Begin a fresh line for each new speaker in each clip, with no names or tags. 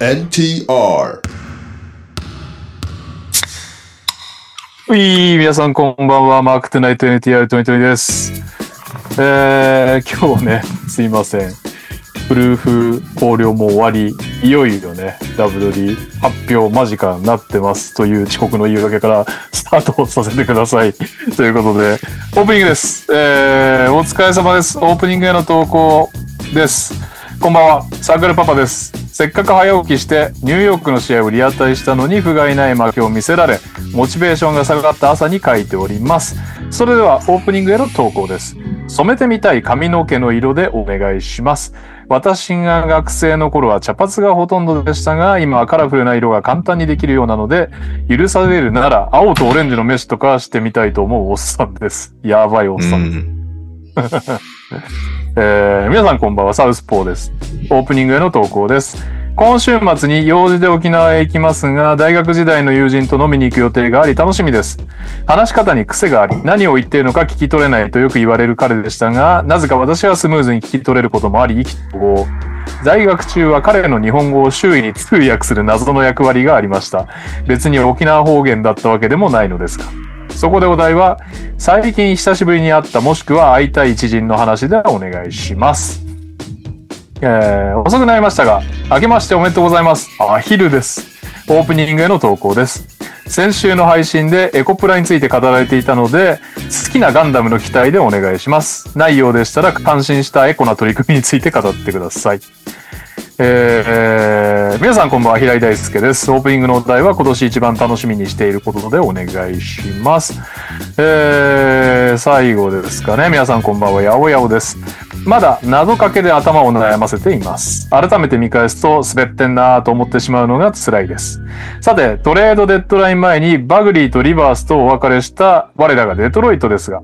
NTR
うい皆さんこんばんは、マークトゥナイト NTR2020 です。えー、今日ね、すいません。プルーフ考慮も終わり、いよいよね、WD 発表間近になってますという遅刻の言い訳からスタートをさせてください。ということで、オープニングです。えー、お疲れ様です。オープニングへの投稿です。こんばんは、サークルパパです。せっかく早起きして、ニューヨークの試合をリアタイしたのに、不甲斐ない負けを見せられ、モチベーションが下がった朝に書いております。それでは、オープニングへの投稿です。染めてみたい髪の毛の色でお願いします。私が学生の頃は茶髪がほとんどでしたが、今はカラフルな色が簡単にできるようなので、許されるなら青とオレンジのメッシュとかしてみたいと思うおっさんです。やばいおっさん。
ん
えー皆さんこんばんは、サウスポーです。オープニングへの投稿です。今週末に用事で沖縄へ行きますが、大学時代の友人と飲みに行く予定があり楽しみです。話し方に癖があり、何を言っているのか聞き取れないとよく言われる彼でしたが、なぜか私はスムーズに聞き取れることもあり、意気投合。在学中は彼の日本語を周囲に通訳する謎の役割がありました。別に沖縄方言だったわけでもないのですが。そこでお題は、最近久しぶりに会ったもしくは会いたい知人の話でお願いします。えー遅くなりましたが、明けましておめでとうございます。アヒルです。オープニングへの投稿です。先週の配信でエコプラについて語られていたので、好きなガンダムの機体でお願いします。内容でしたら感心したエコな取り組みについて語ってください。えー皆さんこんばんは、平井大輔です。オープニングのお題は今年一番楽しみにしていることでお願いします。えー最後ですかね。皆さんこんばんは、やおやおです。まだ謎かけで頭を悩ませています。改めて見返すと滑ってんなぁと思ってしまうのが辛いです。さて、トレードデッドライン前にバグリーとリバースとお別れした我らがデトロイトですが、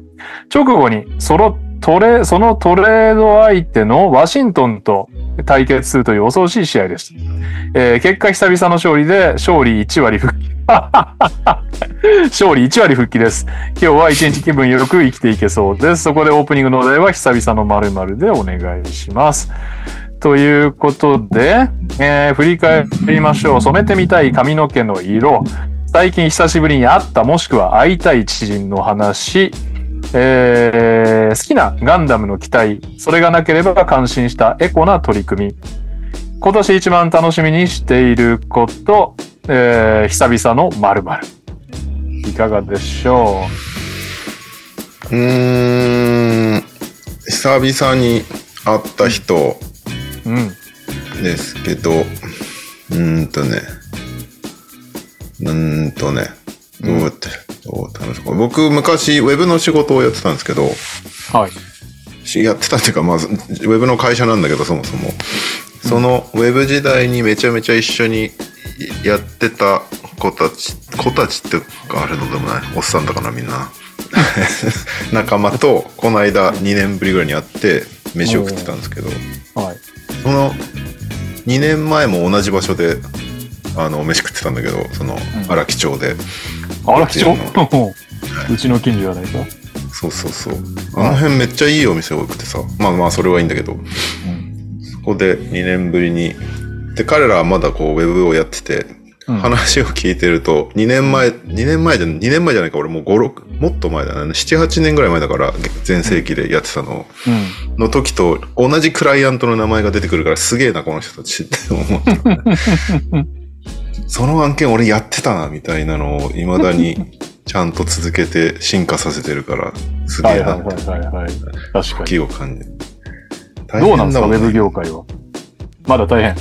直後にそのトレ、そのトレード相手のワシントンと対決するという恐ろしい試合でした。えー結果久々の勝利で勝利1割復帰。勝利1割復帰です。今日は一日気分よく生きていけそうです。そこでオープニングのお題は久々の〇〇でお願いします。ということで、えー振り返りましょう。染めてみたい髪の毛の色。最近久しぶりに会ったもしくは会いたい知人の話。えー好きなガンダムの機体。それがなければ感心したエコな取り組み。今年一番楽しみにしていること。えー久々の〇〇。いかがでしょ
うーん久々に会った人
う。うん。
ですけどうーんとねうーんとねどうやってどう楽しむか僕昔ウェブの仕事をやってたんですけど
はい。
しやってたっていうか、まあ、ずウェブの会社なんだけど、そもそも。そのウェブ時代にめちゃめちゃ一緒にやってた子たち、子たちってかあれのでもない、おっさんだからみんな。 仲間と、この間2年ぶりぐらいに会って、飯を食ってたんですけど、
はい。
その2年前も同じ場所で、あの、飯食ってたんだけど、その
ん
荒木町で。
あら、貴重
って。
うちの近所じゃないか。
そうそうそう。あの辺めっちゃいいお店多くてさ、まあまあそれはいいんだけど。そこで2年ぶりに。で、彼らはまだこう、ウェブをやってて、
うん
話を聞いてると、2年前、2年前じゃ、2年前じゃないか、俺もう5、6、もっと前だね。7、8年ぐらい前だから、全盛期でやってたの、
うん。
の時と、同じクライアントの名前が出てくるから、すげえな、この人たちって思った、ね。 その案件俺やってたな、みたいなのを、未だに、ちゃんと続けて進化させてるから、すげ
は
え
いは
ないって、
はいはい。確か
気を感じる。
に。どうなんで
大変だ
すか、
も
ウ
ね
ェブ業界は。まだ大変。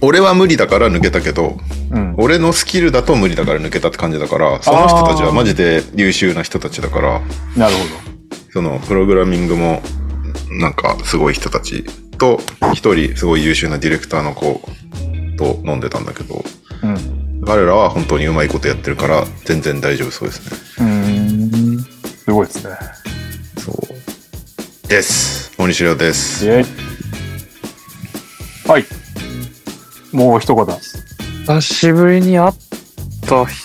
俺は無理だから抜けたけど、
うん。
俺のスキルだと無理だから抜けたって感じだから、その人たちはマジで優秀な人たちだから、
なるほ
そのプログラミングもなんかすごい人たちと、一人すごい優秀なディレクターの子と飲んでたんだけど、
ど。うん。
彼らは本当にうまいことやってるから全然大丈夫そうですね。
うん。すごいですね。
そう。です。大西亮です。
イェイはい。もう一 方。
久しぶりに会った人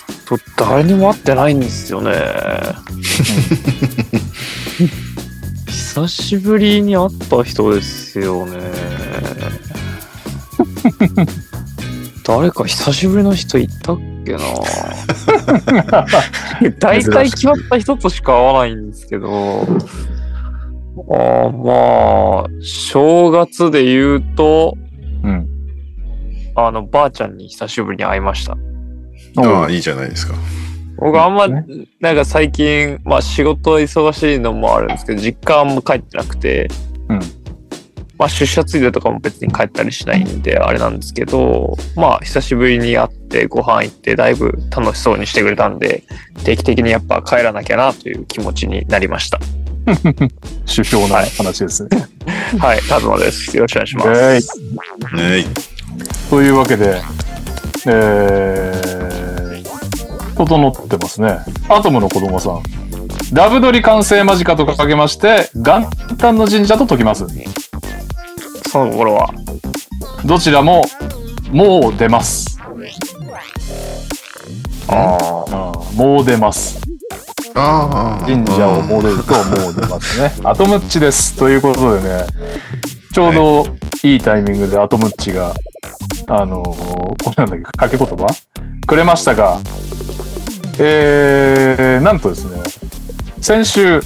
誰にも会ってないんですよね久しぶりに会った人ですよね誰か久しぶりの人いたっけな 大体決まった人としか会わないんですけど、あーまあ、正月で言うと、
うん。
あの、ばあちゃんに久しぶりに会いました。
ああ、いいじゃないですか。
僕あんま、
ね
なんか最近、まあ仕事忙しいのもあるんですけど、実家あんま帰ってなくて、
うん
まあ出社ついでとかも別に帰ったりしないんで、あれなんですけど、まあ久しぶりに会ってご飯行って、だいぶ楽しそうにしてくれたんで、定期的にやっぱ帰らなきゃなという気持ちになりました。
首相な話ですね。
はい、カズマです。よろしくお願いします。
はい
ね
というわけで、えー、整ってますね。アトムの子供さん。ダブドリ完成間近と掲げまして、元旦の神社と解きます。
その頃は、
どちらも、もう出ます。ああ、もう出ます。
ああ。
神社を
も
戻ると、もう出ますね。アトムッチです。ということでね、ちょうどいいタイミングでアトムッチが、あのーこれなんだっけ、掛け言葉くれましたが、えー、なんとですね、先週、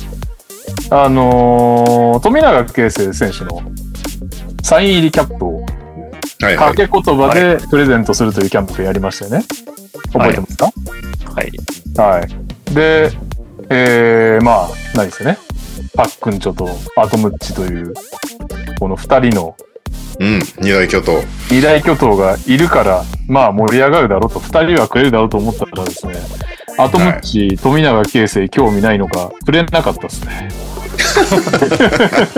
あのー富永啓生選手のサイン入りキャップを
はいは
掛
い。
け言葉でプレゼントするというキャンプやりましたよね。覚えてますか
はい。
はい。で、えー、まあ、何ですよね。パックンチョとアトムッチという、この二人の
うん。二大巨頭。
二大巨頭がいるから、まあ盛り上がるだろうと、二人はくれるだろうと思ったらですね、アトムッチ、富永啓生興味ないのか、くれなかったですね。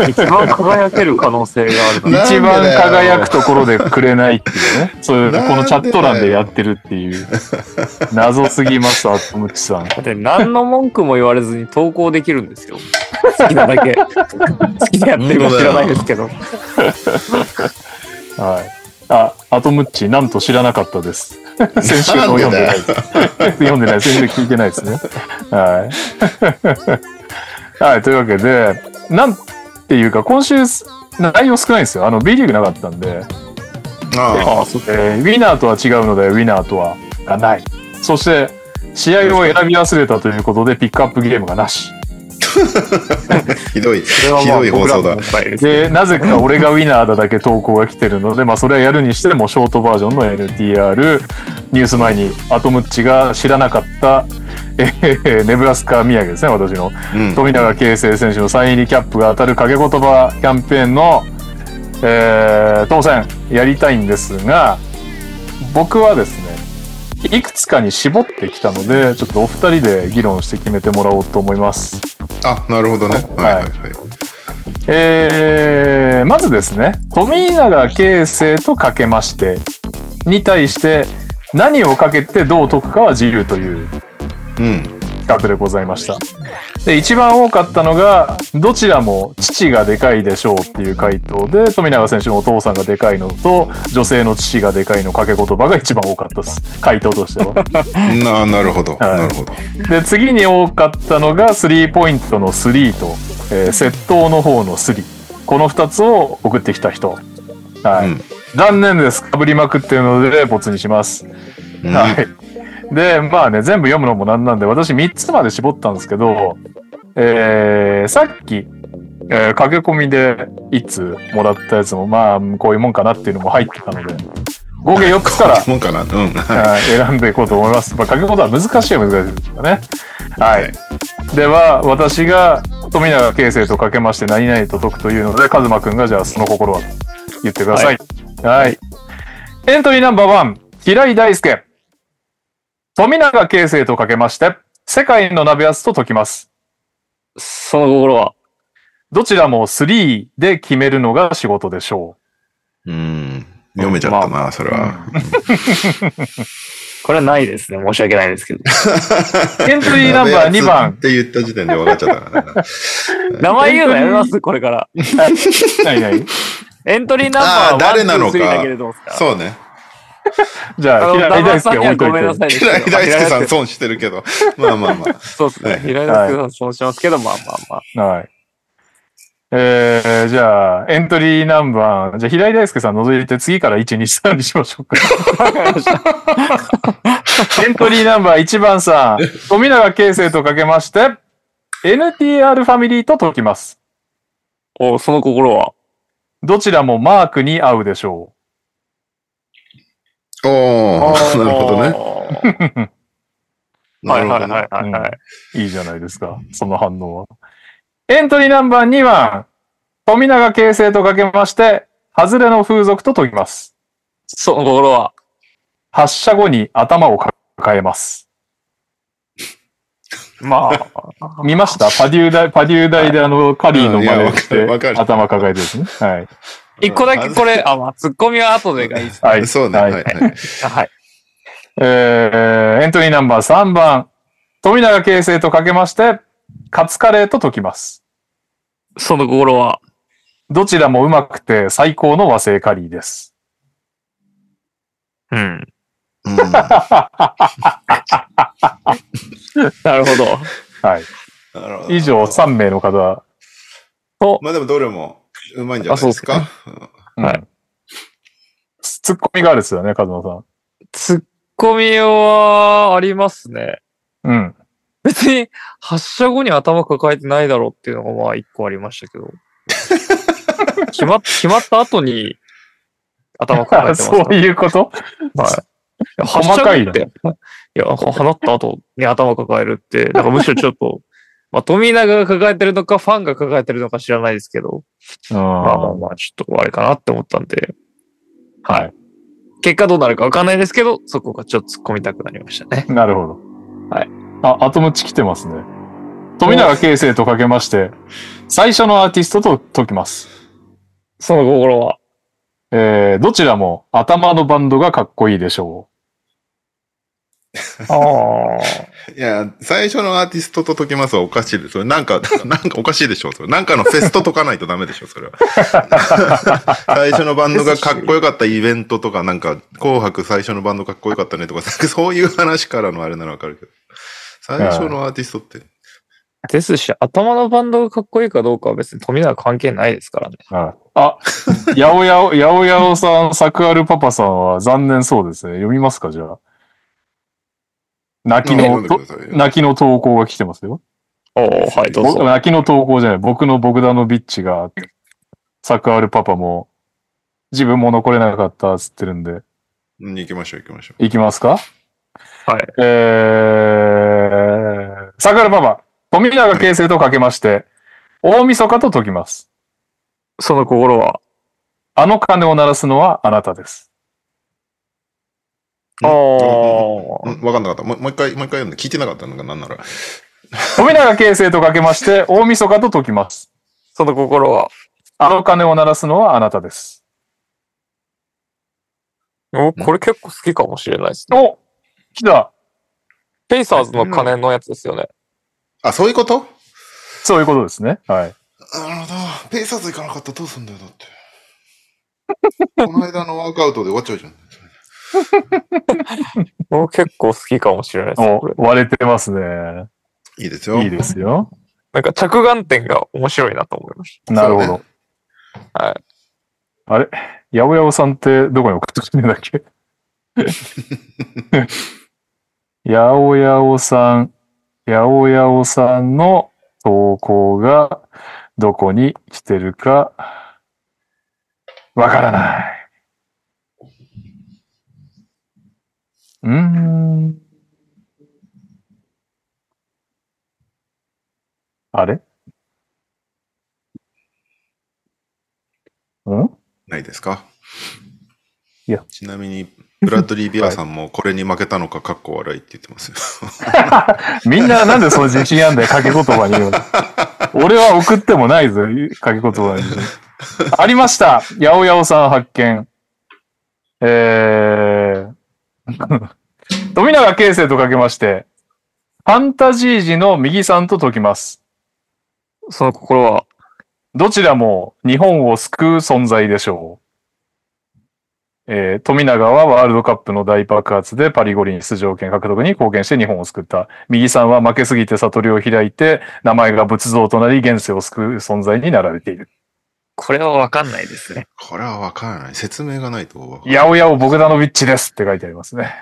一番輝ける可能性がある
なんで
一番
だよ
輝くところでくれないっていうね。そうい
なん
う、
でだよ
このチャット欄でやってるっ ていう、謎すぎます、アトムッチさん。
で何の文句も言われずに投稿できるんで すよ。好きなだけ。好きでやってるか知らないですけど。
はい。あ、アトムッチ、なんと知らなかった です。先週の読んでない。読んでない。先週聞いてないですね。はい。 はい。というわけで、なんていうか、今週、内容少ないんですよ。あの、B リーグなかったんで、
ああ。
そっか
えーウィナーとは違うので、ウィナーとはがない。そして、試合を選び忘れたということで、ピックアップゲームがなし。
ひどい。ひ
それはまあ
どい放
僕ら
送
も
だ
い。っぱいです
で、なぜか俺がウィナーだだけ投稿が来てるので、まあそれはやるにしてもショートバージョンの LTR、ニュース前にアトムッチが知らなかった、えーネブラスカ土産ですね、私の。
うん。
富永啓生選手のサイン入りキャップが当たる掛け言葉キャンペーンの、えー当選やりたいんですが、僕はですね、いくつかに絞ってきたので、ちょっとお二人で議論して決めてもらおうと思います。
あ、なるほどね。はいはいはい。
えーまずですね、富永啓生とかけまして、に対して、何をかけてどう解くかは自由という
うん。
企画でございました。で、一番多かったのが、どちらも父がでかいでしょうっていう回答で、富永選手のお父さんがでかいのと、女性の父がでかいの掛け言葉が一番多かったです。回答としては。
な、なるほど。
はい
なるほど。
で、次に多かったのが、スリーポイントのスリーと、えー、窃盗の方のスリー。この二つを送ってきた人。はい。
うん
残念です。被りまくってるので、ボツにします。
うん
はい。で、まあね、全部読むのもなんなんで、私3つまで絞ったんですけど、えー、さっき、えー駆け込みでいつもらったやつも、まあ、こういうもんかなっていうのも入ってたので、合計4つから、
もんかな。うん。は
はい、選んでいこうと思います。まあ、書くことは難しいは難しいですからね。は。
はい
では、私が富永啓生とかけまして何々と解くというので、カズマくんがじゃあその心はと言ってください。はい。エントリーナンバー1、平井大輔。富永啓生とかけまして、世界の鍋安と解きます。
その心は、
どちらも3で決めるのが仕事でしょ
い。うん。読めちゃったな、それは。
これはないですね。申し訳ないですけど。
う。 エントリーナンバー2番
っ、て言った時点で笑っちゃったから な。
名前言うのやめますこれから。
何々
エントリーナンバー
あー
は
誰なのか
1 2 3だけれどもですか。
そうね。
じゃ
あ
あ、
の、
平井大
旦那さん
輔置
にはい
と
ご
い
めん
て
な。さいですけど。
嫌い大輔さん
そう。
損してるけ ど。まあまあまあ。
そうですね。平井大輔さんそうしますけど、まあまあまあ。
はい。ええー、じゃあ、エントリーナンバー、じゃあ、平井大輔さん除いて次から1、2、3にしましょうか。エントリーナンバー1番さん、富永啓生とかけまして、NTR ファミリーと解きます。
おその心は。
どちらもマークに合うでしょ
おー、なる ほどね。
ね。
な
はい
るほ
はい
どね
はいはいはい。
う。いいじゃないですか、その反応は。エントリーナンバー2番、富永啓生とかけまして、ハズレの風俗と解きます。
その心は。
発射後に頭を抱えます。
まあ、
見ましたパデュー大、パデュー大であの、カリーの真似をし
い
て
やわかるわかる
頭抱えてですね。はい。
一個だけこれ、あ、まあ、ツッコミは後でが いいです。
は い。
そうね、はいはい。
はい。
えー、エントリーナンバー3番、富永啓生とかけまして、カツカレーと解きます。
その心は。
どちらもうまくて最高の和製カリーです。
うん。
うん
なるほど。
はい。
なるほど
以上3名の方。
まあでもどれもうまいんじゃないですか。
うん
はい。
ツッコミがあるですよね、カズマさ
ツッコミはありますね。
ん。うん。
別に、発射後に頭抱えてないだろうっていうのがまあ一個ありまし たけど。決まっ、決まった後に頭抱えてますから
そういうこと
はい。
細かいな
発射後って。いや、放った後に頭抱えるって、なんかむしろちょっと、 まあ、富永が抱えてるのか、ファンが抱えてるのか知らないですけど、
うん。
まあまあまあ、ちょっとあれかなって思ったんで、
はい。
結果どうなるかわかんないですけど、そこがちょっと突っ込みたくなりましたね。
なるほど。
はい。
あ、後ムチ来てますね。富永啓生とかけまして、最初のアーティストと解きます。
その心は、
えー、どちらも頭のバンドがかっこいいでしょ
あ
いや、最初のアーティストと解きますはおかしいです。それなんか、 なんかおかしいでしょそれ。なんかのフェストとかないとダメでしょそれは。 最初のバンドがかっこよかったイベントとか、なんか、紅白最初のバンドかっこよかったねとか、 そういう話からのあれならわかるけど。最初のアーティストって。
あ。ですし、頭のバンドがかっこいいかどうかは別に富永関係ないですからね。
う。あ、 やおやお、やおやおさん、サクアルパパさんは残念そうですね。読みますか、じゃあ。泣き
なんか
の、
読
と
んでくださいよ
泣きの投稿が来てますよ。
おおはい、どう
ぼ
ぞ。
泣きの投稿じゃない。僕のボグダノビッチが、サクアルパパも、自分も残れなかったっつってるんで、
うん行きましょう行きましょう。
いきますか
はい。
えー、桜パパ、富永啓生とかけまして、大晦日と解きます。
その心は、
あの鐘を鳴らすのはあなたです。
うん
あ
うんわかんなかった。もうもう一回、もう一回読んで、聞いてなかったのかなんなら。
富永啓生とかけまして、大晦日と解きます。
その心は、
あの鐘を鳴らすのはあなたです。
おこれ結構好きかもしれないですね。
お来た
ペイサーズの金のやつですよね。
あ、そういうこと
そういうことですね。はい。
なるほど。ペーサーズ行かなかったらどうすんだよ、だって。この間のワークアウトで終わっちゃうじゃん。
僕結構好きかもしれないですね。これ
お割れてますね。
いいですよ。
いいですよ。
なんか着眼点が面白いなと思いまし
なるほ
そう
ど。
はい。
あれ八百屋さんってどこに送ってきてんだっけ八百屋さん、八百屋さんの投稿がどこに来てるかわからない。うーん。あれん
ないですか
いや
ちなみに、ブラッドリー・ビアさんもこれに負けたの か、かっこ悪いって言ってますよ。
みんななんでその自信あんだよ、掛け言葉に言うの。俺は送ってもないぞ、掛け言葉に。ありました八百屋さん発見。えー、富永啓生とかけまして、ファンタジー時の右さんと解きます。
た。その心は、
どちらも日本を救う存在でしょえー富永はワールドカップの大爆発でパリ五輪出場権獲得に貢献して日本を救った。右さんは負けすぎて悟りを開いて、名前が仏像となり現世を救う存在になられている。
これはわかんないですね。
これはわからない。説明がないとわからない。
やおやおボグダノビッチですって書いてありますね。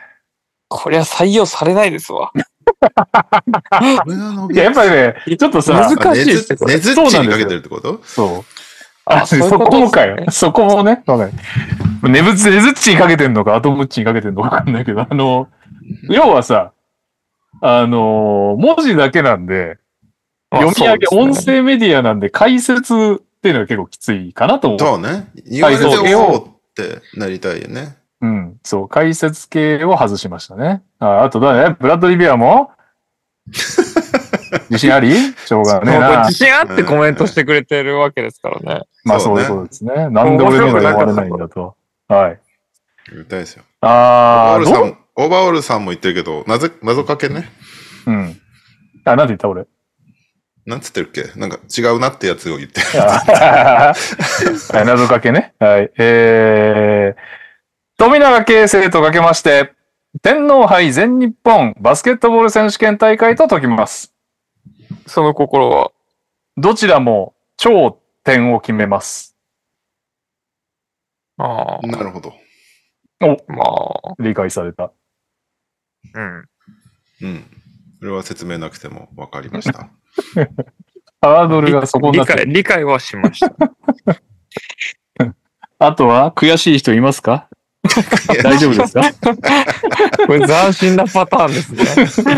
これは採用されないですわ。
俺が伸
い
び
や、やっぱり ね、ちょっとさ、
難しいですね
あねずねずっちにかけてるってこと
そう。
あ
そ
そういうこと
こもかよ
です。ね
そこもね、わかる。ねぶつ、ねずっちにかけてんのか、後ぶっちにかけてんのかわかんないけど、あの、要はさ、あの、文字だけなんで、
あ
読み上げ、
そうで
音
すね
声メディアなんで解説っていうのは結構きついかなと思う。
そうね。言われて
そう
おうってなりたいよね。
うん。そう、解説系を外しましたね。ああとだね、ブラッドリビア も自信ありしょうがねえ
もうこれ
な
自。信あってコメントしてくれてるわけですからね。
まあそういう
そ
こ
う
とですね。なんで俺のが読まれないんだと。はい。
見たいですよ。オーバーオ
あー、
ル
ど
さ、
うん
オーバーオールさんも言ってるけど、謎、謎かけね。
うん。あ、なんて言った俺。
なんつってるっけなんか違うなってやつを言ってる。
あはい謎かけね。はい。えー、富永啓生とかけまして、天皇杯全日本バスケットボール選手権大会と解きます。
その心は。
どちらも超点を決めます。
ああ、
なるほど。
まあ、
理解された。
うん。
うん。それは説明なくても分かりま した。
ハードルがそこにな
理
って
解、
る。
理解はしました。
あとは悔しい人いますか大丈夫ですか
これ斬新なパターンですね。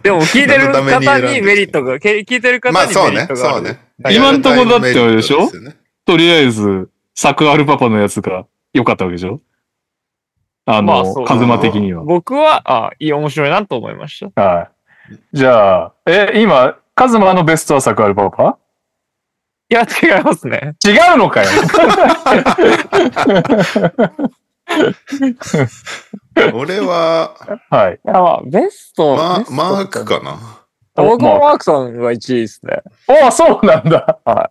でも聞いてる方にメリットが、け聞いてる方
まあ
に
そう
メリ
ね、
ットがあ
そ
る。
うね。
はい今んとこだってあれでしょ
すよね
とりあえず、サクアルパパのやつが良かったわけでしょあの、
まあそう
カズマ的には。
僕は、ああ、いい、面白いなと思いました。
はい。じゃあ、え、今、カズマのベストはサクアルパパ
いや、違いますね。
違うの かよ
俺は、
はい。
いや、まあ、ベスト、
ま
ベ、スト
マーク。かな。
僕もマークさんが1位ですね。
おそうなんだ
あだ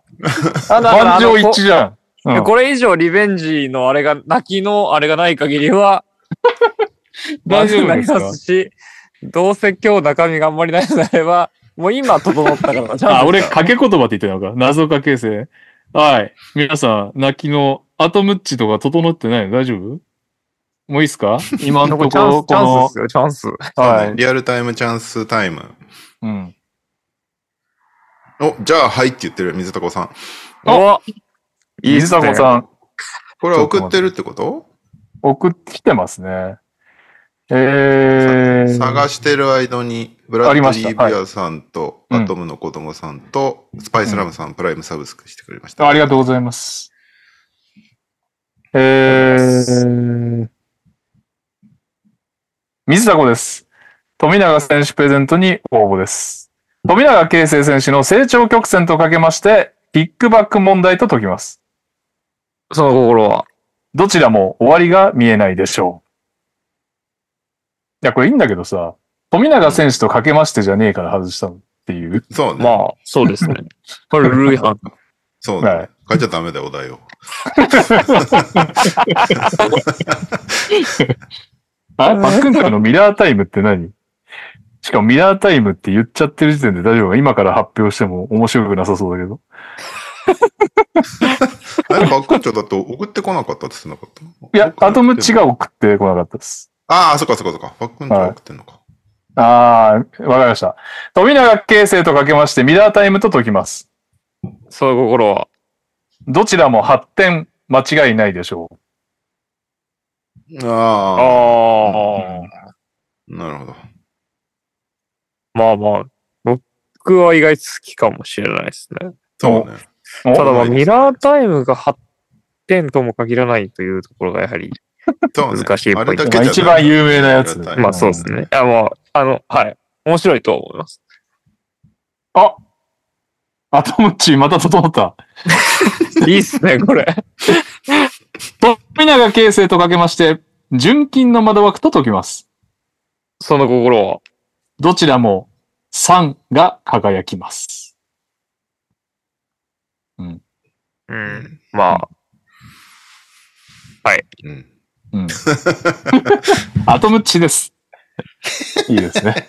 から
満
あの
場一致じゃん。
こ
うん
これ以上リベンジのあれが、泣きのあれがない限り は、大丈夫になりますし、どうせ今日中身があんまりないのであれば、もう今整ったから、チャンス
あ、俺、掛け言葉って言ってたのか。謎かけ生。はい。皆さん、泣きの、アトムッチとか整ってないの大丈夫もういいっすか今のところ、
チ
こ
ャン
の
ス、チャンスですよ、チャンス。、
はい。
リアルタイムチャンスタイム。
うん。
お、じゃあ、はいって言ってる、水田子さん。
おいいっ
水
すね
迫さん、
これは送ってるってこと
送ってきてますね。えー。
探してる間に、ブラ
あり
ッド・
まし
リ
た
ービアさんと、
はい
アトムの子供さんと、スパイスラムさん、プライムサブスクしてくれました。
ありがとうございます。えー、水田子です。富永選手プレゼントに応募です。富永啓生選手の成長曲線とかけまして、ピックバック問題と解きます。
その心は。
どちらも終わりが見えないでしょう。いや、これいいんだけどさ、富永選手とかけましてじゃねえから外したのっていう。
そうね。
まあ、そうです ね。これ、ルール違反。
そう
は
ね
い。
変えちゃダメだよ、お題を。
あれバックンカーのミラータイムって何しかもミラータイムって言っちゃってる時点で大丈夫か今から発表しても面白くなさそうだけど。
なんか、こっちょだと送ってこなかったって言ってなかった
いや、アトム
違
チ
う。
が送ってこなかったです。
ああ、そっかそっかそっか。パックンチョ送ってんのか。
ああ、わかりました。富永啓生とかけましてミラータイムと解きます。
その心は。
どちらも発展間違いないでしょう。
ああ、
ああ。
なるほど。
まあまあ、僕は意外と好きかもしれないですね。
そうね。
お
ただま
そうで
あ、
すね
ミラータイムが8点とも限らないというところがやはり、
そうね。
難しい
あれだけじ
ま
ゃ
あ
ない
一番有名なやつ。
はい
まあそうですね。あ、もう、あの、はい。面白いと思います。
あアトムチまた整った。
いいっすね、これ。
富永啓生とかけまして、純金の窓枠と解きます。
その心は。
どちらも3が輝きます。
うん。まあ、はい。
うん。
うん。アトムッチです。いいですね。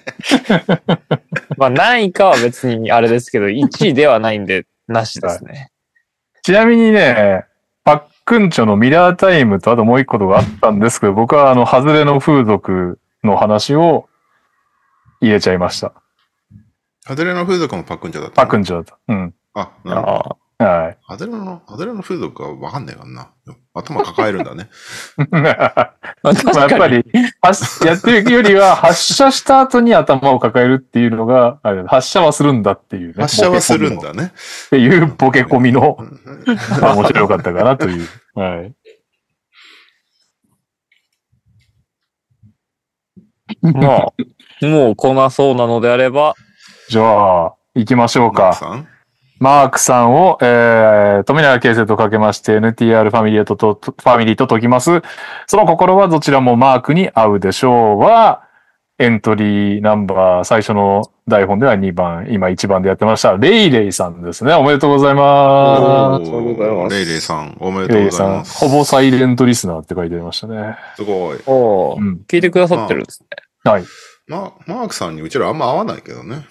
まあ何位かは別にあれですけど、1位ではないんで、なしですね。
ちなみにね、パックンチョのミラータイムとあともう一個とかあったんですけど、僕はあの、ハズレの風俗の話を入れちゃいました。
ハズレの風俗もパックンチョだった。
パックンチョだった。うん。
あ、なるほど。
ああ
はい。
ハズレの、ハズレの風俗はわかんねえからな。頭抱えるんだね。
まあ確
まあやっ
か
ぱ
に。
り、発やってるよりは、発射した後に頭を抱えるっていうのが、あれ発射はするんだっていうね。
発射はするんだね。
ボケコミの。っていうボケ込
う、
みの
ん
まあ面白かったかなという。はい。
まあ、もう来なそうなのであれば、
じゃあ、行きましょう
マーク
か。
さん
マークさんを、えー、富永啓生とかけまして NTR ファミリーとと、ファミリーと解きます。その心はどちらもマークに合うでしょうは、エントリーナンバー、最初の台本では2番、今1番でやってました。レイレイさんですね。おめでとうござい
あ
おー
ま
ーありがとうございます
レイレイさん、おめ
す。
でと
レ
うご
イレイ
ざい
さん、
ます。
ほぼサイレントリスナーって書いてありましたね。
すごい。
おー
うん。
聞いてくださってるんですね。
はい。
まあ、マークさんにうちらあんま合わないけどね。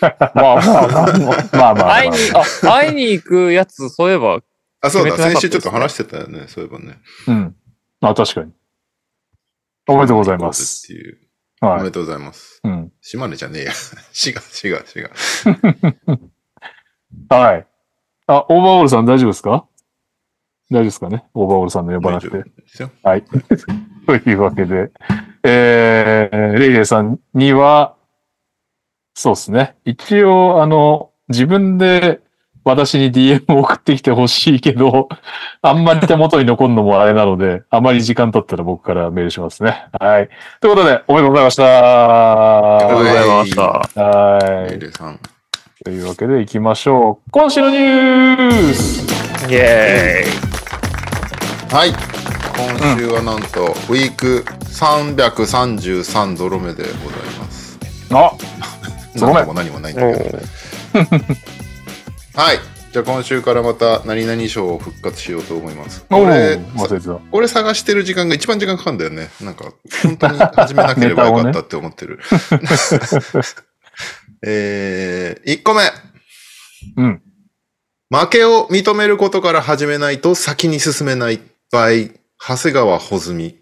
まあまあまあまあ。
まあまあ、まあ
会いに、あ、会いに行くやつ、そういえば、
あ、そうだ、
決めてな
先
かった。
週ちょっと話してたよね、そういえばね。
うん。あ、確かに。おめでとうございます。
っていう。おめ
は
でとうございます。
い。うん。
島根じゃねえや。 違う、違う、違う。
はい。あ、オーバーオールさん大丈夫ですか大丈夫ですかねオーバーオールさんの呼ばなく
大
て。
丈夫ですよ
はい。という わけで、えー、レイレイさんには、そうですね。一応、あの、自分で私に DM を送ってきてほしいけど、あんまり手元に残るのもあれなので、あまり時間経ったら僕からメールしますね。はい。ということで、おめでとうございました。
ありがとうございました
は
レイ
い。
レイさん。
というわけで行きましょう。今週のニュース
イェーイ。
はい。今週はなんと、ウィーク333ゾロ目でございます。
あゾロ目
何も何もないんだけどね。はい。じゃあ今週からまた何々賞を復活しようと思います。
お
これ、
ー忘れてた。
俺探してる時間が一番時間かかるんだよね。なんか、本当に 始めなければよかったって思ってる。えー、1個目。
うん。
負けを認めることから始めないと先に進めない場合、長谷川穂積、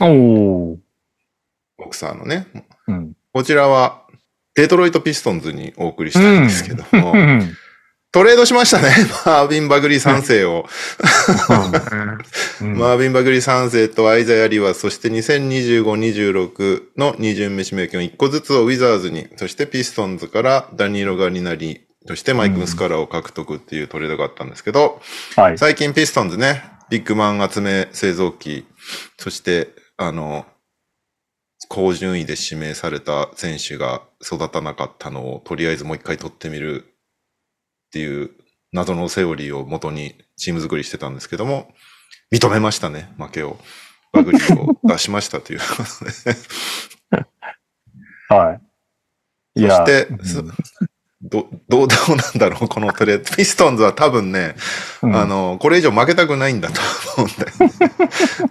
おー。
ボクサーのね。
うん。
こちらは、デトロイトピストンズにお送りしたんですけども、
うん。
トレードしました ね。マービン・バグリー3世を。
うん
マービン・バグリ3世とアイザヤ・リはそして2025-26の二巡目指名権を1個ずつをウィザーズに、そしてピストンズからダニーロ側になり、そしてマイク・ムスカラを獲得っていうトレードがあったんですけど、
はい。
最近ピストンズね、ビッグマン集め製造機、そして、あの、高順位で指名された選手が育たなかったのをとりあえずもう一回取ってみるっていう謎のセオリーを元にチーム作りしてたんですけども、認めましたね、負けを。バグリーを出しましたということで。
はい。い
そ
や
して、
う
そ
ん
ど、どう、どうなんだろう、このトレード。ピストンズは多分ね、
うん
あの、これ以上負けたくないんだと 思うんだよ、ね。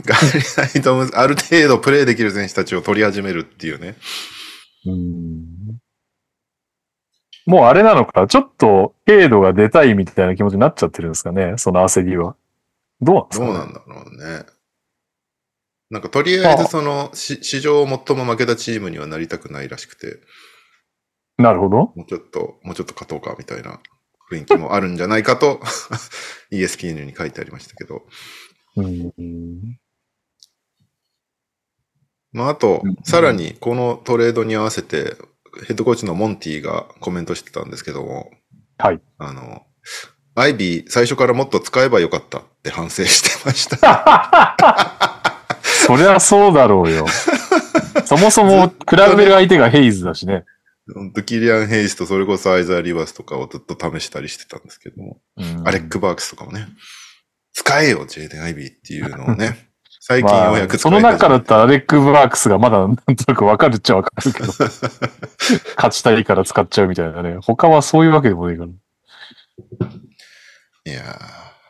ガリナイトムズある程度プレイできる選手たちを取り始めるっていうね。
うんもうあれなのか、ちょっと軽度が出たいみたいな気持ちになっちゃってるんですかね、その焦りは。どうなんです
どうなんだろ
か、ね、
うね。なんかとりあえずその、し史上最も負けたチームにはなりたくないらしくて、
なるほど。
もうちょっと、もうちょっと勝とうかみたいな雰囲気もあるんじゃないかと、ESPN に書いてありましたけど。
うん
まあ、あと
うん、
さらにこのトレードに合わせて、ヘッドコーチのモンティがコメントしてたんですけども、
はい。
あの、アイビー最初からもっと使えばよかったって反省してました。
そりゃそうだろうよ。そもそも比べる相手がヘイズだしね。
ほんとキリアン・ヘイスとそれこそアイザー・リバースとかをずっと試したりしてたんですけども、
うん
アレック・バークスとかもね、使えよ、ジェイデン・アイビーっていうのを ね、最近ようやく
まあ
使
そ
えた
の
じゃ
中
ん
だったらアレック・バークスがまだなんとなくわかるっちゃわか るけど、勝ちたいから使っちゃうみたいなね。他はそういうわけでもないか
いや
ら。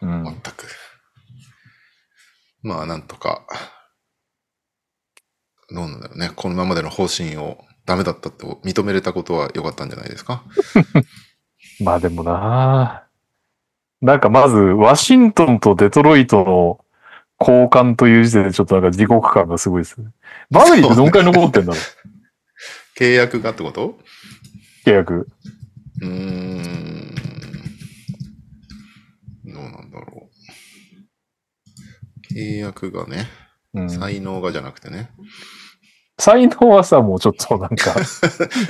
う
ー、
ん
全く。まあなんとか、どうなんだろうね。このままでの方針をダメだったって認めれたことは良かったんじゃないですか。
まあでもななんかまず、ワシントンとデトロイトの交換という時点でちょっとなんか地獄感がすごいですね。バブリーってどんくらい残ってんだろう
契約がってこと
契約。
うーん。どうなんだろう。契約がね、
うん、
才能がじゃなくてね。
才能はさ、もうちょっとなん か、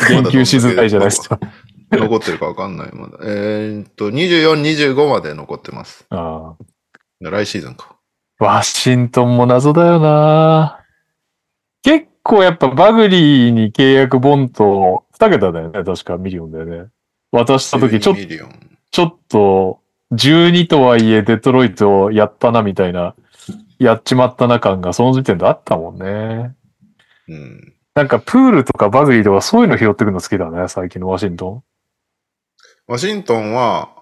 言及しづらいじゃないですか。
残ってるかわかんない。まだ。えーっと、24、25まで残ってます。
あ
来シーズンか。
あワシントンも謎だよな結構やっぱバグリーに契約ボンと2桁だよね。確かミリオンだよね。渡した時ちょっ
12ミリオン。
ちょっと、12とはいえデトロイトをやったなみたいな、やっちまったな感がその時点であったもんね。
うん。
なんかプールとかバグリーとかそういうの拾ってくの好きだね、最近のワシント
ワシントンは、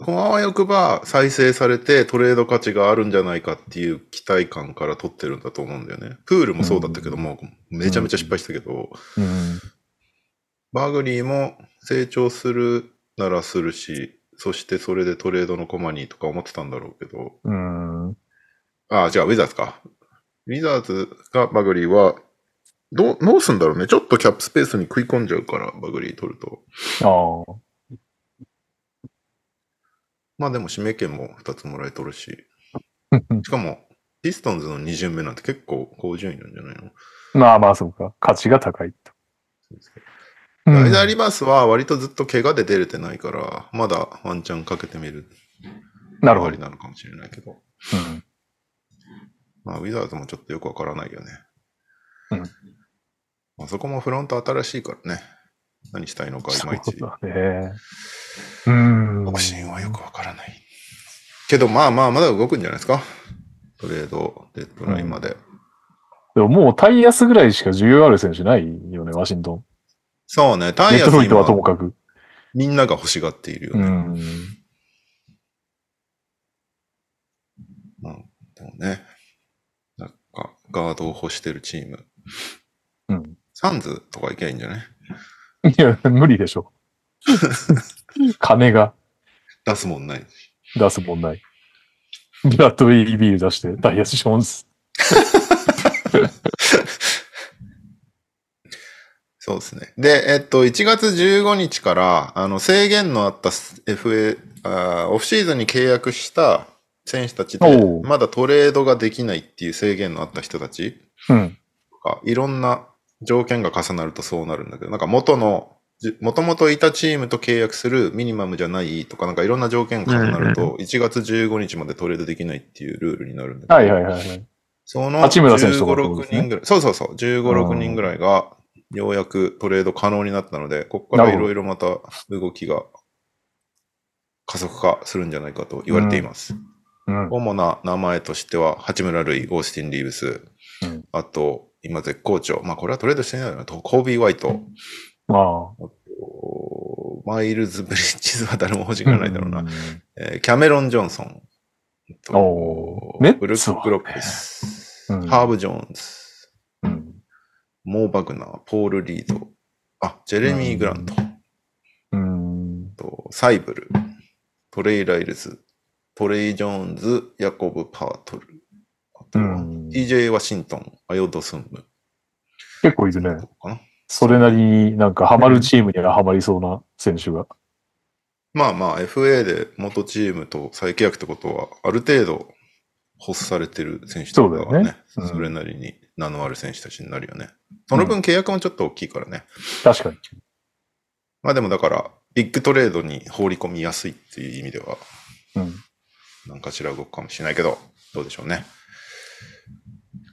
このあわよくば再生されてトレード価値があるんじゃないかっていう期待感から取ってるんだと思うんだよね。プールもそうだったけども、めちゃめちゃ失敗したけど、
ン。うん。
バグリーも成長するならするし、そしてそれでトレードのコマニーとか思ってたんだろうけど、
うん。
ああ、違う、ウィザーズか。ウィザーズがバグリーは、どう、どうすんだろうね。ちょっとキャップスペースに食い込んじゃうから、バグリー取ると。
ああ。
まあでも、指名権も2つもらえとるし。しかも、ピストンズの2巡目なんて結構高順位なんじゃないの
まあまあ、そうか。価値が高いと。う
ライ
ん
ダー・リバースは割とずっと怪我で出れてないから、まだワンチャンかけてみる。
なるほ
あ
ど。
りなのかもしれないけど。
うん
まあ、ウィザーズもちょっとよくわからないよね。
うん
まあ、そこもフロント新しいからね。何したいのかいまいち。
そうだね。うん。
ボクシングはよくわからない。けど、まあまあ、まだ動くんじゃないですか。トレード、デッドラインまで。
でももうタイヤスぐらいしか需要ある選手ないよね、ワシント
そうね、
ン。
タイ
デ
ヤ
ト
ス
ロイトはとも
今
かく。
みんなが欲しがっているよ
う
ね。
ん。
うんでもね、なんか、ガードを欲してるチーム。
うん。
サンズとかいけばいいんじゃない
いや、無理で しょ。金が
出すもんない。
出すもんない。ブラッドウェイビール出して、ダイヤスショーンズ。
そうですね。で、えっと、1月15日から、あの、制限のあった FA、あーオフシーズンに契約した選手たちで
お、う
まだトレードができないっていう制限のあった人たち
うん。
とか、いろんな条件が重なるとそうなるんだけど、なんか元の、もともといたチームと契約するミニマムじゃないとか、なんかいろんな条件が重なると、1月15日までトレードできないっていうルールになるんだけど、
はいはいはいはい。
その
八村選手とかって
15
こ
16
とですね
人ぐらい、そうそうそう、15、
う
6
ん
人ぐらいが、ようやくトレード可能になったので、ここから
なる
い
ほ
ろ
ど
いろまた動きが加速化するんじゃないかと言われています。
うん。
主な名前としては、八村塁、オースティン・リーブス、
うん
あと、今絶好調、まあこれはトレードしてないのかな、コービー・ホワイト、
まあ。
おマイルズ・ブリッジズは誰も欲しがらないだろうな、
ん。
えーキャメロン・ジョンソン、
おーメッツは
ブルック・ブロックス、
うん
ハーブ・ジョーンズ、
うん
モー・バグナー、ポール・リード、あ、ジェレミー・グラント、
うん。
とサイブル、トレイ・ライルズ、トレイ・ジョーンズ、ヤコブ・パートル、あとは
うん
TJ ・ワシントン、アヨド・スンム、
結構いるね。
ここかな。
それなりになんかハマるチームにはハマりそうな選手が。
まあまあ、FA で元チームと再契約ってことは、ある程度、発されてる選手とか
そうだ
は
よ
ね
ね、うん
それなりに名のある選手たちになるよね。その分契約もちょっと大きいからね。
確かに。
まあでもだから、ビッグトレードに放り込みやすいっていう意味では、
うん。
なんかしら動くかもしれないけど、どうでしょうね。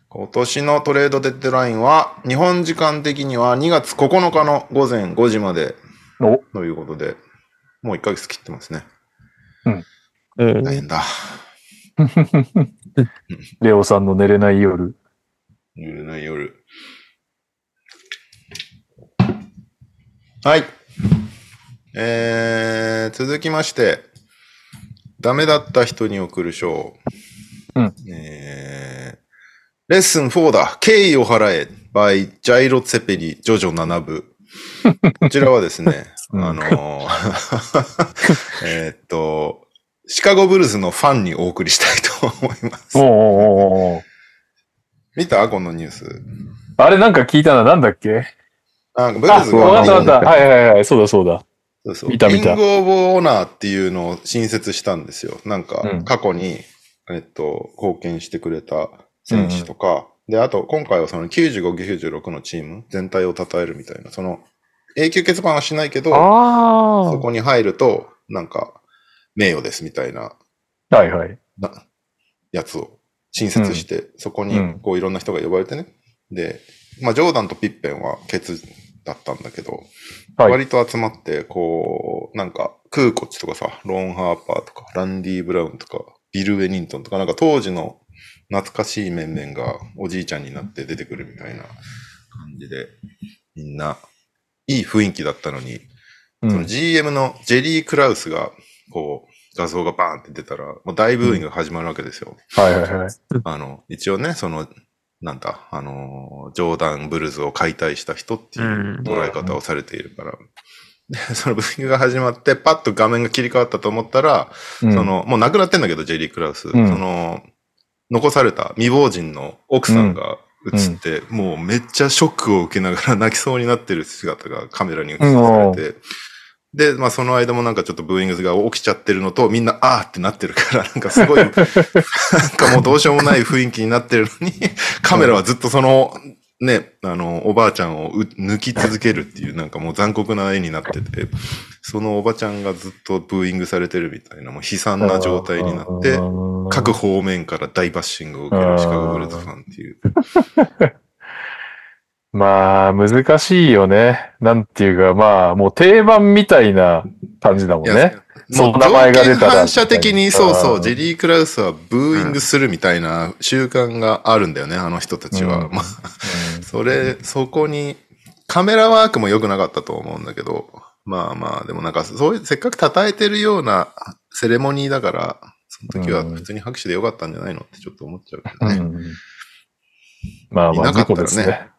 今年のトレードデッドラインは、日本時間的には2月9日の午前5時まで
お、
ということで、もう1ヶ月切ってますね。
うん
大変だ。
レオさんの寝れない夜。
寝れない夜。はい。えー、続きまして、ダメだった人に送る賞。
うん
えレッスン4だ。敬意を払え。by ジャイロ・ツェペリ、ジョジョ7部。こちらはですね、
うん
あのー えーっと、シカゴブルースのファンにお送りしたいと思います
おう。おうおうおう
見たこのニュース。
あれなんか聞いたな、なんだっけ
あ、ブル
あ、
ースが、
わかったわか
あ
っ
の
た。はいはいはい、そうだそうだ。
そうそう
見た見
キ
た
ングオブオーナーっていうのを新設したんですよ。なん
う
か
ん、
過去に、えっと、貢献してくれた選手とか、で、あと、今回はその95、96のチーム全体を称えるみたいな、その、永久欠番はしないけど、
あ
そこに入ると、なんか、名誉ですみたいな、
あ。はいはい。
な、やつを新設して、そこ
う
に
ん、
こう、いろんな人が呼ばれてね。で、まあ、ジョーダンとピッペンは欠だったんだけど、
はい。
割と集まって、こう、なんか、クーコッチとかさ、ローン・ハーパーとか、ランディ・ブラウンとか、ビル・ウェニントンとか、なんか当時の懐かしい面々がおじいちゃんになって出てくるみたいな感じで、みんな、いい雰囲気だったのに、
う
その
ん
GM のジェリー・クラウスが、こう、画像がバーンって出たら、もう大ブーイングが始まるわけですよ。
はいはいはい。
あの、一応ね、その、なんだ、あのー、ジョーダンブルーズを解体した人っていう捉え方をされているから。で、そのブーイングが始まって、パッと画面が切り替わったと思ったら、
うん
そ、の、もう亡くなってんだけど、ジェリー・クラウス。
うん
その、残された未亡人の奥さんが映って、もうめっちゃショックを受けながら泣きそうになってる姿がカメラに映されて、で、まあその間もなんかちょっとブーイングが起きちゃってるのと、みんなあーってなってるから、なんか すごい、なんかもうどうしようもない雰囲気になってるのに、カメラはずっとその、ね、あの、おばあちゃんをう抜き続けるっていう、なんかもう残酷な絵になってて、そのおばちゃんがずっとブーイングされてるみたいな、もう悲惨な状態になって、各方面から大バッシングを受けるシカゴブルーズファンっていう。
まあ、難しいよね。なんていうか、まあ、もう定番みたいな感じだもん
いや
ね。
もう
そう名前が出たら
条件反射的に、そうそうう、
ん
ジェリー・クラウスはブーイングするみたいな習慣があるんだよね、あの人たちは。
うん
まあ、それ、そこに、カメラワークも良くなかったと思うんだけど、まあまあ、でもなんか、そういう、せっかく称えてるようなセレモニーだから、その時は普通に拍手で良かったんじゃないのってちょっと思っちゃうけど
う
ね。
んうんまあまあ、
いなかったらね
事故ですね。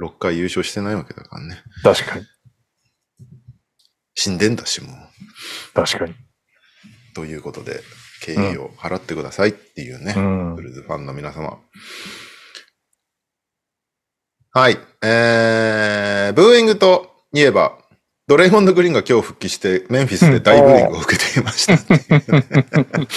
6回優勝してないわけだからね。
確かに。
死んでんだし、もう。
確かに。
ということで、敬意を払ってくださいっていうね、
うん
ブルーズファンの皆様。はい。えー、ブーイングといえば、ドレイモンド・グリーンが今日復帰して、メンフィスで大ブーイングを受けていましたっていうね。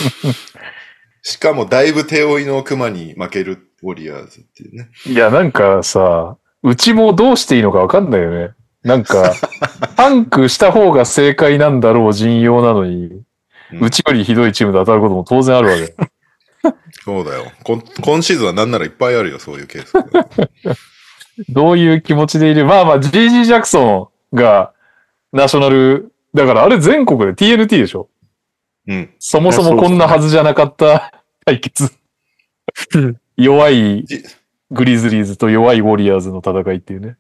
しかも、だいぶ手負いの熊に負けるウォリアーズっていうね。
いや、なんかさ、うちもどうしていいのかわかんないよね。なんか、 パンクした方が正解なんだろう陣容なのに、
うん
うちよりひどいチームで当たることも当然あるわけ。
そうだよ。こん今シーズンはなんならいっぱいあるよ、そういうケース。
どういう気持ちでいるまあまあ、GG ジャクソンがナショナル、だからあれ全国で TNT でしょ
うん。
そもそもこんなはずじゃなかった 対決。弱い
じ
グリズリーズと弱いウォリアーズの戦いっていうね。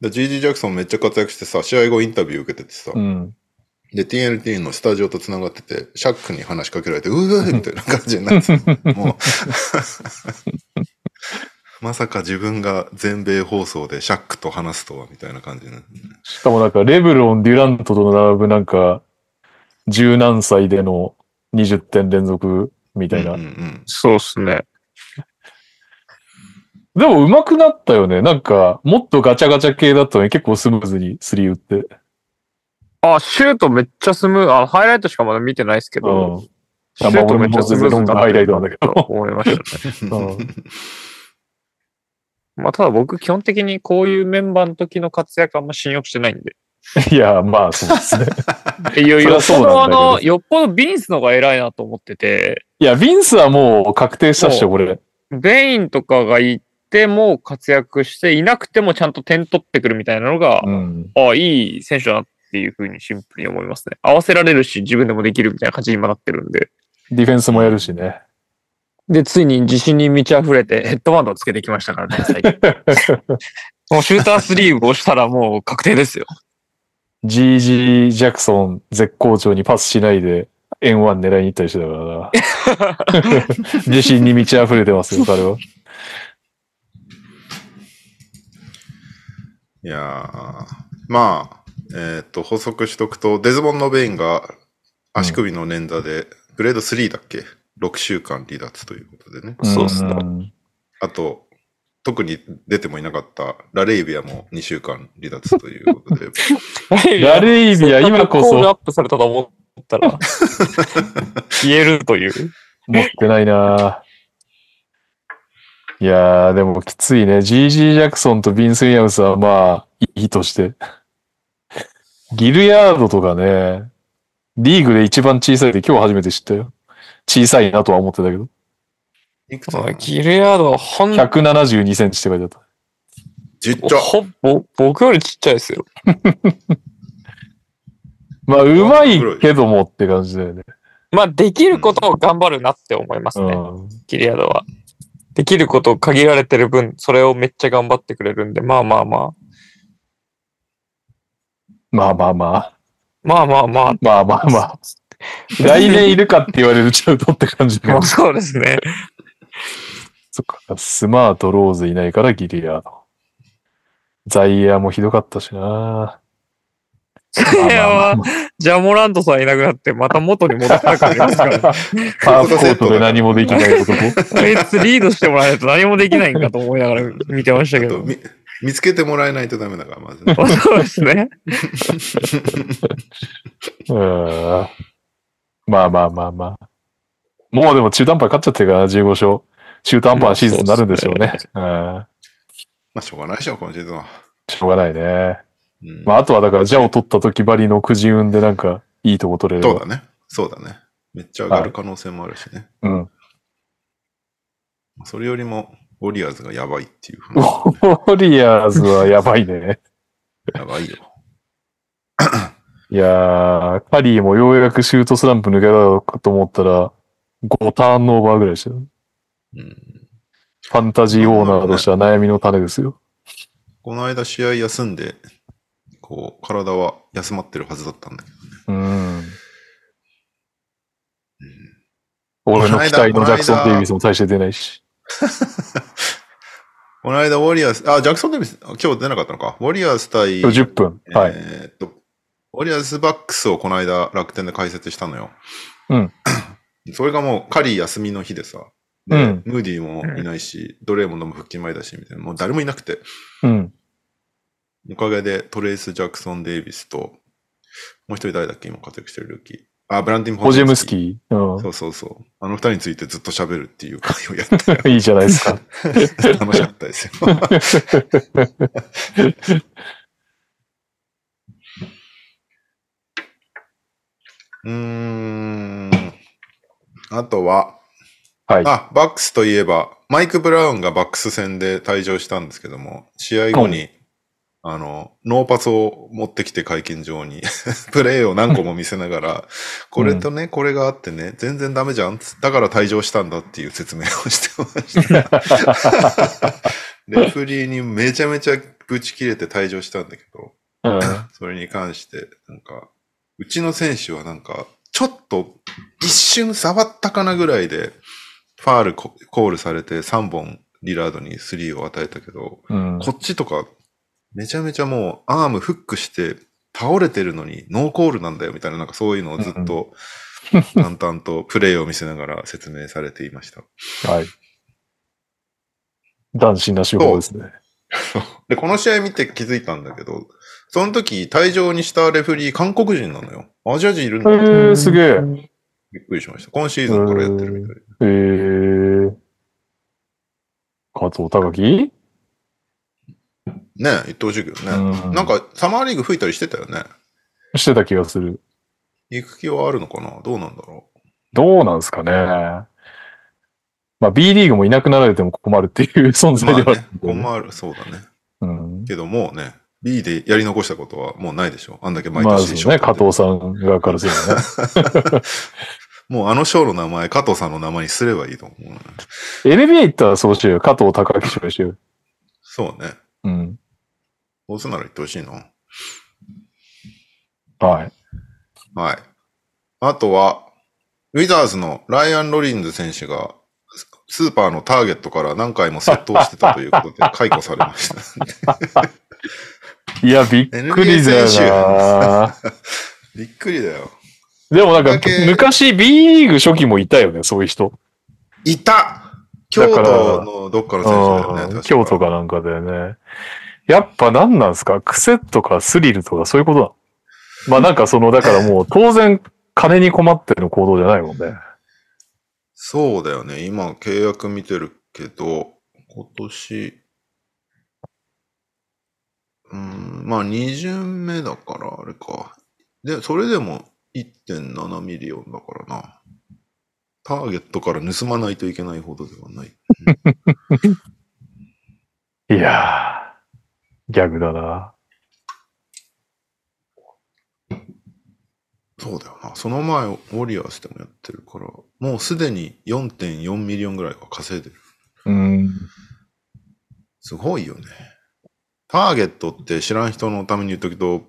だ GG ジャクソンめっちゃ活躍してさ、試合後インタビュー受けててさ、
うん。
で、TNT のスタジオと繋がってて、シャックに話しかけられて、うわーみ たいな感じになってたも う。まさか自分が全米放送でシャックと話すとは、みたいな感じね。
しかもなんか、レブロン、デュラントと並ぶなんか、十何歳での20点連続みたいな。
うんうん
そうっすね。
でも上手くなったよね。なんか、もっとガチャガチャ系だったのに結構スムーズにスリー打って。
あ、シュートめっちゃスムーあの、ハイライトしかまだ見てないですけ
うん
ど、。シュートめっちゃスムーズだ
ハイライトなんだけ
と
ど。
思いました ね。
うん。
まあ、ただ僕、基本的にこういうメンバーの時の活躍あんま信用してないんで。
いや、まあ、そうですね。
い
そ
やい
り
や、
ゃそう
その
な
あ
んだけど
の、よっぽどビンスの方が偉いなと思ってて、
いや、ヴィンスはもう確定したっしょ、これ。
ベインとかが行っても活躍して、いなくてもちゃんと点取ってくるみたいなのが
う、ん。
あいい選手だなっていうふうにシンプルに思いますね。合わせられるし、自分でもできるみたいな感じに今なってるんで。
ディフェンスもやるしね。
で、ついに自信に満ち溢れてヘッドバンドをつけてきましたからね、最 近。もうシュータースリーを押したらもう確定 ですよ。
GG ジャクソン絶好調にパスしないで、円1狙いに行ったりしてたからな。自信に満ち溢れてますよ、彼は。
いやーまあ、えーっと、補足しとくと、デズボン・のベインが足首の捻挫で、グレード3だっけ ?6 週間離脱ということでね。
そうっすね
ん
あと、特に出てもいなかったラレイビアも2週間離脱ということで。
ラレイ
い
ビア、今こ
コール
そ
アップされたと思っ たら、消えるという。
持ってないな。いやー、でもきついね。ジージー・ジャクソンとビンス・ウィリアムスはまあ、いいとして。ギルヤードとかね、リーグで一番小さいって今日初めて知ったよ。小さいなとは思ってたけど。
いくつ
そうギルヤードはほん
172センチって書いてあった。
?10 丁
ほぼ、僕よりちっちゃいですよ。
まあ、うまいけどもって感じだよね。
まあ、できることを頑張るなって思います
う
ね、
ん。
ギルヤードは。できること限られてる分、それをめっちゃ頑張ってくれるんで、まあまあまあ、
まあまあまあ。
まあまあまあ、
まあまあまあ。来年いるかって言われるちゃうとって感じだけ
ま
ど
あ。そうですね。
そっか、スマート、ローズいないからギリアード。ザイヤーもひどかったしな。
いやまあジャモランドさんいなくなって、また元に戻らなくなりますから。
ハーフコートで何もできない 男。
あいつリードしてもらえないと何もできないんかと思いながら見てましたけ
あと
ど。
み見つけてもらえないとダメだから、まずね、
そうですね。
うんまあまあまあまあ。もうでも中途半端勝っちゃってるからな、15勝。中途半端なシーズンになるんでしょうね。うん。
まあ、しょうがないでしょ、今シーズンは。
しょうがないね。
うん
まああとはだから、ジャを取った時ばりのくじ運でなんか、いいとこ取れれ
そう
ば。
だね。そうだね。めっちゃ上がる可能性もあるしね。
うん。
それよりも、ウォリアーズがやばいっていう話
ウォリアーズはやばいね。
やばいよ。
いやー、カリーもようやくシュートスランプ抜けたのかと思ったら、5ターンオーバーぐらいでしたよ。
うん、
ファンタジーオーナーとしては悩みの種ですよ。
この間試合休んで、こう、体は休まってるはずだったんだけど。
うん。
うん
俺の期待のジャクソン・デイビスも大して出ないし。
この間、ウォリアーズ、あ、ジャクソン・デイビス、あ今日出なかったのか。ウォリアーズ対、
今日10分。はい。
えーっと、ウォリアーズバックスをこの間楽天で解説したのよ。
うん。
それがもうカリー休みの日でさ、で
うん
ムーディもいないし、ドレーモンドも復帰前だし、みたいな、もう誰もいなくて、
うん。
おかげでトレース・ジャクソン・デイビスと、もう一人誰だっけ今活躍してるルーキー。あ、ブランディン・
ホジェムスキー。
そうそうそう。あの二人についてずっと喋るっていう会をやって、
うん。いいじゃ ないですか。
楽しかったですよ。 うーん。あとは、
はい
あ、バックスといえば、マイク・ブラウンがバックス戦で退場したんですけども、試合後に、あの、ノーパスを持ってきて会見場に、 プレーを何個も見せながら、これとね、これがあってね、全然ダメじゃん。だから退場したんだっていう説明をしてま した。レフェリーにめちゃめちゃぶち切れて退場したんだけど、
うん。
それに関して、なんか、うちの選手はなんか、ちょっと一瞬触ったかなぐらいで、ファールココールされて3本リラードに3を与えたけど、
うん。
こっちとか、めちゃめちゃもうアームフックして倒れてるのにノーコールなんだよみたいな、なんかそういうのをずっと淡々とプレイを見せながら 説明されていました。
はい。斬新な手法ですね。
で、この試合見て気づいたんだけど、その時退場にしたレフェリー韓国人なのよ。アジア人いるん
え
だ。
ー、すげえ。
びっくりしました。今シーズンからやってるみたい。
えー。加藤隆樹
ねえ、言ってほしいけどね。
う
なんか、サマーリーグ吹いたりしてたよね。
してた気がする。
行く気はあるのかなどうなんだろ
どうなんですかね。まあ B リーグもいなくなられても困るっていう 存
う。
在
まあ
ではあ
ね
る、んでね
困る、そうだね。
うん
けどもうね、B でやり残したことはもうないでしょ。あんだけ毎
まあ
年
そう
賞
ね、
取って
加藤さん側からすればね。
もうあの賞の名前、加藤さんの名前にすればいいと思うな。
NBA 行ったらそうしようよ。加藤隆樹賞にしようよ。
そうね。
うん。
どうせなら言ってほしいな。
はい。
はい。あとは、ウィザーズのライアン・ロリンズ選手が、ススーパーの ターゲットから何回も窃盗してたということで解雇されました。
いや、びっくりだ
NBA
よな。
びっくりだよ。
でもなん
だ
か
け、
昔 B リーグ初期もいたよね、そういう人。
いた京都のどっかの選手だよ
う
ね。
ん京都
か。
かなんかだよね。やっぱ何なんですか癖とかスリルとかそういうことなのまあなんかその、だからもう当然金に困っての行動じゃないもんね。
そうだよね。今、契約見てるけど、今年、うん、まあ、2巡目だから、あれか。で、それでも1.7ミリオンだからな。ターゲットから盗まないといけないほどではない。
いやー、ギャグだな。
そうだよな。その前、ウォリアーズでもやってるから、もうすでに4.4ミリオンぐらいは稼いでる。
うん。
すごいよね。ターゲットって知らん人のために言っとくと、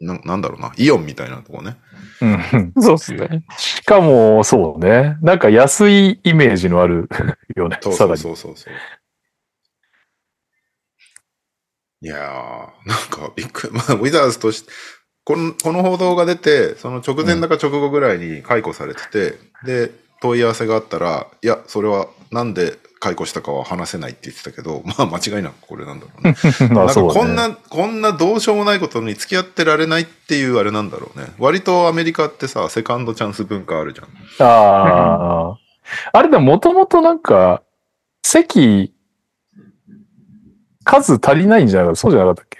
ななんだろうな、イオンみたいなとこね。
うん
そうですね。
しかも、そうね。なんか安いイメージのある よね
そ。う
さ
そ
ら
う
に。
そうそうそう。いやー、なんかびっくり。まあ、ウィザーズとして、このこの報道が出て、その直前だか直後ぐらいに解雇されてて、で、問い合わせがあったら、いや、それはなんで解雇したかは話せないって言ってたけど、まあ間違いなくこれなんだろうね。な
ま
んか
そうだね
こんな、こんなどうしようもないことに付き合ってられないっていうあれなんだろうね。割とアメリカってさ、セカンドチャンス文化あるじゃん。
ああ。あれでももともとなんか、席、数足りないんじゃないかそうじゃなかったっけ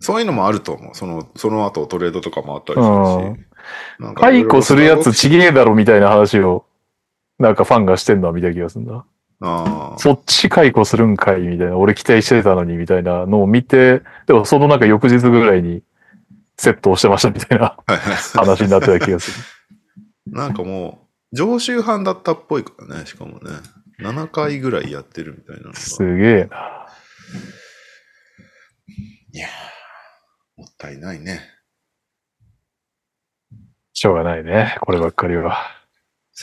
そういうのもあると思う。その、その後トレードとかもあったりするし。なんかいろい
解
ろ
雇するやつちげえだろみたいな話を、なんかファンがしてんのは見た気がするな。
ああ。
そっち解雇するんかいみたいな、俺期待してたのにみたいなのを見て、でもそのなんか翌日ぐらいに、セットをしてましたみたいな話になってた気がする。
なんかもう、常習犯だったっぽいからね、しかもね。7回ぐらいやってるみたいなのが。
すげえな。
いやーもったいないね。
しょうがないね。こればっかりは。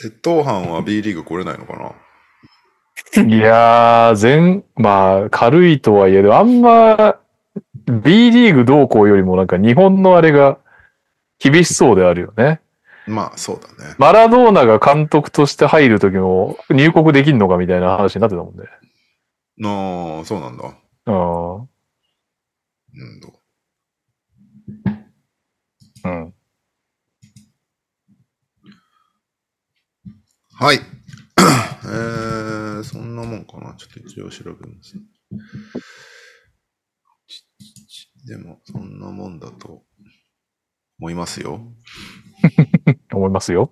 窃盗犯は B リーグ来れないのかない
やー、全、まあ、軽いとはいえ、でもあんま、B リーグ同行よりもなんか日本のあれが厳しそうであるよね。
まあ、そうだね。
マラドーナが監督として入るときも入国できんのかみたいな話になってたもんね。
なあ、そうなんだ。
う
うんと、
ん。うん。
はい。 えー、そんなもんかな。ちょっと一応調べます。でも、そんなもんだと思いますよ。
思いますよ。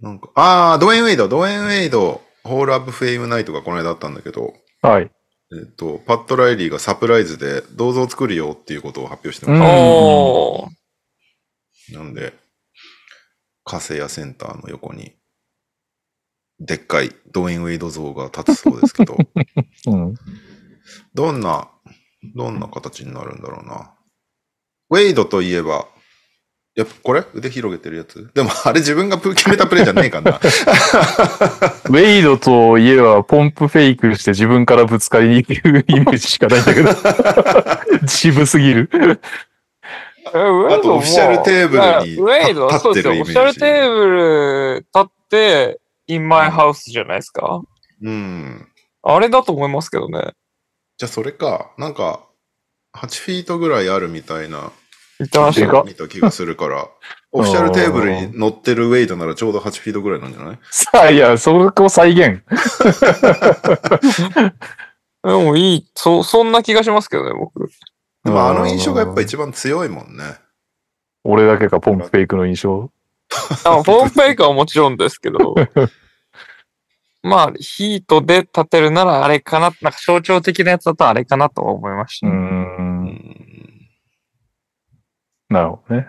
なんか、あー、ドウェイン・ウェイド、ドウェイン・ウェイド、ホールアップ・フェイム・ナイトがこの間あったんだけど、
はい。
えっ、と、パッド・ライリーがサプライズで銅像作るよっていうことを発表して
うん
ま
おー。
した。なんで、カセヤセンターの横に、でっかいドウェイン・ウェイド像が立つそうですけど、
うん。
どんな、どんな形になるんだろうな。ウェイドといえば、やっぱこれ腕広げてるやつでもあれ自分がプ決めたプレーじゃねえか な。
ウェイドといえばポンプフェイクして自分からぶつかりに行くイメージしかないんだけど。 渋すぎる。
あ
あとオフィシャルテーブルに
ウェイドは
立
そ
っ
う
て
です
るイメー
よ。オフ
ジ
ィシャルテーブル立って、インマイハウスじゃないですか。
うん。
あれだと思いますけどね。
じゃあそれか、なんか、8フィートぐらいあるみたいな、
言ってました
で
よ
かっ
見た気がする から、オフィシャルテーブルに乗ってるウェイドならちょうど8フィートぐらいなんじゃない
さあ、いや、そこ再現。
でもいい、そ、そんな気がしますけどね、僕。
でもあの印象がやっぱ一番強いもんね。
俺だけか、ポンプフェイクの印象。
あフォームペイクはもちろんですけ ど。まあ、ヒートで立てるならあれかな、なんか象徴的なやつだとあれかなとは思いまし
う
う
ー。
た。
んん。
なるほどね。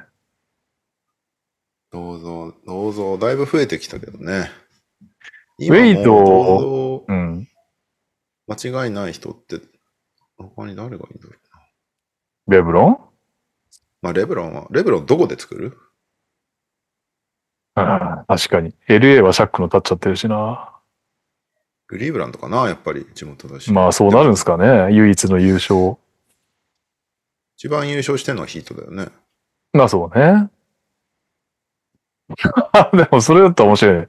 銅像、銅像、だいぶ増えてきたけどね。
ウェイド
今もう銅像
うん。
間違いない人って、他に誰がいるんだろう。
レブロン
まあ、レブロンは、レブロンどこで作る
ああ確かに。LA はシャックの立っちゃってるしな。
クリーブランドかな、やっぱり地元だし。
まあそうなるんですかね。唯一の優勝。
一番優勝してるのはヒートだよね。
まあそうね。 でもそれだったら面白いね。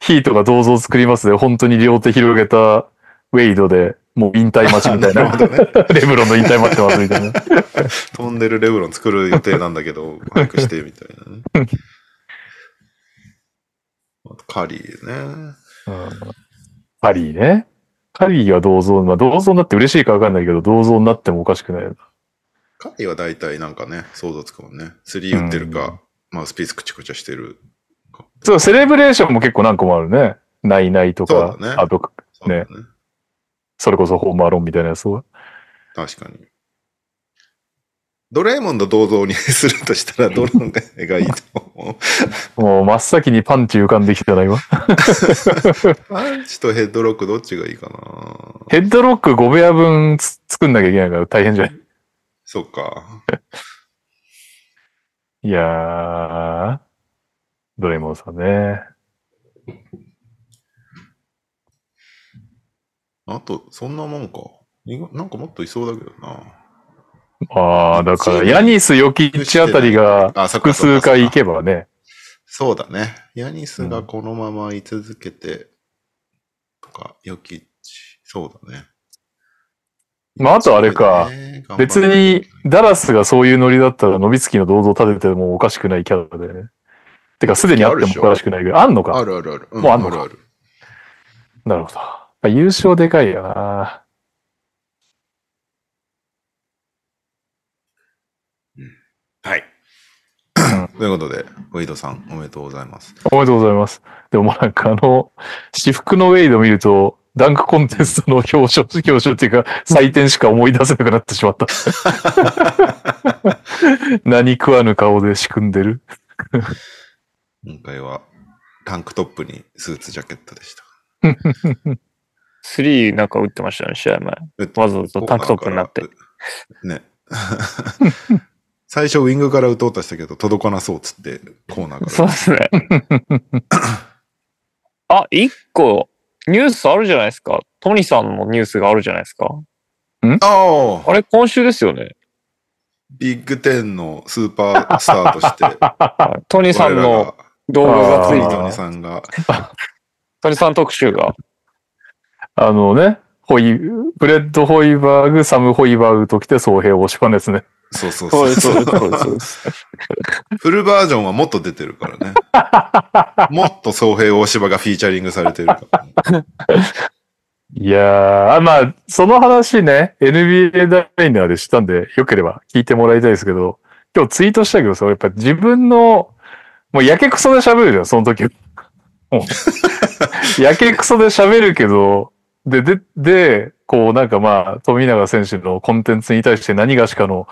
ヒートが銅像作りますで、本当に両手広げたウェイドで、もう引退待ちみたい
なる
な。
ほどね。
レブロンの引退待ってます みたいな。
飛んでるレブロン作る予定なんだけ ど、早くしてみたいなね。 あとカリーね。
うんカリーね。カリーは銅像、まあ銅像になって嬉しいか分かんないけど、銅像になってもおかしくないよな。
カリーは大体なんかね、想像つくもんね。スリー打ってるか、マウスピースくちくちゃしてる。
そう、セレブレーションも結構何個もあるね。ナイナイとか
そ、うだね
あと、
そうだね。
それこそホームアローンみたいなやつは。
確かに。ドレーモンド銅像にするとしたら、どの絵がいいと思う
もう真っ先にパンチ浮かんできたな、今。
パンチとヘッドロックどっちがいいかな
ヘッドロック5部屋分つ作んなきゃいけないから大変じゃない
そっか。
いやー、ドレモンさんね。
あと、そんなもんか。いなんかもっといそうだけどな。
あー、だから、ヤニス・ヨキッチあたりが
あ、そっかそっ
複数
かそっか
回行けばね。
そうだね。ヤニスがこのまま居続けて、とか、ヨキッチ、そうだね。
まああとあれ
ね。頑張ら
か
なきゃいけ
別
ない
に、ダラスがそういうノリだったら、ノビツキの銅像立ててもおかしくないキャラだよね。てか、すでにあってもおかしくないけど、あんの
あ
か。
るあるある。
もうあんの
あ
か
るある。
なるほど。やっぱ優勝でかいよな。
はい。ということで、ウェイドさん、おめでとうござい ます。
おめでとうございます。でももうなんかあの、私服のウェイド見ると、ダンクコンテストの表彰、表彰っていうか、採点しか思い出せなくなってしまった。 何食わぬ顔で仕組んでる。
今回は、タンクトップにスーツジャケットでした。
スリーなんか打ってましたね、試合前。
えっと
わざわざタンクトップになって。。
ね。 最初、ウィングから打とうとしたけど、届かなそうっつって、コーナーか
そう
ら
で。すね。 あ、一個、ニュースあるじゃないですか。トニさんのニュースがあるじゃないですか。
ああ
あれ、今週ですよね。
ビッグテンのスーパースターと して、
はいトニさんの動画が
我
つ
ら
い
が、
て、
トニさん が、
トニさん特集が。
あのね、ホイ、ブレッド・ホイバーグ、サム・ホイバーグと来て、総平を押しパンですね。
そうそう
そ
そうう
です、そうです、
そ
そうで
う。
すそうです。
フルバージョンはもっと出てるからね。 もっと総平大芝がフィーチャリングされてるから。
いやー、まあ、その話ね、NBA ダイナーでしたんで、よければ聞いてもらいたいですけど、今日ツイートしたけどさ、やっぱ自分の、もうやけくそで喋るじゃん、その時は。もうやけくそで喋るけど、で、で、で、こうなんかまあ、富永選手のコンテンツに対して何がしかの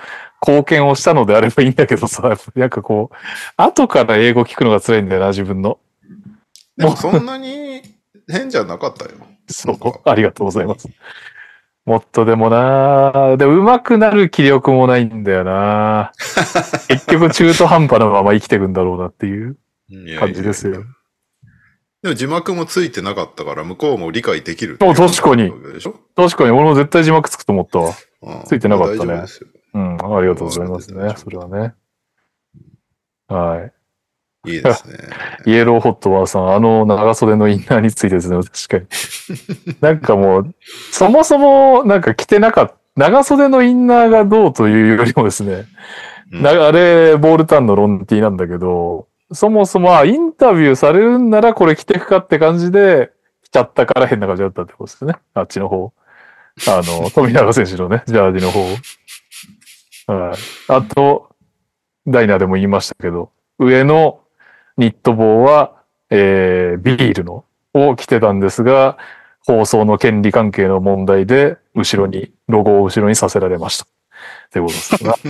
貢献をしたのであればいいんだけどさ、やっぱなんかこう、後から英語聞くのが辛いんだよな、自分の。
でもそんなに変じゃなかったよ。
そう、ありがとうございます。もっとでもなあでも上手くなる気力もないんだよな 結局中途半端なまま生きていくんだろうなっていう。感じですよ
いやいやいや。でも字幕もついてなかったから、向こうも理解できる。
お確かに
でしょ
確かに俺も絶対字幕つくと思ったわ。
うん
ついてなかったね
大丈夫ですよ
うん、ありがとうございますね。それはね。はい。
いいですね。
イエローホットワーさん、あの長袖のインナーについてですね、確かに。なんかもう、そもそもなんか着てなかった、長袖のインナーがどうというよりもですね、
うん
なあれ、ボールタンのロンティーなんだけど、そもそも、あインタビューされるんならこれ着てくかって感じで、着ちゃったから変な感じだったってことですね。あっちの方。あ の、富永選手のね、ジャージの方。はい。あと、ダイナーでも言いましたけど、上のニット帽は、えー、ビールのを着てたんですが、放送の権利関係の問題で、後ろに、ロゴを後ろにさせられました。ってことですが。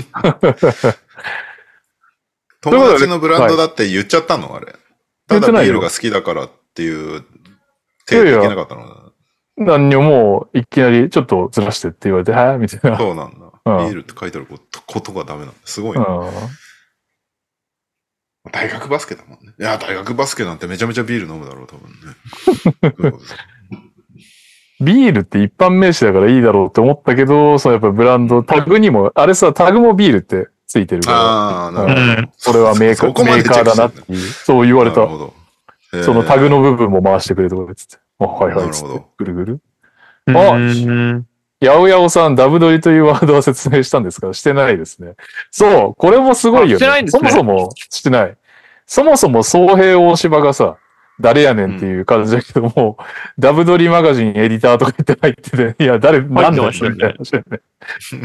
いうこと
友
で
達のブランドだって言っちゃったのあれ。た
言っ
だ
て
ビ
ないよ
ールが好きだからっていう、手できなかったの
何にももういきなりちょっとずらしてって言われて、はいみたいな。
そうなんだ。
うん
ビールって書いてあることことがダメなんだ。すごいね。
う
大学バス ケだもんね。いや、大学バスケなんてめちゃめちゃビール飲むだろう、多分ね。そういうことです
ビールって一般名詞だからいいだろうって思ったけど、そのやっぱブランド、タグにも、あれさ、タグもビールってついてるか
ああ、
ら、
な
う
るほど。
んそれはメーカ
そこ
ー、
ま
メ
で
ー
チェック
カ
す
ーだ
る
な
の
っていう、そう言われた
なる。ほど。えー
そのタグの部分も回してくれとか言ってて。あはいはいっつっ
なるほ
て
ど。
ぐるぐる。
うん
あ
うん
やおやおさん、ダブドリというワードは説明したんですかしてないですね。そう、これもすごいよね。
あしてないんですね
そもそも、してない。そもそも、総平大柴がさ、誰やねんっていう感じだけども、ダブドリマガジンエディターとか言って入ってて、いや、誰、なんだよ、
ましたよね
みたいな話だよね。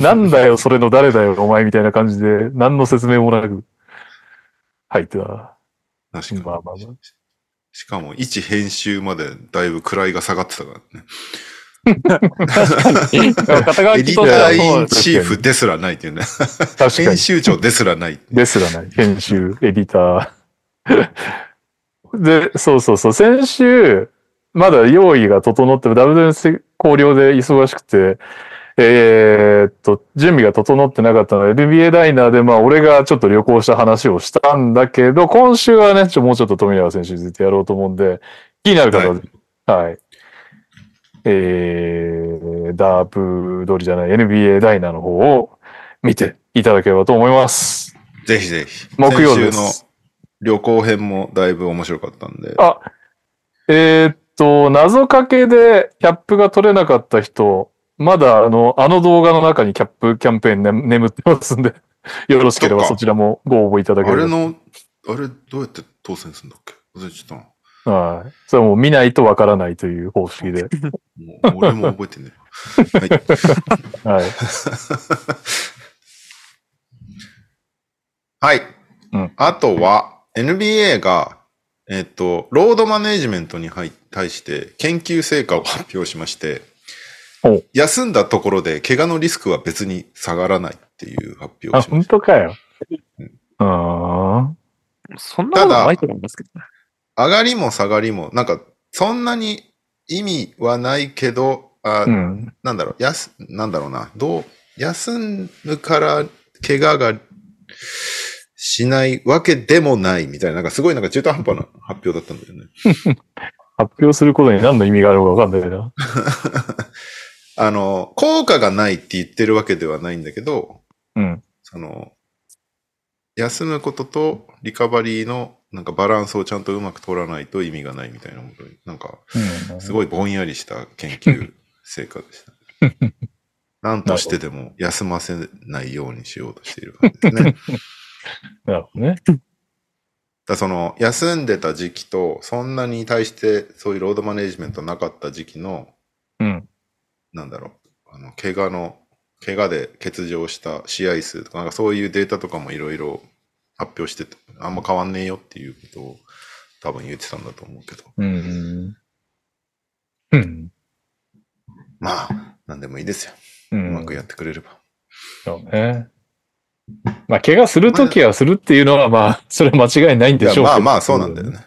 なんだよ、それの誰だよ、お前みたいな感じで、何の説明もなく、入ってたな。
確かに
まあまあまあ
しかも、一編集までだいぶ位が下がってたからね。エデ
片側聞
ィ
い
タ
たら
ー
そ
イ
う
ンチーフですらないっていうね。
確か
編
に。
集長ですらない。
ですらない。編集、エディター。 で、そうそうそう。先週、まだ用意が整って、WNC 考慮で忙しくて、えーっと、準備が整ってなかったので、LBA ダイナーで、まあ、俺がちょっと旅行した話をしたんだけど、今週はね、ちょもうちょっと富永選手についてやろうと思うんで、気になる方は、
は
はい、えー、ダープ通りじゃない NBA ダイナーの方を見ていただければと思います。
ぜひぜひ。
木曜
先
で
週の
す。
旅行編もだいぶ面白かったんで。
あえーっと、謎かけでキャップが取れなかった人、まだあの、あの動画の中にキャップキャンペーンね、眠ってますんで、 よろしければ
そ
そ
っか
ちらもご応募いただ
あ
ければ。
れの、あれどうやって当選するんだっけ忘れちゃったな
はい。それはもう見ないとわからないという方式 で。
もう俺も覚えてね え。はい。
はい。
はい。
うん
あとは、NBA が、えっと、ロードマネジメントに入対して研究成果を発表しまして
お、
休んだところで怪我のリスクは別に下がらないっていう発表
あ、
をしま
本
した。
当かよ。うーん。
そんなことないと思いますけどね。
上がりも下がりも、なんか、そんなに意味はないけど、あ
うん。
なんだろう、やす、なんだろうな、どう、休むから怪我がしないわけでもないみたいな、なんかすごいなんか中途半端な発表だったんだよね。
発表することに何の意味があるのかわかんないな。
あの、効果がないって言ってるわけではないんだけど、
うん。
その、休むこととリカバリーのなんかバランスをちゃんとうまく取らないと意味がないみたいなことに、なんかすごいぼんやりした研究成果でした。 なんとしてでも休ませないようにしようとしている感じです ね。だか
なるほどね。
らその休んでた時期と、そんなに対してそういうロードマネジメントなかった時期の
うん。
なんだろう、あの、怪我の、怪我で欠場した試合数とか、なんかそういうデータとかもいろいろ発表してて、あんま変わんねえよっていうことを多分言ってたんだと思うけど、
うん。うん。
まあ、なんでもいいですよ。
う
うんまくやってくれれば。
そうね。まあ、怪我するときはするっていうのは、まあ、それ間違いないん
い
で
や
しょうけど
まあまあ、そうなんだよ。ね。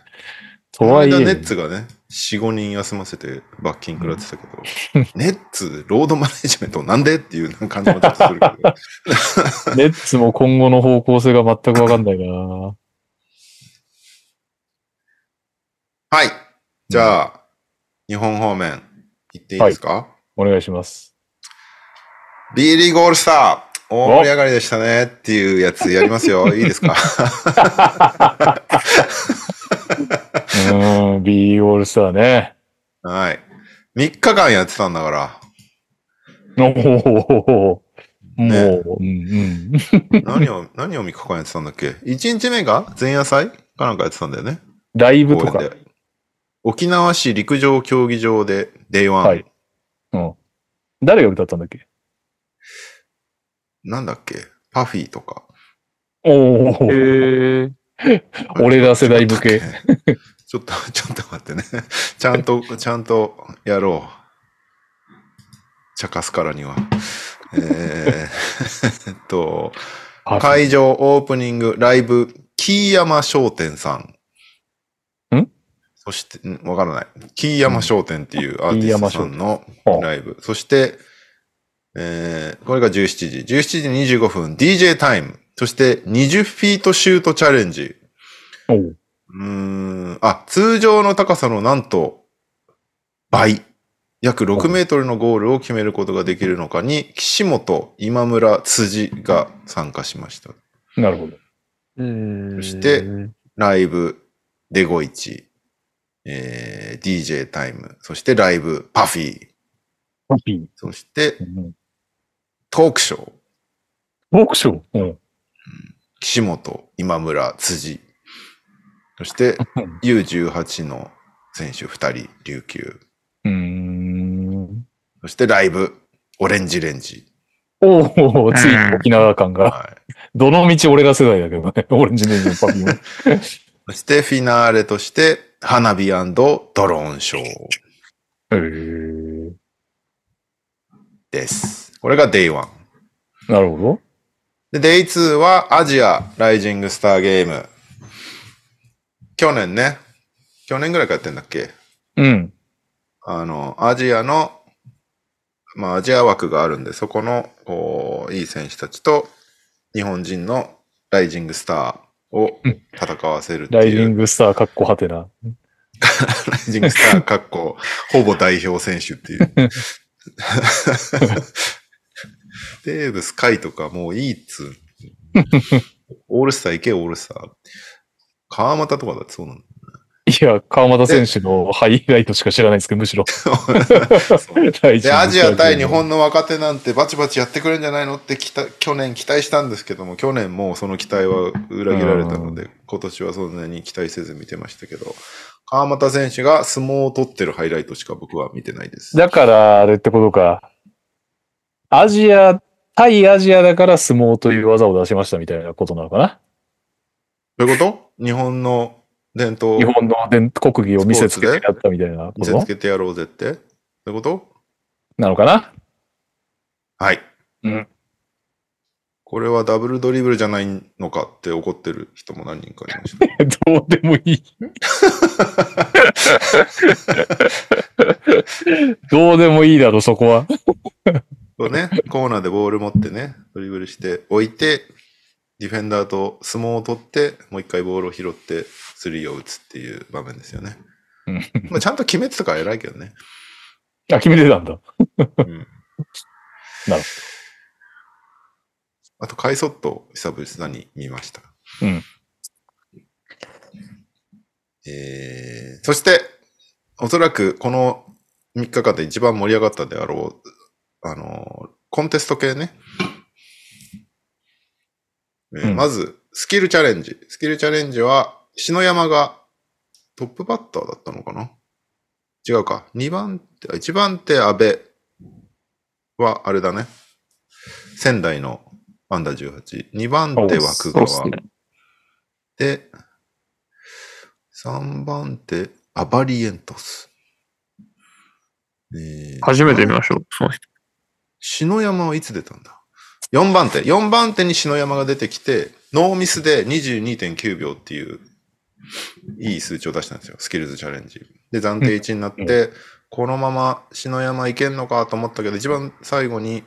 とはい
この間
え
ネッ、ツがね、4、5人休ませて罰金食らってたけ ど、ネッツ、ロードマネジメントなんでっていう感じもちょっとするけど、
ネッツも今後の方向性が全くわかんないな。
はい。じゃあ、日本方面行っていいですか、
お願いします。
B リーグオールスター、大盛り上がりでしたねっていうやつやります よ。いいですか
うーん、B オールスターね。
はい。3日間やってたんだから、
おお
ね
もう、うん、うん。
何 を、何を3日間やってたんだっけ ?1 日目が前夜祭かなんかやってたんだよね。
ライブ
公
と
園
か。
で。沖縄市陸上競技場で、デイワン。
はいうん。誰が歌ったんだっけ
なんだっけパフィーとか。
おお、
へえ。
俺ら世代向け。
ちょっと、ちょっと待ってね。 ちゃんと、ちゃんとやろう。茶化すからには。 えー、えっと、
あ
会場オープニングライブ、キーヤマ商店さん。
ん
そして、んわからない。キーヤマ商店っていうアーティストさんの
うん
ライブ。そして、えー、これが17時。17時25分、DJ タイム。そして、20フィートシュートチャレンジ。
おう
うーん。あ、通常の高さのなんと、倍。約6メートルのゴールを決めることができるのかに、岸本、今村、辻が参加しました。
なるほど。
うん
そしてライブ、デゴイチ、えー、DJ タイム、そしてライブ、パフィー、
コピー。
そして
うん
トークショー、
オークション。うん。
岸本、今村、辻、そして U18 の選手2人、琉球、
うーん。
そしてライブ、オレンジレンジ。
おお、ついに沖縄感が。
はい
どの道俺ら世代だけどね。 オレンジネームパピーも。
そしてフィナーレとして、花火ドローンショー
へー
です。これが Day1。
なるほ
で、Day2 はアジアライジングスターゲーム。去年ね。去年ぐらいからやってんだっけ
ど。うん。
あの、アジアの、まあアジア枠があるんで、そこの、こういい選手たちと、日本人のライジングスターを戦わせるって
ライジ
いう。
ングスターかっこはてな。
ライジングスター、かっこ、ほぼ代表選手って いう。デーブス、カイとかもういいっつう。オールスター行け、オールスター。川又とかだってそうなんだ。
いや、川又選手のハイライトしか知らないですけど、むしろ。 ライジングスター
で、アジア対日。本の若手なんてバチバチやってくれるんじゃないのって期待去年期待したんですけども、去年もうその期待は裏切られたので、今年はそんなに期待せず見てましたけど、川又選手が相撲を取ってるハイライトしか僕は見てないです。
だから、あれってことか。アジア、対アジアだから相撲という技を出しましたみたいなことなのかな。
どういうこと日本の伝統
日
を
本の伝国技を見せつけてやったみたいなこ
見せつ
と
けてやろうぜってどういうこと
なのかな
はい。
うん
これはダブルドリブルじゃないのかって怒ってる人も何人かいま した。
どうでもいい。どうでもいいだろ、そこは。
そうね、コーナーでボール持ってね、ドリブルして置いて、ディフェンダーと相撲を取って、もう一回ボールを拾って、スリーを打つっていう場面ですよね
うん。
まあちゃんと決めてたから偉いけど ね。
あ、決めてたんだ。
うん
なるほど
あと、カイソット、久々に見ました。
うん
えー、そして、おそらくこの3日間で一番盛り上がったであろう、あのー、コンテスト系ね。えー
うん
まず、スキルチャレンジ。スキルチャレンジは、篠山がトップバッターだったのかな違うか。2番手、あ1番手、安倍は、あれだね。仙台のアンダー18。2番手は久
そう
川。
っすね。
で、3番手、アバリエントス。えー
初めて見ましょう、その人。
篠山はいつ出たんだ ?4 番手。4番手に篠山が出てきて、ノーミスで22.9秒っていう、いい数値を出したんですよ。スキルズチャレンジ。で、暫定1位になって、このまま篠山いけんのかと思ったけど、一番最後に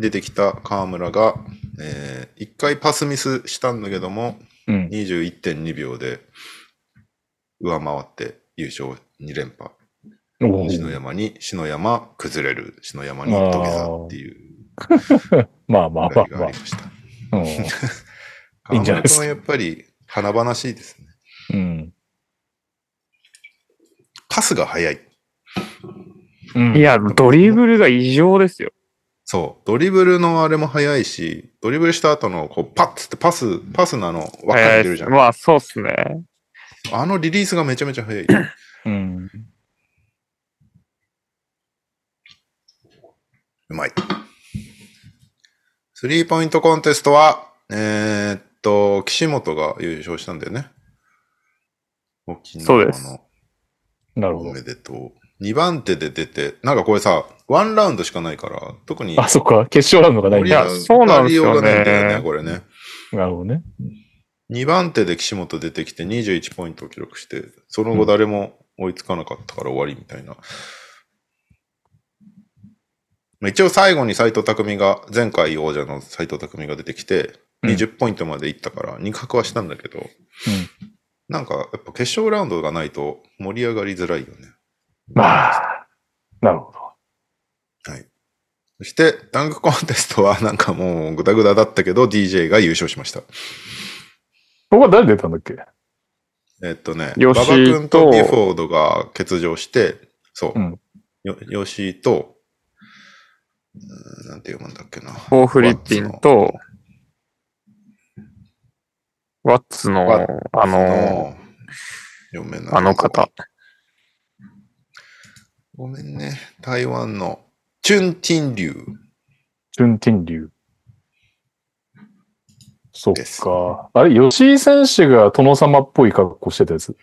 出てきた河村が、え1回パスミスしたんだけども、
うん。
21.2秒で上回って優勝2連覇。
お
篠
ー
山に、篠山崩れる、篠山に土下座っていう。
まあまあまあ
が
ま
ありました。
あ。うんいいんじゃないです
川村君
か
はやっぱり華々しいですね。
うん。
パスが速い。
うん
い、や、ドリブルが異常ですよ。
そう。ドリブルのあれも速いし、ドリブルした後のこうパッつってパス、パスのあの輪っかに出るじゃん。
えーまあ、そうっすね。
あのリリースがめちゃめちゃ速い。
うん。
うまい。スリーポイントコンテストは、えーっと、岸本が優勝したんだよね。沖
そ
縄
うで
の
す
なるほ
お
ど。
めでとう。2番手で出て、なんかこれさ、ワンラウンドしかないから、特 に
あ、そっか。決勝ラウンドがないん
盛り
だ。
上が
いやそうなんですよ
盛
ね
り上がりようがないんだよねこれね。
なるほどね。
2番手で岸本出てきて21ポイントを記録して、その後誰も追いつかなかったから終わりみたいな。まあ一応最後に斎藤匠が、前回王者の斎藤匠が出てきて、
うん
20ポイントまでいったから、2角はしたんだけど、なんかやっぱ決勝ラウンドがないと盛り上がりづらいよね。
まあ、なるほど。
そして、ダンクコンテストはなんかもうグダグダだったけど、DJ が優勝しました。
ここは誰出たんだっけ。
えっとね、
ヨ
馬
シ
場
ー
君
と
とビュフォードが欠場して、そううんよヨシーと、うーんなんて読むんだっけな。
フォーフリッティンと、ワッツ
ワッ
の
ツ、
あ
あ
の、
の、読めない。
あの方。
ごめんね。台湾の、チュン・ティン・リュウ。
チュンティンリュウ。そっ
です
か。あれ、吉井選手が殿様っぽい格好してたやつ。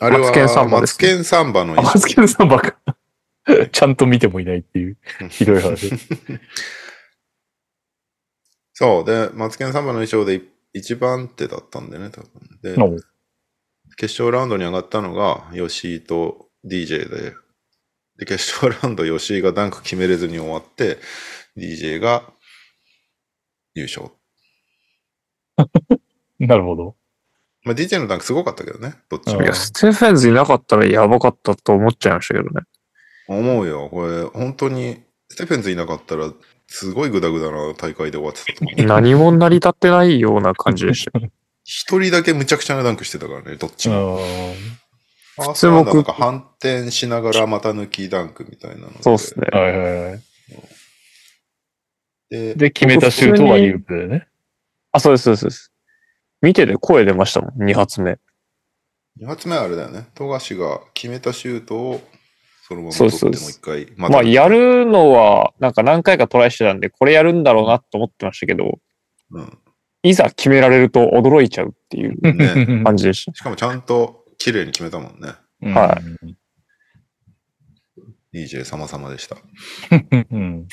あれは、
マツケンサンバ
マ
で
ツ
すね
ケンサンバの
あ、マツケンさんばっか。 ちゃんと見てもいないっていう、ひどい話。
そう。で、マツケンサンバの衣装でい一番手だったんだよね、多分。で、
の
決勝ラウンドに上がったのが、吉井と DJ で、で、決勝ラウンド、吉井がダンク決めれずに終わって、DJ が優勝。
なるほど。
まあ、DJ のダンクすごかったけどね、どっちも
う
い
ん。
や、ステフェンズいなかったらやばかったと思っちゃいましたけどね。
思うよ、これ、本当に、ステフェンズいなかったら、すごいグダグダな大会で終わってたと思う。
何も成り立ってないような感じ でした。
一人だけむちゃくちゃなダンクしてたからね、どっち
う
も。
ん
ファース
通
トラウンドはな
僕
んか反転しながらまた抜きダンクみたいなので。
そうっすね。
はいはいはい。
で、
で、決めたシュートはリュープだよね。。
あ、そうです、そうですそうです。見てて声出ましたもん、2発目。
2発目はあれだよね。富樫が決めたシュートを、そのまま
そ
取
う
っ
です
てもう
そうで
一回。
す
ま
まあ、やるのは、なんか何回かトライしてたんで、これやるんだろうなと思ってましたけど、
うん
いざ決められると驚いちゃうっていう
ね
感じでした。
しかもちゃんと綺麗に決めたもんね。
はい
DJ 様々でした。
うん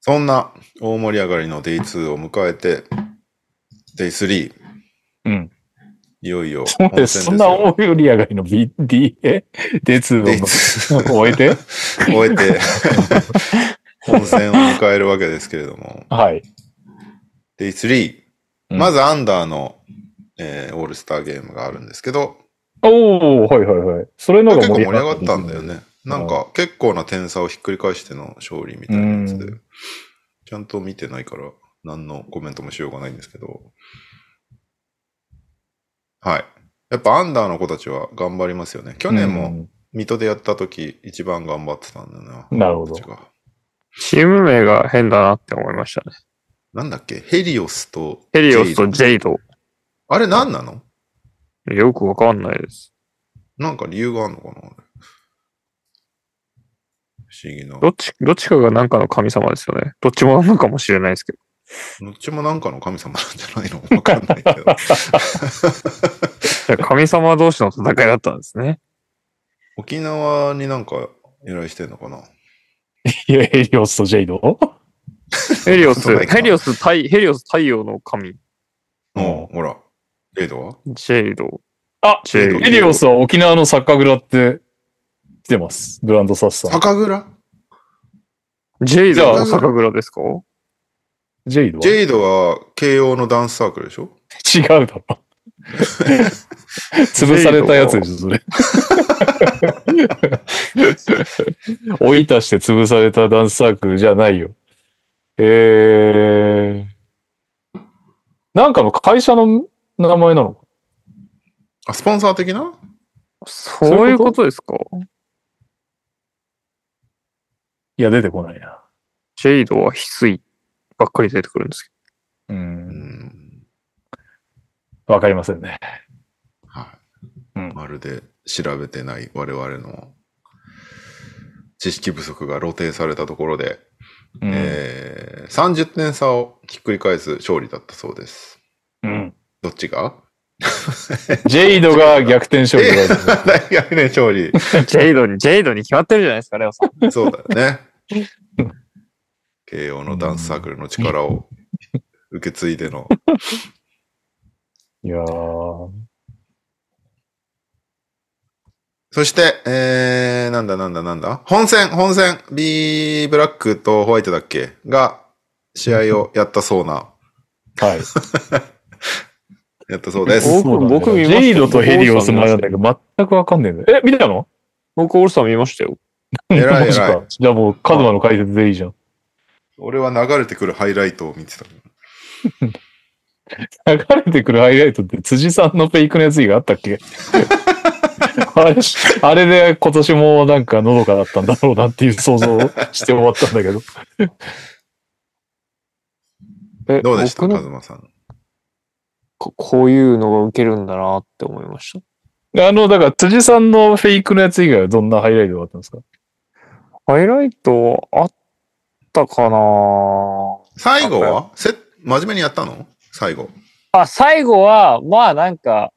そんな大盛り上がりの Day2 を迎えて、Day3、
うん。
いよいよ
そうです。そんな大売り上がりの BD、え ?D2
Day2
を終えて
終え て、本戦を迎えるわけですけれども。
はい。
Day3、
うん
まずアンダーの、えーオールスターゲームがあるんですけど、
おおはいはいはい。それの方が
結構盛り上が
っ
ったたんだよ。ね。
ん
なんか結構な点差をひっくり返しての勝利みたいなやつで
う、
ちゃんと見てないから何のコメントもしようがないんですけど、はい。やっぱアンダーの子たちは頑張りますよね。去年も水戸でやった時一番頑張ってたんだよな。
うん。なるほど
子。たちが
チーム名が変だなって思いましたね。
なんだっけヘリオスと
ヘリオスと
ジェイ
ジェイド。
ドあれ何なの
よくわかんないです。
なんか理由があるのかなあれ不思議な。
ど
ど
っち、どっちかがなんかの神様ですよね。どっちもなのかもしれないですけど。
っちもなんかの神様なんじゃないのわかんないけど。
じゃあ神様同士の戦いだったんですね。
沖縄になんか依頼してんのかない
や、ヘリオスとジェイド
ヘリオス
そうなん、だ
ヘリオス太、ヘリオス太陽の神、
うん、ほら。レイドは
ジェイド。
あ
ジェイド。
ヘリオスは沖縄のサッカー蔵って来てます。ブランドサッサー。
酒蔵
ジェイ
じ
ド
ゃ
は
あ
酒蔵ですか
ジェイド
ジェイドは慶応のダンスサークルでしょ
は違 うだろ。潰されたやつでしょ、それ。追い足して潰されたダンスサークルじゃないよ。えー。なんかの会社の名前なのか
あ、スポンサー的な
そういうことですか
いや、出てこないな。
ジェイドは翡翠ばっかり出てくるんですけ
う。
うんん。
わかりませんね。
はい。
うん
まるで調べてない我々の知識不足が露呈されたところで、
うん。
えー、30点差をひっくり返す勝利だったそうです。
うん、
どっちが
ジェイドが逆転勝利 だった。
大逆転勝利。
ど。ジェイドに、ジェイドに決まってるじゃないですか、レオさん。
そうだよね。 慶応のダンスサークルの力を受け継いでの。
いやー。
そして、えー、なんだなんだなんだ本戦、本戦、B ブラックとホワイトだっけが試合をやったそうな。
はい。
やったそうです。
お僕僕見ました
ジェイドとヘリオスもあれなんだけど、全くわかんねえんだよ。え、見たの
僕、オールスター見ましたよ。
偉い
マジ
偉い
か。じゃあもう、カズマの解説でいいじゃん。
俺は流れてくるハイライトを見てた。
流れてくるハイライトって辻さんのフェイクのやつ以外あったっけ あれ、あれで今年もなんかのどかだったんだろうなっていう想像をして終わったんだけど。
え
どうでした
僕
カ
の
ズマさん。
ここういうのが受けるんだなって思いました。
あの、だから辻さんのフェイクのやつ以外はどんなハイライトだったんですか
ハイライトあったかな
最後はせ真面目にやったの最後。
あ、最後は、まあなん か、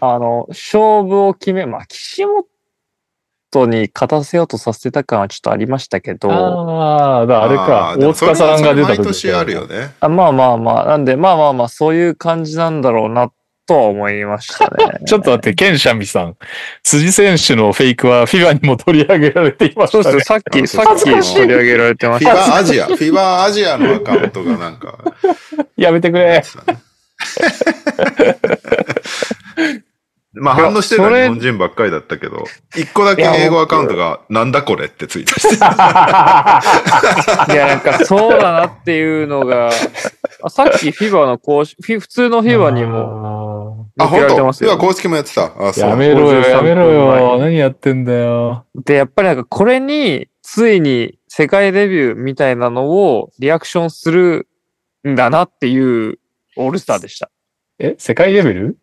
あの、勝負を決め、まあ、岸本に勝たせようとさせた感はちょっとありましたけど、
ああ、だからあれ
ー
か。
で
大
もそれ
塚
は
さんが出た
それ毎
時。
年あるよね。
あまあまあまあ、なんで、まあまあまあ、そういう感じなんだろうな、とは思いました ね
ちょっと待って、ケンシャミさん。辻選手のフェイクはフィバにも取り上げられていまし
そうで
た
す
ね
ね、。さっ
あそ
き、さ
うそう
っき取り上げられてま
フィ
し
バ
た。
ーアジア、フィバーアジアのアカウントがなんか、
やめてくれ。
まあ反応してるのは日本人ばっかりだったけど、一個だけ英語アカウントが、なんだこれってツイートしてた。
いや、なんか、そうだなっていうのが、あさっきフィバの公式、フィ普通のフィバにも
も。
あ、
受
本
けられ
当
てます
今
よ、
公式もやってた。あ、そう。
やめろよ、
53
やめろ
分
よ。
前
何やってんだよ。
で、やっぱりなんかこれに、ついに世界デビューみたいなのをリアクションするんだなっていうオールスターでした。
え、世界レベル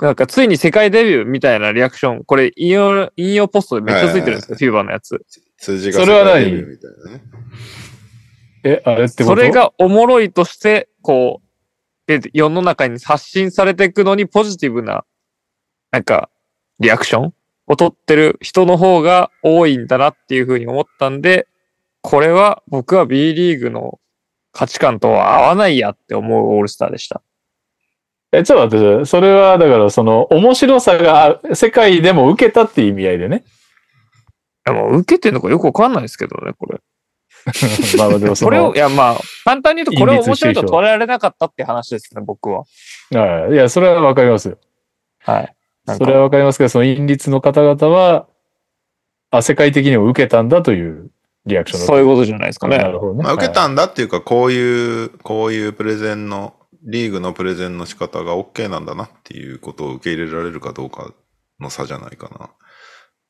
なんかついに世界デビューみたいなリアクション、これ引用、引用ポストでめっちゃついてるんですよ、フィーバーのやつ。
数字が
それは何
世界デビューみたいなね
え、あれってこと
それ、がおもろいとして、こう、で世の中に発信されていくのにポジティブな、なんか、リアクションを取ってる人の方が多いんだなっていうふうに思ったんで、これは僕は B リーグの価値観とは合わないやって思うオールスターでした。
え、ちょっと待って、それは、だから、その、面白さが、あ世界でも受けたっていう意味合い でね。
でも受けてるのかよくわかんないですけどね、これ。
まあまあ、でもそ
これ
の
を、い、やまあ、簡単に言うとこれを面白い
隠密
と
収集
捉えられなかったって話ですね、僕は。
はいいや、それはわかりますよ。
はい。なん
そ
か
れはわかりますけど、その、因律の方々は、あ、世界的にも受けたんだというリアクションだった
そういうことじゃないですかね。
なるほどね。
まあ、受け
はい
たんだっていうか、こういう、こういうプレゼンの、リーグのプレゼンの仕方が OK なんだなっていうことを受け入れられるかどうかの差じゃないかな。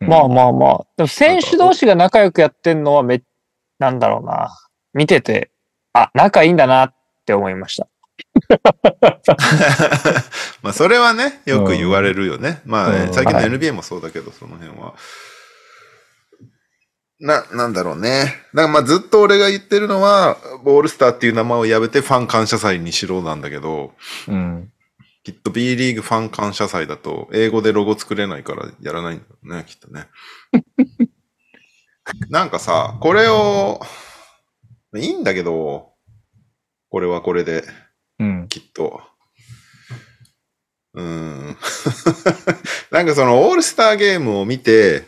うん
まあまあまあ。でも選手同士が仲良くやってんのはめ、なんだろうな。見てて、あ、仲いいんだなって思いました。
まあ、それはね、よく言われるよね。まあね、
うん
最近の
はい
NBA もそうだけど、その辺は。な、なんだろうね。だからまあずっと俺が言ってるのは、オールスターっていう名前をやめてファン感謝祭にしろなんだけど、
うん。
きっと B リーグファン感謝祭だと、英語でロゴ作れないからやらないんだろうね、きっと ね。なんかさ、これを、いいんだけど、これはこれで、
うん。
きっと。うーん。 なんかそのオールスターゲームを見て、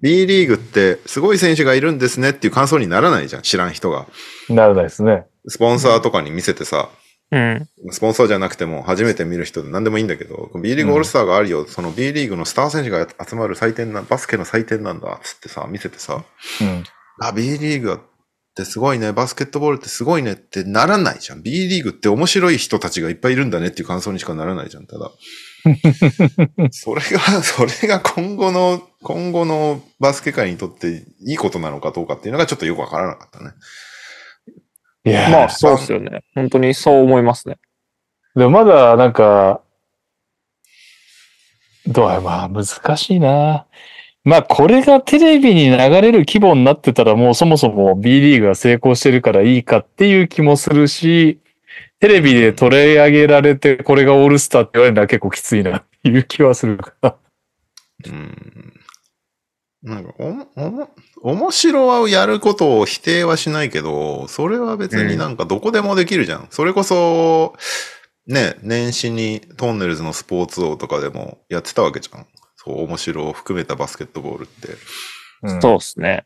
B リーグってすごい選手がいるんですねっていう感想にならないじゃん、知らん人が。
ならないですね。
スポンサーとかに見せてさ、
うん。
スポンサーじゃなくても初めて見る人で何でもいいんだけど、B リーグオールスターがあるよ、その B リーグのスター選手が集まる祭典な、バスケの祭典なんだっつってさ、見せてさ、
うん。
あ、B リーグってすごいね、バスケットボールってすごいねってならないじゃん。B リーグって面白い人たちがいっぱいいるんだねっていう感想にしかならないじゃん、ただ。それが、それが今後の、今後のバスケ界にとっていいことなのかどうかっていうのがちょっとよくわからなかったね。
いやー
まあ、そうですよね。本当にそう思いますね。
でもまだなんか、どうや、まあ難しいな。まあこれがテレビに流れる規模になってたらもうそもそも B リーグが成功してるからいいかっていう気もするし、テレビで取り上げられてこれがオールスターって言われるのは結構きついなっていう気はするから。
うんなんかおも、おも、面白はやることを否定はしないけど、それは別になんかどこでもできるじゃん。それこそ、ね、年始にトンネルズのスポーツ王とかでもやってたわけじゃん。そう、面白を含めたバスケットボールって。
うん
そうですね。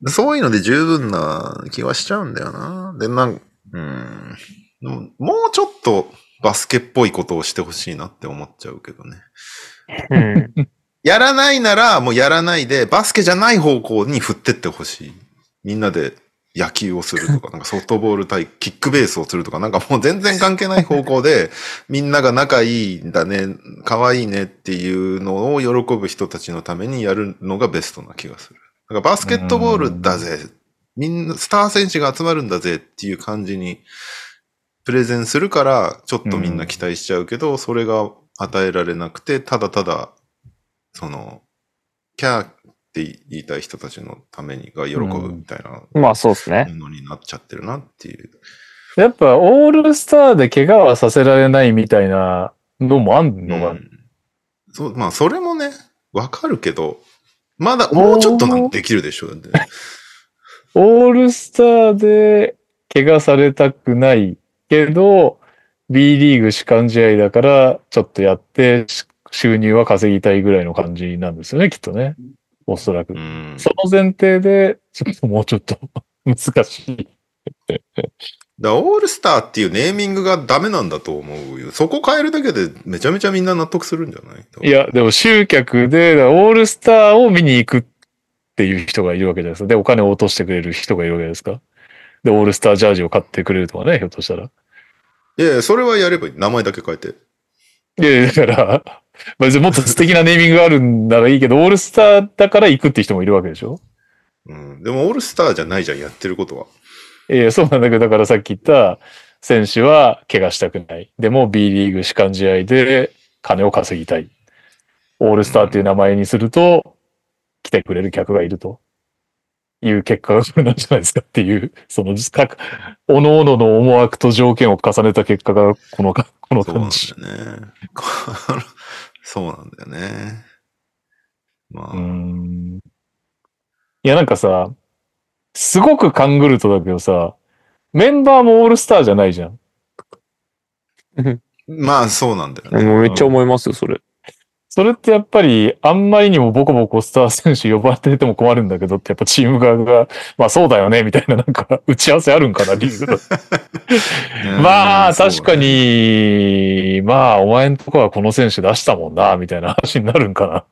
でそういうので十分な気はしちゃうんだよな。で、なん、うん。でももうちょっとバスケっぽいことをしてほしいなって思っちゃうけどね。
うん。
やらないなら、もうやらないで、バスケじゃない方向に振ってってほしい。みんなで野球をするとか、なんかソフトボール対キックベースをするとか、なんかもう全然関係ない方向で、 みんなが仲いいんだね、可愛いねっていうのを喜ぶ人たちのためにやるのがベストな気がする。なんかバスケットボールだぜ。みんな、スター選手が集まるんだぜっていう感じに、プレゼンするから、ちょっとみんな期待しちゃうけど、それが与えられなくて、ただただ、その、キャーって言いたい人たちのためにが喜ぶみたいな
まあそうですね。
ものになっちゃってるなっていう。
やっぱ、オールスターで怪我はさせられないみたいなのもあんの
う
が、
んそう、まあ、それもね、わかるけど、まだもうちょっとなんてできるでしょう、ね。
オールスターで怪我されたくないけど、B リーグ主幹試合だから、ちょっとやって、し収入は稼ぎたいぐらいの感じなんですよね、きっとね。おそらく
う。ん。
その前提で、ちょっともうちょっと 難しい。
だからオールスターっていうネーミングがダメなんだと思うよ。そこ変えるだけでめちゃめちゃみんな納得するんじゃない
い、や、でも集客で、オールスターを見に行くっていう人がいるわけじゃないですか。で、お金を落としてくれる人がいるわけですか。で、オールスタージャージを買ってくれるとかね、ひょっとしたら。
いやいやそれはやればいい。名前だけ変えて。
いやいや、だから、別にもっと素敵なネーミングがあるんならいいけど、オールスターだから行くって人もいるわけでしょ
うん。でもオールスターじゃないじゃん、やってることは。
いやいや、そうなんだけど、だからさっき言った選手は怪我したくない。でも B リーグ主幹試合で金を稼ぎたい。オールスターっていう名前にすると、来てくれる客がいると。いう結果がこれなんじゃないですかっていう、その、各、各々の思惑と条件を重ねた結果が、このか、この
そうな
感
ん
じ。
だよね。このそうなんだよね。 まあ、
うーんいや、なんかさ、すごく勘ぐるとだけどさ、メンバーもオールスターじゃないじゃん。
まあそうなんだよね。
もうめっちゃ思いますよ、それ。
それってやっぱり、あんまりにもボコボコスター選手呼ばれてても困るんだけどって、やっぱチーム側が、まあそうだよね、みたいななんか、打ち合わせあるんかな、リーグだと
うん
まあ、
そう
確かに、まあ、お前んとこはこの選手出したもんな、みたいな話になるんかな。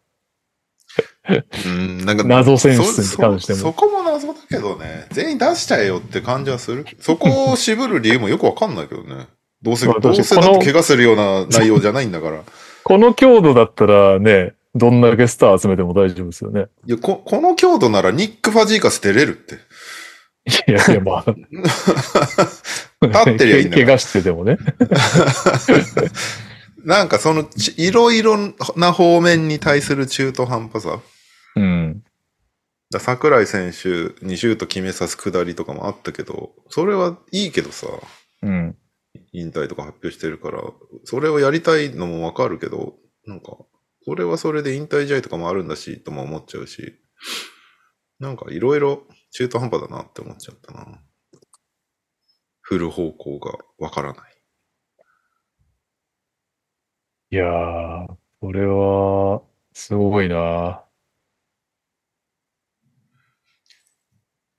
うん、なんか
謎選出に関して
そそ
も
そこも謎だけどね。全員出しちゃえよって感じはする。そこを渋る理由もよくわかんないけどね。どうせ、
まあ
どうせだっ
この
て怪我するような内容じゃないんだ から。
この強度だったらね、どんだけスター集めても大丈夫ですよね。
いや、こ、この強度ならニック・ファジーカス出れるって。
いやいや、まあ。
立ってりゃいいんだから
怪我しててもね。
なんかそのち、いろいろな方面に対する中途半端さ。
うん。
だ桜井選手にシュート決めさすくだりとかもあったけど、それはいいけどさ、
うん。
引退とか発表してるから、それをやりたいのもわかるけど、なんか、それはそれで引退試合とかもあるんだし、とも思っちゃうし、なんかいろいろ中途半端だなって思っちゃったな。振る方向がわからない。
いやー、これは、すごいな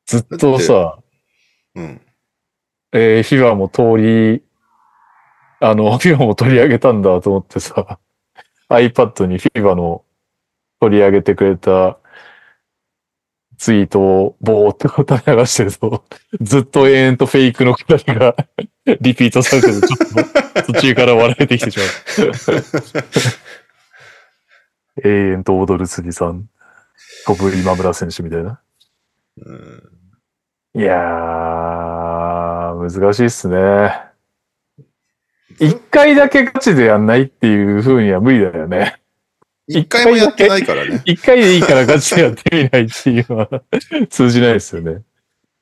ずっとさ、
うん。
えー、フィバも通り、あの、 フィバも取り上げたんだと思ってさ、iPad にフィバの取り上げてくれたツイートをぼーって垂れ流してると、 ずっと延々とフェイクのくだりが リピートされてるちょっと途中から笑えてきてしまう。永遠と踊る辻さん、小ぶり今村選手みたいな。
うん
いやー、難しいっすね。一回だけガチでやんないっていう風には無理だ よね。
一回もやってないからね。
一回でいいからガチでやってみないっていうのは通じないですよね。
一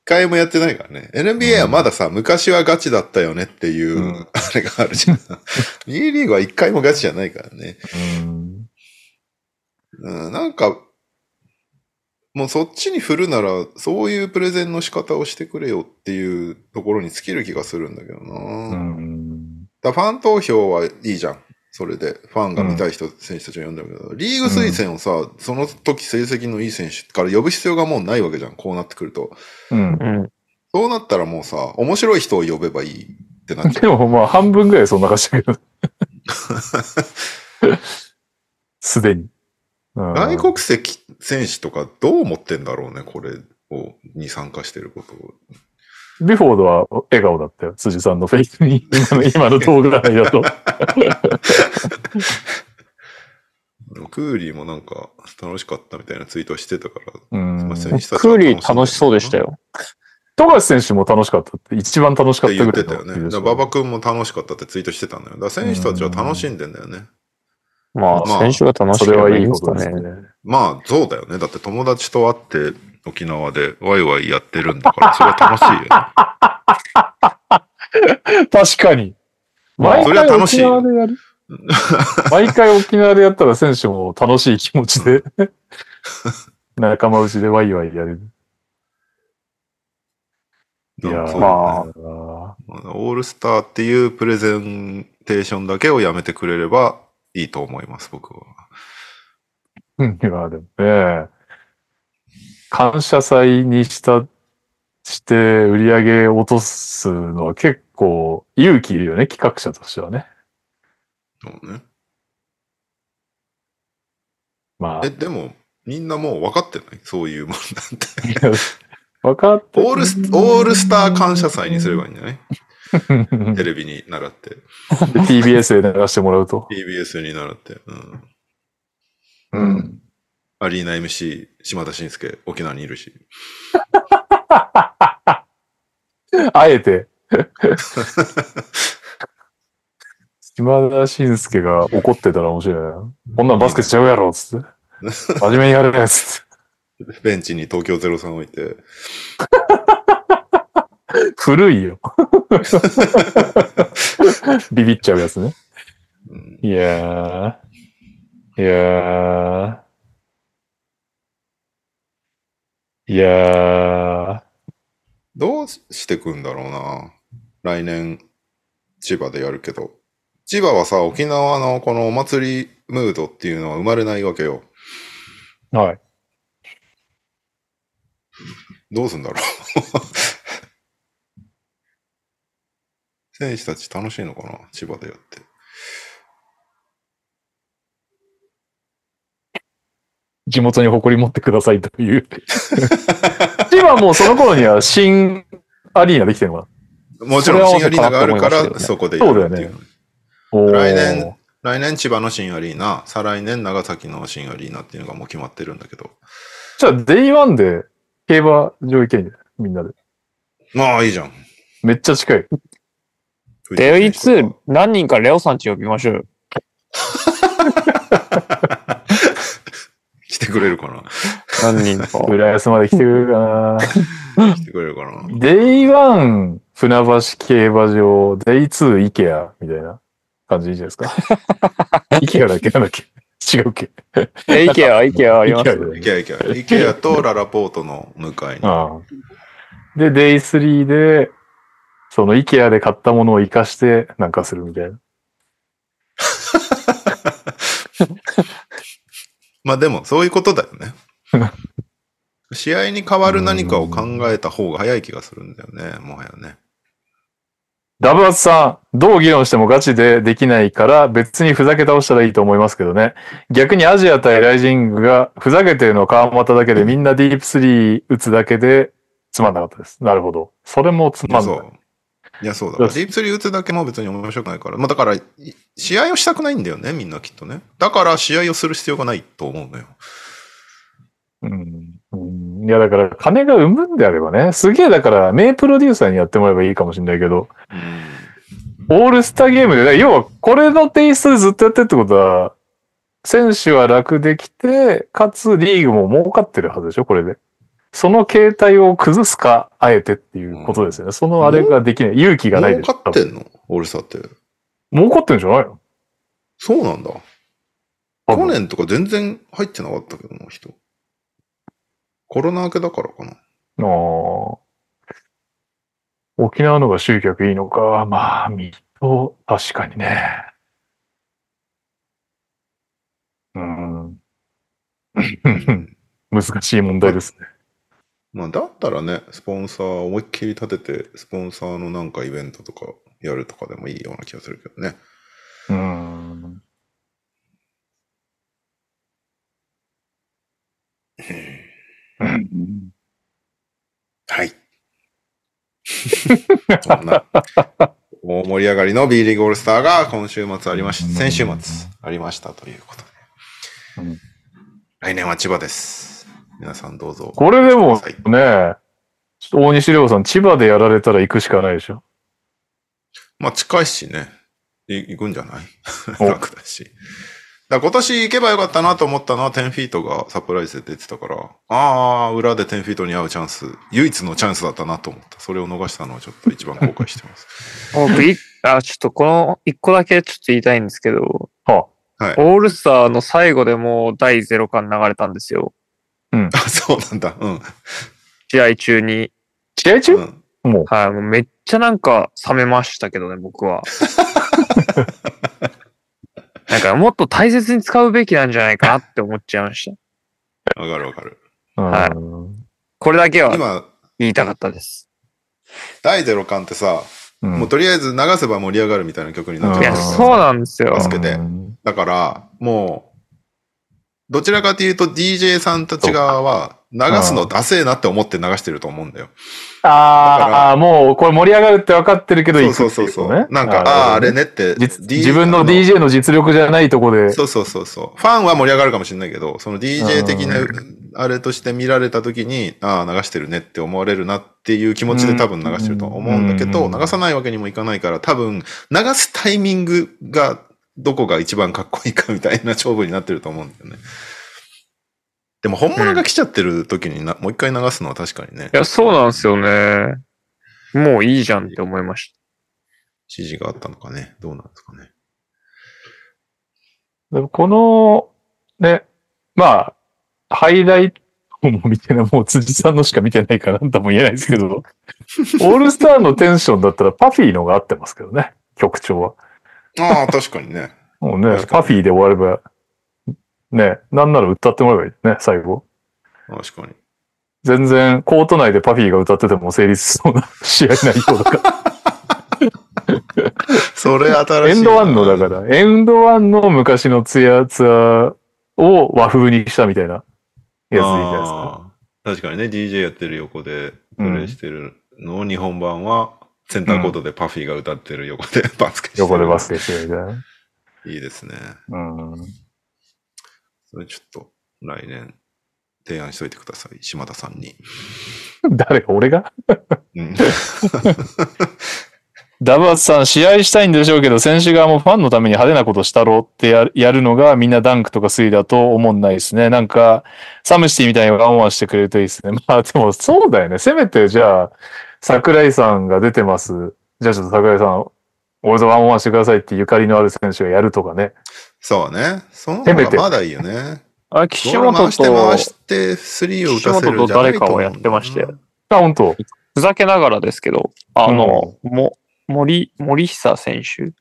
回もやってないからね。NBA はまださ、昔はガチだったよねっていう、
うん
あれがあるじゃん。B リーグは一回もガチじゃないからね。
うん
うん、なんか、もうそっちに振るなら、そういうプレゼンの仕方をしてくれよっていうところに尽きる気がするんだけどな。
うん
だからファン投票はいいじゃん。それで、ファンが見たい人、選手たちを呼んだけど、リーグ推薦をさ、その時成績のいい選手から呼ぶ必要がもうないわけじゃん。こうなってくると。
うん
うん。
そうなったらもうさ、面白い人を呼べばいいってってなっちゃ
でもまあ半分ぐらいそんな感じだ けど。すでに。うん
う。外国籍選手とかどう思ってんだろうね、これを、に参加してることを。
ビフォードは笑顔だったよ。辻さんのフェイクに、今の今の動画内 だと。
クーリーもなんか楽しかったみたいなツイートしてたから、
うん。
まあ選
富
手たち
ク
は
ーリー楽しそうでしたよ。
樫選手も楽しかったって、一番楽しか
っ
ってた
言
ぐ
っ
らい
て
の
たよね。
ビデオ
だか
でし
ら
た
馬場君も楽しかったってツイートしてたんだよ。だから選手たちは楽しんでんだよね。
ま
まあ
あ、選手が楽
そ
しけ
れ
れば
はいい
いいで
こ
す
と
か
です
ね。
ね。
まあ、そうだよね。だって友達と会って沖縄でワイワイやってるんだ から、それは楽しいよね。
確かに。
まあ
毎
それは
回
楽し
沖
いよ
縄 でやる。毎回沖縄でやったら選手も楽しい気持 ちで、仲間内でワイワイやれる。いや
そ
ー
う
ま
あ
オールスターっていうプレゼンテーションだけをやめてくれればいいと思います、僕は。
ー、いや、でもね、感謝祭にした、して売り上げ落とすのは結構勇気いるよね、企画者としてはね。
そうね。
まあ
え、、でも、みんなもう分かってないそういうもんなんて。
いや分かって
オールス、オールスター感謝祭にすればいいんじゃない テレビに習って、
TBS で流してもらうと。
TBS に習って、うん。
うん。
アリーナ MC、島田紳介、沖縄にいるし。
あえ て。島田紳介が怒ってたら面白いな。こんなんバスケちゃうやろっ つって。真面目にやるやつっ
ベンチに東京03置いて、
て。古いよ。ビビっちゃうやつね。
うん、
いやー。いやー。いや
どうしてくんだろうな。来年、千葉でやるけど。千葉はさ、沖縄のこのお祭りムードっていうのは生まれないわけよ。
ー。はい。
どうすんだろう。 選手たち楽しいのかな千葉でやって。
地元に誇り持ってくださいと いう。今もうその頃には新アリーナできてるのか
もちろん新アリーナがあるから、そこでやるっていう。
なおー
来年来年千葉の新アリーナ、再来年長崎の新アリーナっていうのがもう決まってるんだけど。
じゃあ、デイワンで競馬場行けんじゃん。みんなで。
まあいいじゃん。
めっちゃ近い。
デイツー、何人かレオさんち呼びましょうよ。
来てくれるか な
何人か。
浦安まで来てくれるかな。
来てくれるかな
デイワン、船橋競馬場、デイツー、イケア、みたいな感じでいいじゃないです か。イケアだっけなんだっけ違うっけ
え、イケア、イケアあります
イケアだ
イ
よね
ケアイケア。イケアとララポートの向かいに。
ああで、デイスリーで、そのイケアで買ったものを活かしてなんかするみたいな。
まあでも、そういうことだよ ね。試合に変わる何かを考えた方が早い気がするんだよね、もはやね。
ダブアツさん、どう議論してもガチでできないから別にふざけ倒したらいいと思いますけどね。逆にアジア対ライジングがふざけてるのは川又だけでみんなディープスリー打つだけでつまんなかったです。なるほど。それもつまん
そ。
ないう
いや、そうだから。
そう
ディープスリー打つだけも別に面白くないから。まあだから、い試合をしたくないんだよね、みんなきっとね。だから、試合をする必要がないと思うのよ。
うん。うんいや、だから金が生むんであればね。すげえだから名プロデューサーにやってもらえばいいかもしれないけど、オールスターゲームで、ね、要はこれのテイストでずっとやってるってことは、選手は楽できて、かつリーグも儲かってるはずでしょ、これで。その形態を崩すか、あえてっていうことですよね。そのあれができない。勇気がない
儲
でしょ。
かってんのオールスターって。
儲かってるんじゃないの
そうなんだ。
多
去
分
年とか全然入ってなかったけどな、人。コロナ明けだからかな。
あー沖縄の方が集客いいのか。まあ、水戸、確かにね。うん。 難しい問題ですね。
まあ、だったらね、スポンサー思いっきり立てて、スポンサーのなんかイベントとか夜とかでもいいような気がするけどね。
うん。うん
はい。そんな、大盛り上がりの B リーグオールスターが今週末ありました、先週末ありましたということで。
うん
来年は千葉です。皆さんどうぞ。
これでも
はい
ね、ちょっと大西亮さん、千葉でやられたら行くしかないでしょ。
まあ近いしね。い行くんじゃない
お
楽だし。だから今年行けばよかったなと思ったのは10フィートがサプライズで出てたから、ああ、裏で10フィートに会うチャンス、唯一のチャンスだったなと思った。それを逃したのはちょっと一番後悔して ます。
もう僕いあ、ちょっとこの一個だけちょっと言いたいんですけど、
は
はい
オールスターの最後でもう第0巻流れたんですよ。
あ、そうなんだ。うん。
試合中に。
試合中
うん、
もう。
はい、もうめっちゃなんか冷めましたけどね、僕は。なんかもっと大切に使うべきなんじゃないかなって思っちゃいました。
わかるわかる。
はい
うん
これだけは
今、
言いたかったです。
第0巻ってさ、
うん
もうとりあえず流せば盛り上がるみたいな曲になっちゃっ
い
てる
や、
か
ん
ら
そうなんですよ
バ。スケで
うん
だから、もう、どちらかというと DJ さんたち側は、流すのダセえなって思って流してると思うんだよ。だから
ああ、もうこれ盛り上がるって分かってるけど
そ
行
う
く
そう
って
そ
いう
そ
うこ
う。
とね。
なんか、ああー、あれ
ね。
ねって。
実
DJ
自分の DJ の実力じゃないとこで。
そうそうそうそう。ファンは盛り上がるかもしれないけど、その DJ 的な、あれとして見られた時に、ああ、流してるねって思われるなっていう気持ちで多分流してると思うんだけど、
うん
流さないわけにもいかないから、多分、流すタイミングが、どこが一番かっこいいかみたいな勝負になってると思うんだよね。でも本物が来ちゃってる時にな、もう一回流すのは確かにね
い、や、そうなんですよね。もういいじゃんって思いまし
指示があったのかね。どうなんですかね。
でもこの、ね、まあ、ハイライトも見てない、もう辻さんのしか見てないからなんとも言えないですけど、 オールスターのテンションだったらパフィーのが合ってますけどね、曲調は。
ああ、確かにね。
もうね
確、かに
パフィーで終われば、ね、なんなら歌ってもらえばいいね、最後。
確かに。
全然、コート内でパフィーが歌ってても成立しそうな試合内容だか
それ新しいな。
ら。エンドワンの、だから、エンドワンの昔のツヤツアを和風にしたみたいなやつでいいんじゃないですか。
あー確かにね、DJ やってる横でプ
うん
レイしてるのを日本版は、センターコートでパフィーが歌ってる横でバスケしてる。
横でバスケしてるみたいな。
いいですね。
うん。
それちょっと来年提案しといてください。島田さんに。
誰俺が
うん、
ダバスさん、試合したいんでしょうけど、選手側もファンのために派手なことしたろってやるやるのが、みんなダンクとかスリーだと思んないですね。なんか、サムシティみたいにワンワンしてくれるといいですね。 まあ、でもそうだよね。せめて、じゃあ、桜井さんが出てます。じゃあちょっと桜井さん、俺とワンワンしてくださいってゆかりのある選手がやるとかね。
そうね。その
せ
方
め
が
て
まだいいよね。
た。あ、岸
ボール
本
回して
と
回、して、スリーを打たせ
岸
る
本
じ
と
ゃない
誰
と
か
思う
は
んだよな
やってましたよ。
あ、本当
ふざけながらですけど、あの、も、森、森久選手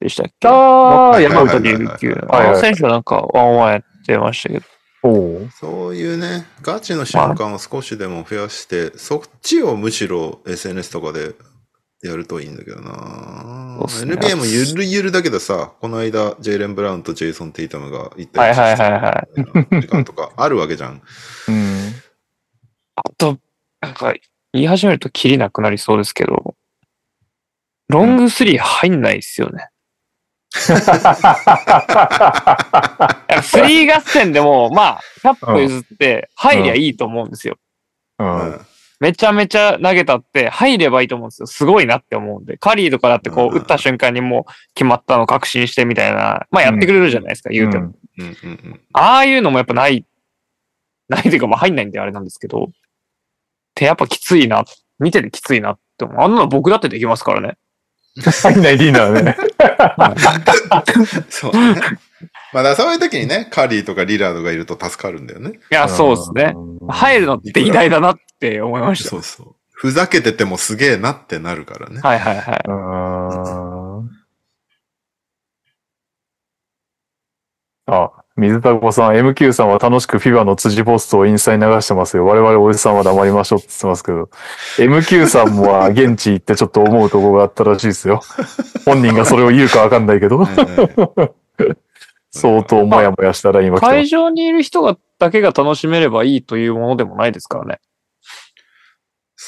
でしたっけ
ああ、山
はい
口。
はい
琉
はい
球
はい
あの選手はなんかワンワンやってましたけど。
おう
そういうね、ガチの瞬間を少しでも増やして、そっちをむしろ SNS とかでやるといいんだけどな、
そうっすね
NBA もゆるゆるだけどさ、この間、ジェイレン・ブラウンとジェイソン・テイタムが行った
はいはいはいはい
時間とかあるわけ じゃん。
うん。
あと、なんか言い始めるとキリなくなりそうですけど、ロングスリー入んないっすよね。スリー合戦でも、まあ、キャップ譲って入りゃいいと思うんですよ。
うん。
めちゃめちゃ投げたって入ればいいと思うんですよ。すごいなって思うんで。カリーとかだって
う
こ
ん
う打った瞬間にもう決まったの確信してみたいな、まあやってくれるじゃないですか、言うても。
うんうんうん。
ああいうのもやっぱない、ないというか、まあ入んないんであれなんですけど、ってやっぱきついな、見ててきついなって思う。あんなの僕だってできますからね。
入んないでいいんだよね。
そうね。まあだからそういう時にね、カリーとかリラードがいると助かるんだよね。
いや、そうですね。
うん。
入るのって偉大だなって思いまし
そうそう。ふざけててもすげえなってなるからね。
た。はいはいはい。
ああ。水田子さん、MQ さんは楽しくフィバの辻ポストをインスタに流してますよ。我々おじさんは黙りましょうって言ってますけど、MQ さんもは現地行ってちょっと思うとこがあったらしいですよ。本人がそれを言うかわかんないけど、相当もやもやしたら今来てます
会場にいる人がだけが楽しめればいいというものでもないですからね。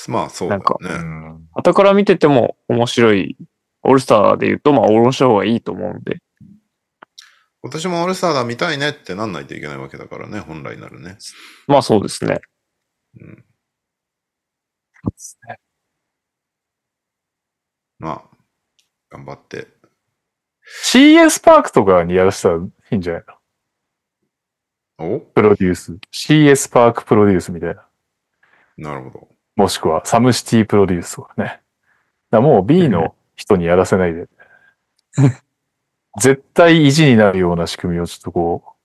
まあそうだね。
うん
後から見てても面白い。オールスターで言うと、まあ、オールした方がいいと思うんで。
今年もオールスターだ見たいねってなんないといけないわけだからね、本来なるね。
まあ、そうですね。
うん、まあ、頑張って。
CS パークとかにやらせたらいいんじゃないの
お
プロデュース。CS パークプロデュースみたいな。
なるほど。
もしくはサムシティプロデュースとかね。だからもう B の人にやらせないで。絶対意地になるような仕組みをちょっとこ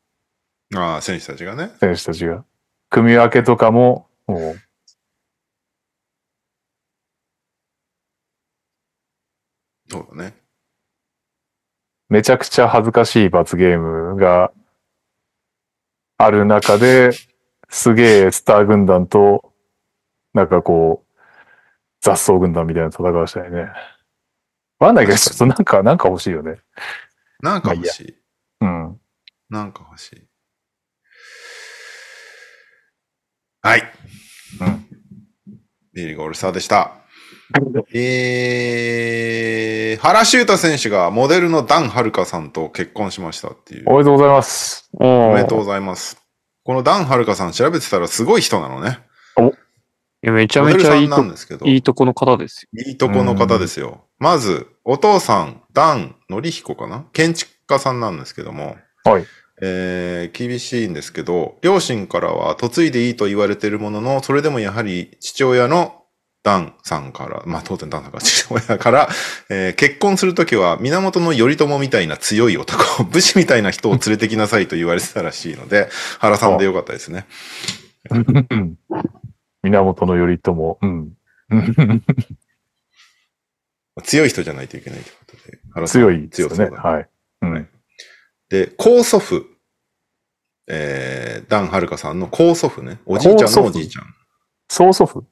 ああ、選手たちがね
う、。選手たちが。組み分けとかも、もう、
そうだね。
めちゃくちゃ恥ずかしい罰ゲームがある中で、すげえスター軍団と、なんかこう、雑草軍団みたいな戦いをしたいね。わかんないけど、ちょっとなんか、なんか欲しいよね。
なんか欲しい。
うん。
なんか欲しい。はい。
うん。
ビリーゴールスターでした。えー、原修太選手がモデルのダン・ハルカさんと結婚しましたっていう。
おめでとうございます。
お
お
めでとうございます。このダン・ハルカさん調べてたらすごい人なのね。
めちゃ
モデ
め
ル
ちゃ
さ
い
ん
い
な
と
ん、ですけど、
い
い
いとこの方ですよ。
いとこの方ですよ。まず、お父さん、ダン・のりひこかな建築家さんなんですけども、
はい。
えー厳しいんですけど、両親からは嫁いでいいと言われてるものの、それでもやはり父親のダンさんから、まあ当然ダンさんから父親から、えー結婚するときは源頼朝みたいな強い男、武士みたいな人を連れてきなさいと言われてたらしいので、原さんでよかったですね。
うん源頼朝。うん。
強い人じゃないといけないということで。原さん
強いですよ
強
ね。
そうだ
はい。うん
はいで、高祖父、えー、ダン・ハルカさんの高祖父ね。おじいちゃんのおじいちゃん。
曽祖父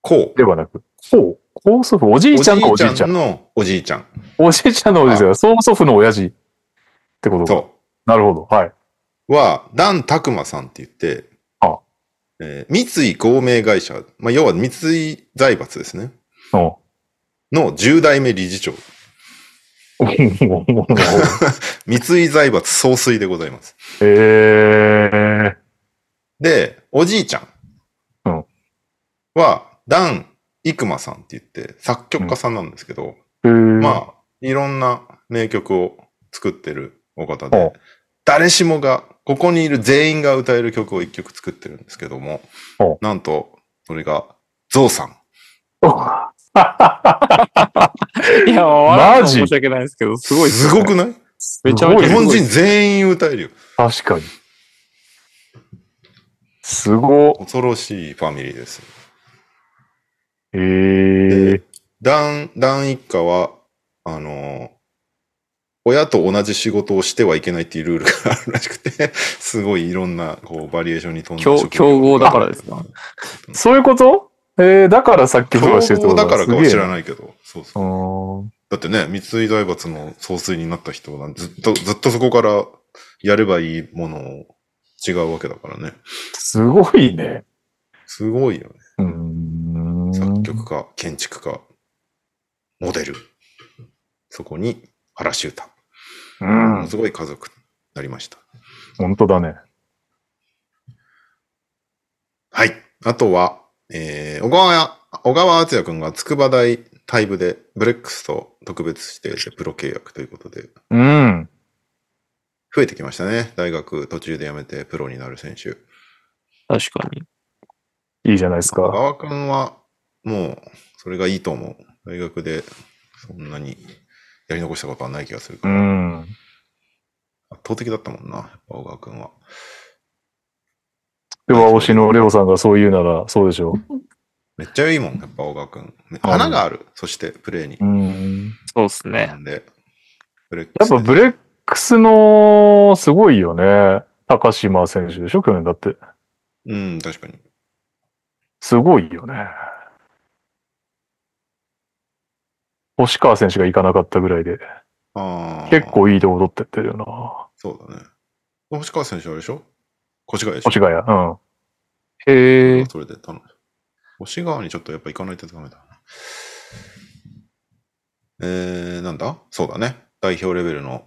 高。
ではなく、ほう。高祖父、おじいちゃんのおじいちゃん。
のおじいちゃん。
おじいちゃんのおじいちゃん。曽祖父の親父。ってことか。
そ
なるほど。はい。
う。は、ダン・タクマさんって言って、
あ
えー三井合名会社、まあ、要は三井財閥ですね。
お
の10代目理事長。 三井財閥総帥でございます。
えー。
で、おじいちゃん
うん
は、ダン・イクマさんって言って、作曲家さんなんですけど、
えー、
まあ、いろんな名曲を作ってるお方
ほ
で
う、
誰しもが、ここにいる全員が歌える曲を一曲作ってるんですけども
ほ、
なんと、それが、ゾウさん。
いや、笑う
マ
の
ジ
申し訳ないですけど、す
す
ごいっよね
くない
めちゃめちゃ
日
すごい
本人全員歌えるよ。
確かに。すごっ。
恐ろしいファミリーです。
えー。
ダン、ダン一家は、あのー親と同じ仕事をしてはいけないっていうルールがあるらしくて、 すごいいろんな、こう、バリエーションに飛んだ
強
職業
強豪だからですか
そういうことえー、だからさっきとかし
強
てるってこ
豪
と
だからかは知ら
い。
ないけど、そうそう
う。ーん。
だってね、三井財閥の総帥になった人はずっと、ずっとそこからやればいいものを違うわけだからね。
すごいね。
すごいよね。
うーん。
作曲家、建築家、モデル。そこに原修太。
う
もの
ん。
すごい家族になりました。
本当だね。
はい。あとは、えー、小川、小川敦也くんが筑波大大部でブレックスと特別指定でプロ契約ということで、
うん。
増えてきましたね。大学途中で辞めてプロになる選手。
確かに。
いいじゃないですか。
馬場君は、もう、それがいいと思う。大学で、そんなに、やり残したことはない気がする
う
から。
ん。
圧倒的だったもんな、やっぱ小川君は。
では、推しのレオさんがそう言うなら、そうでしょ
めっちゃいいもん、やっぱ小川君。ね
うん
花がある、そして、プレーに
う。う。ん。
そうですね
な。んで、ブレック
やっ
スで
ぱブレックスの、すごいよね。高島選手でしょ去年だって。
うん、確かに。
すごいよね。星川選手が行かなかったぐらいで、
ああ。
結。構いいとこ取ってってるよな。
そうだね。星川選手あれでしょ越谷でしょ
星川や。
へえ
あ。それで頼む。星川にちょっとやっぱ行かないとダメだな。えー、なんだそうだね。代表レベルの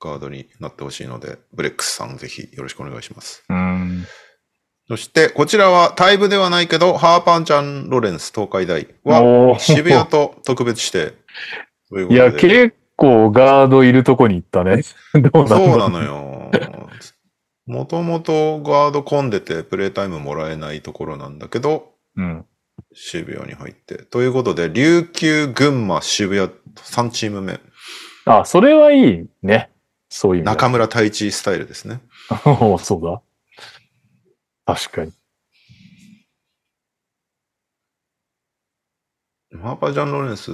ガードになってほしいので、ブレックスさんぜひよろしくお願いします。
うん。うん。
そして、こちらはタイ部ではないけど、ハーパンちゃん・ロレンス東海大は
おー
渋谷と特別指定。とうこ
い
と
や、
で
結構ガードいるとこに行っ たね。どうなんだ
そう
ろ
な
う。
のよ。 もともとガード混んでてプレイタイムもらえないところなんだけど、
うん。
渋谷に入って。ということで、琉球、群馬、渋谷、3チーム目。
あ、それはいいね。そういう意味
中
で。
村太一スタイルですね。
おー そうだ。確かに。
ハーパージャン・ロレンス、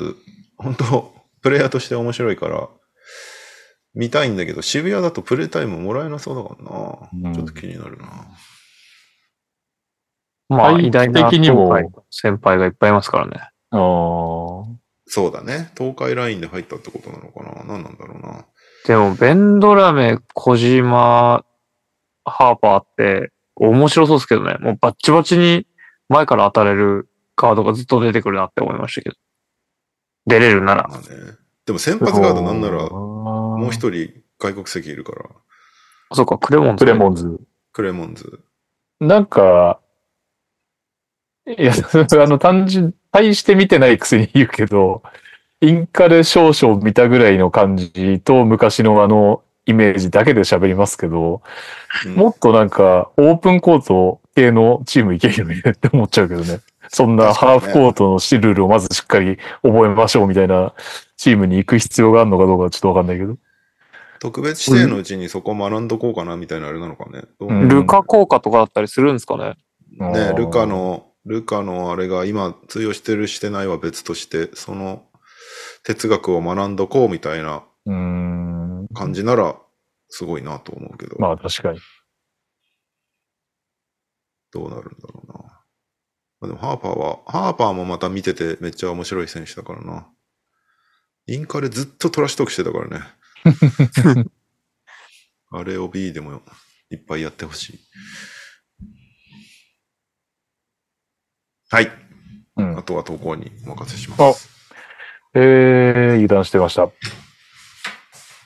本当プレイヤーとして面白いから、見たいんだけど、渋谷だとプレイタイムもらえなそうだからな。
うん
ちょっと気になるな。
まあ、
体
偉大な
的にも
後輩先輩がいっぱいいますからね。
あー
そうだね。東海ラインで入ったってことなのかな。何なんだろうな。
でも、ベンドラメ、小島、ハーパーって、面白そうですけどね。もうバッチバチに前から当たれるカードがずっと出てくるなって思いましたけど。出れるなら
ま。あね、でも先発ガードなんなら、も
も
う一人外国籍いるから、
そうか、クレモンズ
プレモンズ。
クレモンズ。
なんか、いや、 それあの、単純、対して見てないくせに言うけど、インカレ少々見たぐらいの感じと昔のあの、イメージだけで喋りますけど、
うん
もっとなんか、オープンコート系のチームいけるよねって思っちゃうけどね。そんな
確かにね
ハーフコートのシルールをまずしっかり覚えましょうみたいなチームに行く必要があるのかどうかちょっとわかんないけど。
特別指定のうちにそこ学んどこうかなみたいなあれなのかね。どう
うん
ルカ効果とかだったりするんですかね。
あ
ね
ー
ルカの、ルカのあれが今通用してるしてないは別として、その哲学を学んどこうみたいな
うーん。
感じならすごいなと思うけど、
まあ確かに。
どうなるんだろうな。まあでもハーパーは、ハーパーもまた見ててめっちゃ面白い選手だからな。インカレずっとトラッシュトークしてたからね。 あれを B でもいっぱいやってほしい。はい。
うん
あ。とは投稿にお任せします。
えー、油断してました。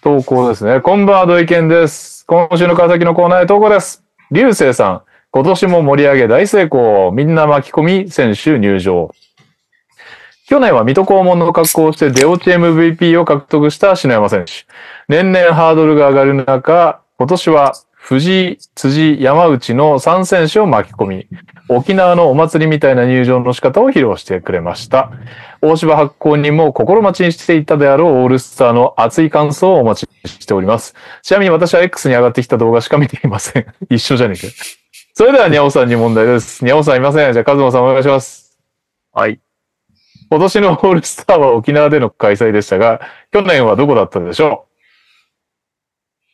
投稿ですね。こんばんは、土井健です。今週の川崎のコーナーへ投稿です。流星さん、今年も盛り上げ大成功。みんな巻き込み、選手入場。去年は水戸黄門の格好をして出落ち MVP を獲得した篠山選手。年々ハードルが上がる中、今年は藤井、辻、山内の3選手を巻き込み、沖縄のお祭りみたいな入場の仕方を披露してくれました。大芝発行人も心待ちにしていたであろうオールスターの熱い感想をお待ちしております。ちなみに私は X に上がってきた動画しか見ていません。 一緒じゃねえかよ。それではニャオさんに問題です。ニャオさんいません。じゃあカズマさんお願いします。
はい。
今年のオールスターは沖縄での開催でしたが、去年はどこだったでしょ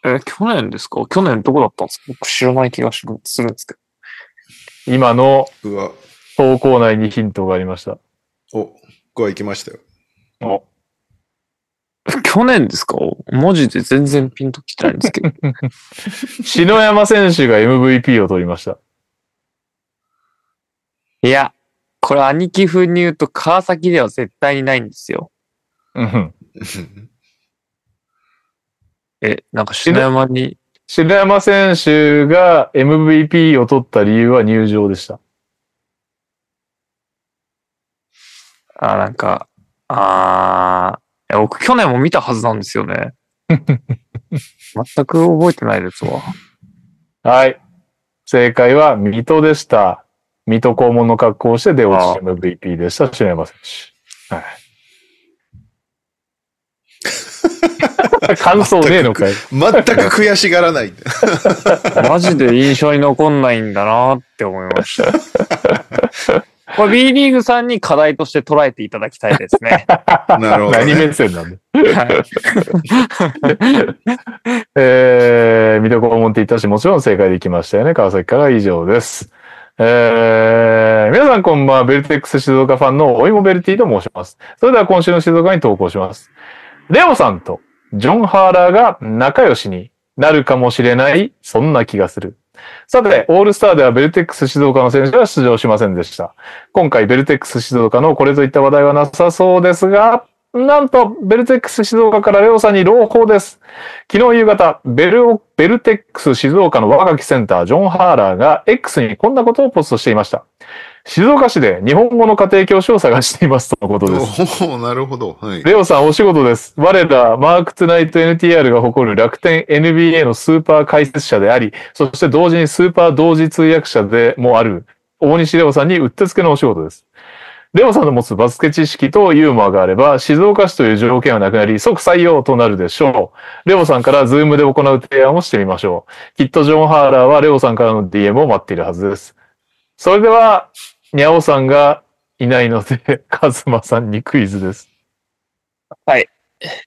え、去年ですか去年どこだったんですか僕知らない気がするんですけど。
う今の
僕は、
投稿内にヒントがありました。
お、僕は行きましたよ。
お
去年ですか文字で全然ピンときてないんで すけど。
篠山選手が MVP を取りました。
いや、これ兄貴風に言うと川崎では絶対にないんですよ。
うん。
え、なんか篠山に
篠山選手が MVP を取った理由は入場でした。
あ、なんか、あーいや僕去年も見たはずなんですよね。全く覚えてないですわ。
はい。正解は、水戸でした。水戸黄門の格好をして出落ち MVP でした、篠山選手。はい。感想ねえのかい
全く悔しがら ない。
マジで印象に残んないんだなって思いました。これ B リーグさんに課題として捉えていただきたいですね。
なるほどね
何目線なんだ。
はい
えー、見どころを持っていったし、もちろん正解できましたよね。川崎からは以上です。えー、皆さんこんばんは、ベルテックス静岡ファンのおいもベルティと申します。それでは今週の静岡に投稿します。レオさんとジョン・ハーラーが仲良しになるかもしれない、そんな気がする。さて、オールスターではベルテックス静岡の選手は出場しませんでした。今回ベルテックス静岡のこれといった話題はなさそうですが、なんと、ベルテックス静岡からレオさんに朗報です。昨日夕方、ベルオ、ベルテックス静岡の若きセンター、ジョン・ハーラーが X にこんなことをポストしていました。静岡市で日本語の家庭教師を探していますとのことです。
おおなるほど。はい。
レオさんお仕事です。我らマークツナイト NTR が誇る楽天 NBA のスーパー解説者であり、そして同時にスーパー同時通訳者でもある大西レオさんにうってつけのお仕事です。レオさんの持つバスケ知識とユーモアがあれば、静岡市という条件はなくなり、即採用となるでしょう。レオさんからズームで行う提案をしてみましょう。きっとジョン・ハーラーはレオさんからの DM を待っているはずです。それでは、ニャオさんがいないので、カズマさんにクイズです。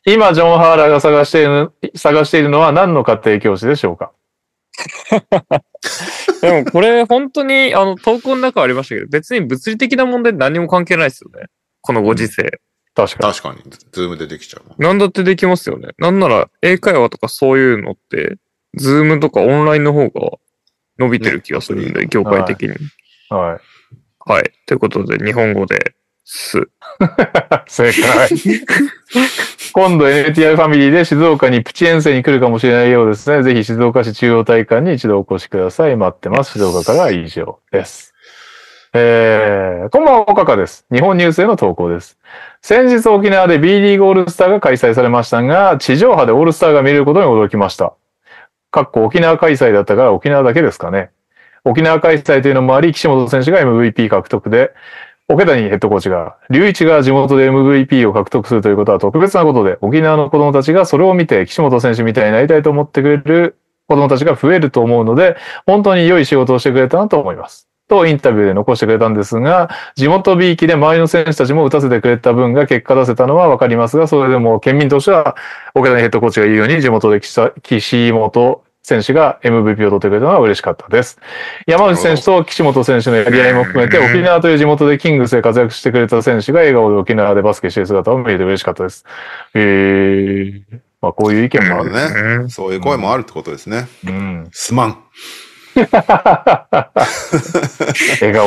今、ジョン・ハーラーが探している、探しているのは何の家庭教師でしょうか
でもこれ本当にあの投稿の中ありましたけど、別に物理的な問題何にも関係ないですよね。このご時世。
確かに。
確かに、ズーム出てきちゃうな。
何だってできますよね。なんなら英会話とかそういうのって、ズームとかオンラインの方が伸びてる気がするんで、業界的に。
はい。
はい。ということで、日本語です。
正解。今度 NTR ファミリーで静岡にプチ遠征に来るかもしれないようですね。ぜひ静岡市中央体育館に一度お越しください。待ってます。静岡からは以上です。えー、こんばんは、おかかです。日本ニュースへの投稿です。先日沖縄で B リーグオールスターが開催されましたが、地上波でオールスターが見れることに驚きました。かっこ沖縄開催だったから沖縄だけですかね。沖縄開催というのもあり、岸本選手が MVP 獲得で、桶谷ヘッドコーチが、龍一が地元で MVP を獲得するということは特別なことで、沖縄の子供たちがそれを見て、岸本選手みたいになりたいと思ってくれる子供たちが増えると思うので、本当に良い仕事をしてくれたなと思います。とインタビューで残してくれたんですが、地元 B 期で周りの選手たちも打たせてくれた分が結果出せたのはわかりますが、それでも県民としては、岡谷ヘッドコーチが言うように、地元で岸田岸本選手が MVP を取ってくれたのは嬉しかったです。山内選手と岸本選手のやり合いも含めて、
うん
沖縄という地元でキングスで活躍してくれた選手が笑顔で沖縄でバスケしている姿を見れて嬉しかったです。えー、まあこういう意見もある。
なるほどね。
うん
そういう声もあるってことですね。
うん。
すまん。
笑顔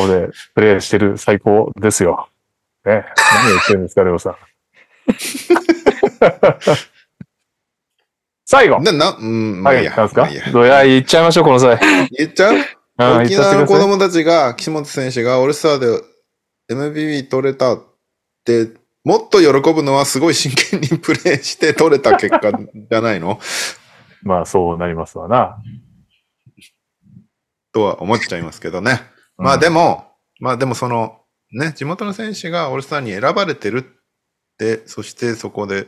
でプレーしてる最高ですよ。ね、何を言ってるんですか、レオさん。 最後。
な、な、うん、まあ
は
い
いい、
や。
なんですか
まあいいや
どや、言っちゃいましょう、この際。
言っちゃう
うん、言っ
沖
ちゃっ
縄
て
の
くだ
子
さい。
供たちが、岸本選手がオールスターで MVP 取れたって、もっと喜ぶのはすごい真剣にプレーして取れた結果じゃないの
まあ、そうなりますわな。
とは思っちゃいますけどね。まあでも、まあでもその、ね、地元の選手がオールスターに選ばれてるって、そしてそこで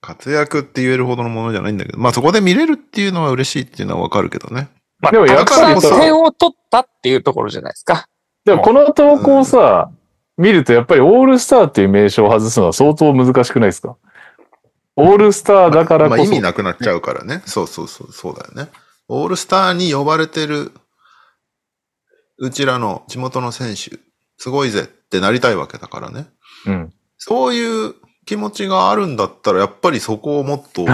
活躍って言えるほどのものじゃないんだけど、まあそこで見れるっていうのは嬉しいっていうのはわかるけどね。
まあ、
でもや
っ
たく
ぱ
さ
り
ん点を取ったっていうところじゃないですか。
でも、この投稿さ、見るとやっぱりオールスターっていう名称を外すのは相当難しくないですかオールスターだから
ま
こ
あ
そ。
意味なくなっちゃうからね。そうそうそう、そうだよね。オールスターに呼ばれてる、うちらの地元の選手、すごいぜってなりたいわけだからね。
うん。
そういう気持ちがあるんだったら、やっぱりそこをもっ と、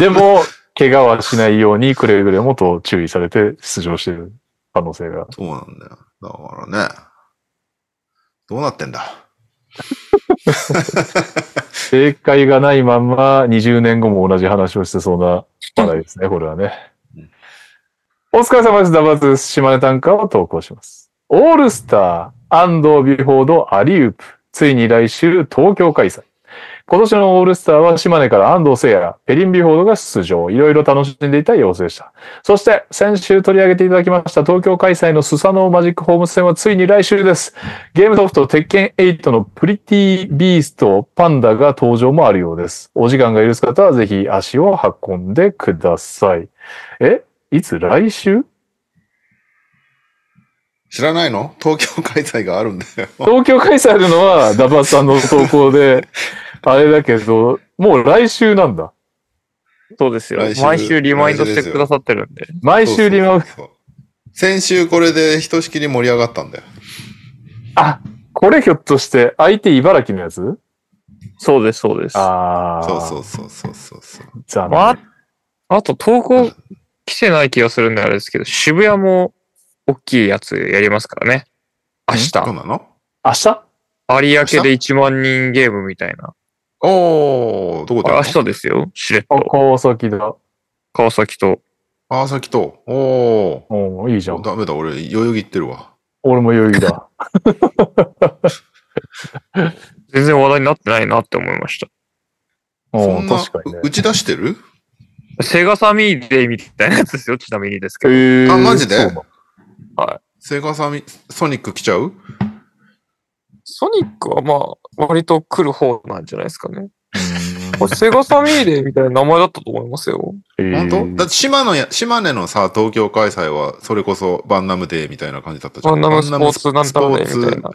でも、怪我はしないようにくれぐれもと注意されて出場している可能性が。
そうなんだよ。だからね。どうなってんだ。
正解がないまんま20年後も同じ話をしてそうな話題ですね、これはね
うん。
お疲れ様です。ダバズ島根短歌を投稿します。オールスタービュフォードアリウープ。ついに来週東京開催。今年のオールスターは島根から安藤聖也、ペリン・ビュフォードが出場。いろいろ楽しんでいた様子でした。そして、先週取り上げていただきました東京開催のスサノーマジックホームズ戦はついに来週です。ゲームソフト、鉄拳8のプリティビースト、パンダが登場もあるようです。お時間が許す方はぜひ足を運んでください。えいつ来週
知らないの東京開催があるんだよ。
東京開催あるの は、ダバさんの投稿で、あれだけど、もう来週なんだ。
そうですよ
来。週
毎週リマインドしてくださってるんで。
毎週リマ
そうそうそう先週これでひとしきり盛り上がったんだよ。
あ、これひょっとして、相手茨城のやつ
そうです、そうです。
ああ。
そうそうそうそうそうそう。
残念。
まあ、あと投稿来てない気がするんであれですけど、渋谷も大きいやつやりますからね。明
どう
日。
なの
明日
有明で1万人ゲームみたいな。
おー、どこだ
あれ明日ですよ。しれっ
あ
と。
川崎だ。
川崎と。
川崎と。お
おういいじゃん
ー。。ダメだ、俺、代々木行ってるわ。
俺も余裕 だ。
全然話題になってないなって思いました。
お
そ
うん
な、
確かにね
う。打ち出してる
セガサミーデイみたいなやつですよ。ちなみにですけど。
へー
あマジで
そうだ
セガサミ、ソニック来ちゃう
ソニックはまあ、割と来る方なんじゃないですかね。これセガサミーデーみたいな名前だったと思いま すよ。
本
へ
当
ー
だって島のや、島根のさ、東京開催は、それこそバンナムデーみたいな感じだったじゃ
あ
ん。
んなのスポーツなんたらね
スポ
みた
ー
い
ツ
な。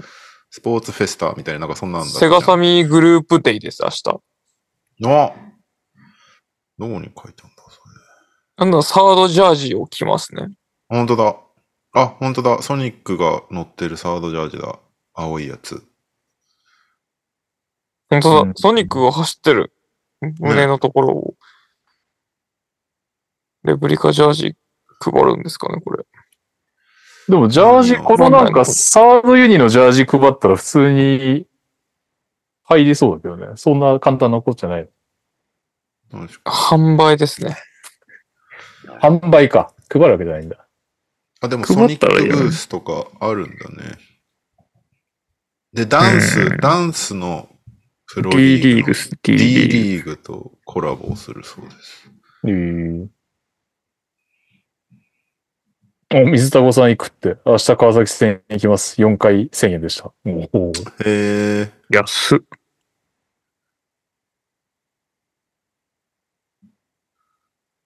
スポーツフェスタみたいな、なんかそんなんだったじゃ
セ
ん。
ガサミーグループデイです、明日。
あどこに書いたんだ、それ。
なんだ、サードジャージを着ますね。
本当だ。あ、本当だ。ソニックが乗ってるサードジャージだ。青いやつ。
本当だ、
うん
ソニックが走ってる。胸のところを。レプリカジャージ配るんですかね、これ。
でも、ジャージ、このなんか、サードユニのジャージ配ったら普通に入りそうだけどね。そんな簡単なことじゃない。
どうでしょう
販売ですね。
販売か。配るわけじゃないんだ。
あ、でもソ
配
ニ
っ
ック
たらいいよね
ブースとかあるんだね。で、ダン
うん
ス、ダンスのプロ
D
グ
リーグ
の
ス、D リ
D
ーグ。
リーグとコラボをするそうです。
へーお、水田子さん行くって。明日川崎戦行きます。4回1000円でした。おお
へえ。
安っ。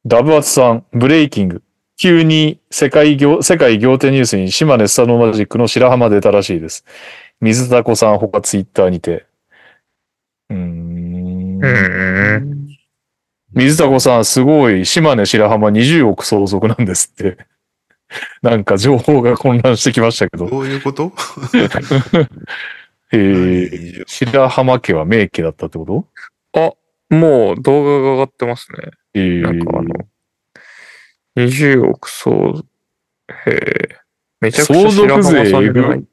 ダブアツさん、ブレイキング。急に世界行、世界仰天ニュースに島根スタノマジックの白浜出たらしいです。水田子さん、他ツイッターにて。うーん
う。ーん。
水田子さん、すごい、島根白浜20億相続なんですって。 なんか情報が混乱してきましたけど。
どういうこと
へー
いいじゃん
白浜家は名家だったってこと
もう動画が上がってますね。
えー
なんかあの、20億総、へえ、めちゃくちゃ白浜さんじゃ
相続税
ない。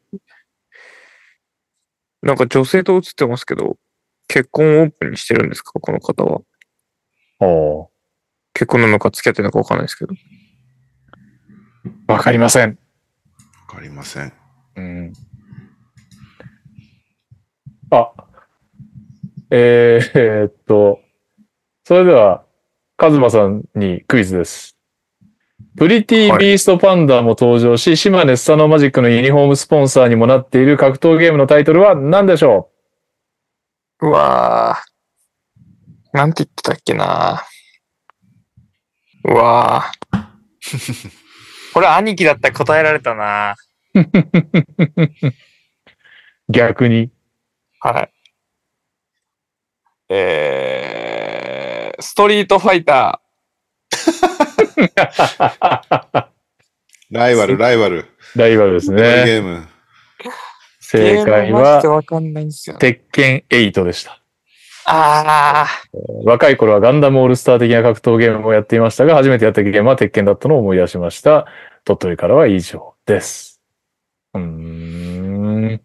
なんか女性と映ってますけど、結婚をオープンにしてるんですかこの方は。
あ
結婚なのか付き合ってるのかわかんないですけど。
あわかりません。
わかりません。
うん。あ、えーえーっと、それでは、カズマさんにクイズです。プリティ
はい
ビーストパンダも登場し、島根スサノーマジックのユニフォームスポンサーにもなっている格闘ゲームのタイトルは何でしょ
うわぁ。なんて言ってたっけなぁ。うわぁ。 これ兄貴だったら答えられたな
う逆に。
はい。えー、ストリートファイタ
ライバル、ライバル。
ライバルです
ライ
ね。
ゲーム。
ー。
正解
マジで
は、
わかんないんですよ。
鉄拳8でした。
あ
若い頃はガンダムオールスター的な格闘ゲームもやっていましたが、初めてやったゲームは鉄拳だったのを思い出しました。鳥取からは以上です。うーん。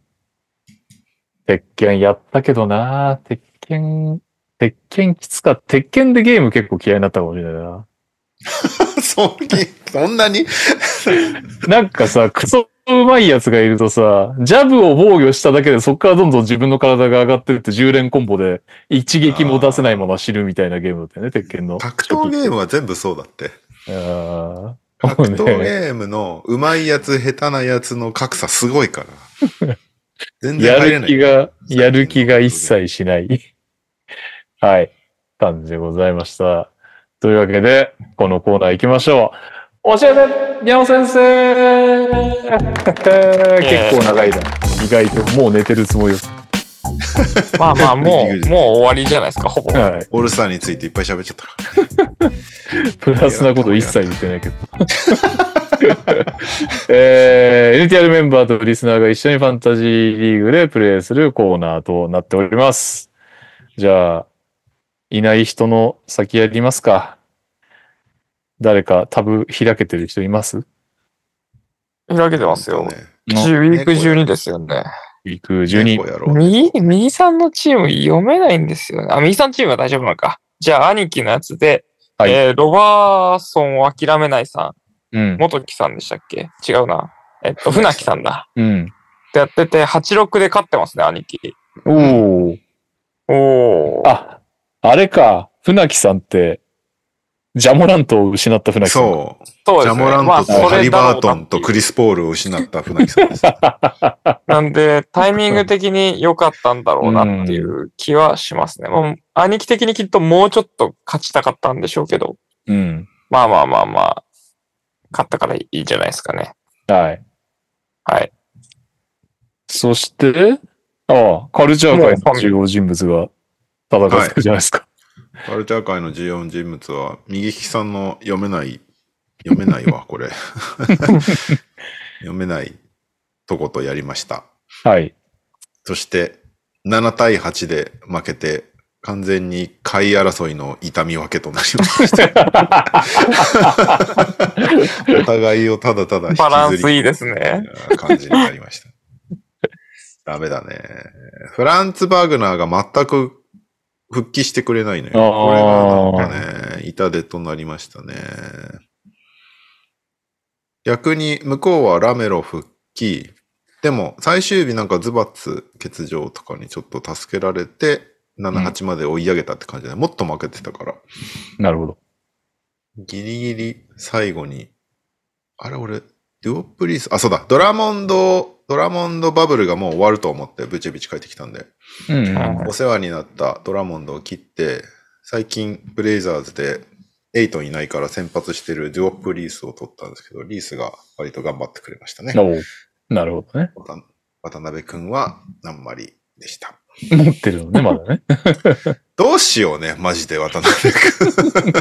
鉄拳やったけどな鉄拳、鉄拳きつかった。鉄拳でゲーム結構嫌いになったかもしれないな。
そんなに、 そんなに
なんかさ、クソうまいやつがいるとさ、ジャブを防御しただけでそっからどんどん自分の体が上がってって10連コンボで一撃も出せないまま死ぬみたいなゲームだったよね、鉄拳の。
格闘ゲームは全部そうだ って。
あー
格闘
もうね
ゲームの上手いやつ、下手なやつの格差すごいから。 全然
や
入れ
る
ない。
気が、やる気が一切しない。 はい。感じでございました。というわけで、このコーナー行きましょう。
教えてにゃお先 生結構長いな。
意外ともう寝てるつもりです。
まあまあ、も
ぐじぐ
う、
じ
もう終わりじゃないですか、ほぼ。
はい。
オールスターについていっぱい喋っちゃったから。
プラスなこと一切言ってないけど。えー、NTR メンバーとリスナーが一緒にファンタジーリーグでプレイするコーナーとなっております。じゃあ、いない人の先やりますか。誰かタブ開けてる人います
開けてますよ
本当。ね
10ウィーク12ですよね。
行く12。
猫やろう
右、右さんのチーム読めないんですよね。あ、右さんチームは大丈夫なのか。じゃあ、兄貴のやつで、
はい
えーロバーソンを諦めないさ
うん
ん、。元木さんでしたっけ違うな。えっと、船木さんだ。
うん。
ってやってて、86で勝ってますね、兄貴。
おー。
おー。
あ、あれか。船木さんって、ジャモラントを失った船木さん。
そう。
そう
ジ
で
ャ
すね。
モラ
まあ
ント
そ
と
れ
ハリバート
だろうな
ン
ってい
と
う
クリス・ポールを失った船木さ んです。
なんで、タイミング的に良かったんだろうなっていう気はしますね。もう、兄貴的にきっともうちょっと勝ちたかったんでしょうけど、
う。うん。
まあまあまあまあ、勝ったからいいじゃないですかね。
はい。
はい。
そして、ああ、カルチャー界の重要人物が戦ってるじゃないですか。
カルチャー界の重要人物は、右利きさんの読めない、読めないわ、こ れ。読めないとことやりました。
はい。
そして、7対8で負けて、完全に会争いの痛み分けとなりました。お互いをただただ引きず
バ
り
ランスいいですね。
感じになりま した。ダメだね。フランツ・バーグナーが全く復帰してくれないのよ。
あー
これがなんかね、痛手となりましたね。逆に向こうはラメロ復帰。でも最終日なんかズバッツ欠場とかにちょっと助けられて、7、8まで追い上げたって感じだね。もっと負けてたから。
なるほど。
ギリギリ最後に、あれ俺、デュオプリース、あ、そうだ、ドラモンド、ドラモンドバブルがもう終わると思ってブチブチ帰ってきたんで、
うん
お世話になったドラモンドを切って、最近ブレイザーズでエイトいないから先発してるデュオプリースを取ったんですけど、リースが割と頑張ってくれましたね。
おうなるほどね。
渡渡辺くんはあんまりでした。
持ってるのね、まだ ね。
どうしようね、マジで渡辺君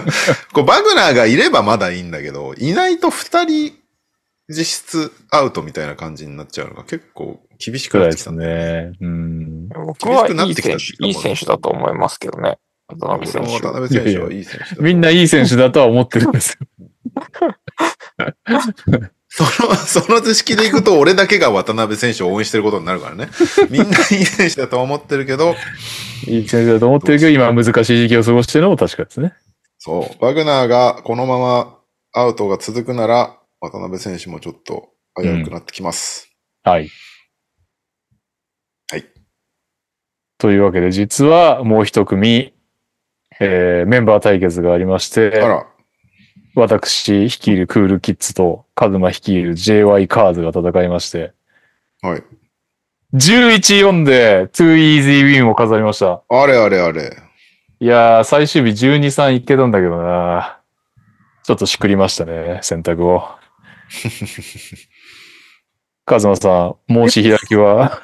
こうバグナーがいればまだいいんだけど、いないと二人実質アウトみたいな感じになっちゃうのが結構厳しく
暗
ないっ
で
てきた
す
んだよね。
ね。うん。
僕
厳
は
しくなっ
いい
てきた
選
し
手、いい選手だと思いますけどね。渡
俺
辺選
も
手
渡。辺選手はいい選手だと思う
みんないい選手だとは思ってるんですよ。
その、 その図式でいくと俺だけが渡辺選手を応援してることになるから ね。みんないい選手だと思ってるけど、
いい選手だと思ってるけど、今難しい時期を過ごしてるのも確かですね。
そう、バグナーがこのままアウトが続くなら、渡辺選手もちょっと危うくなってきます。
はい。
はい。
というわけで、実はもう一組、えーメンバー対決がありまして、
あら、
私率いるクールキッズと、カズマ率いる JY カーズが戦いまして、
はい。
11-4で 2easy win を飾りました。
あれあれあれ。
いやー、最終日12-3いけたんだけどなちょっとしくりましたね、選択 を。カズマさん、申し開きは、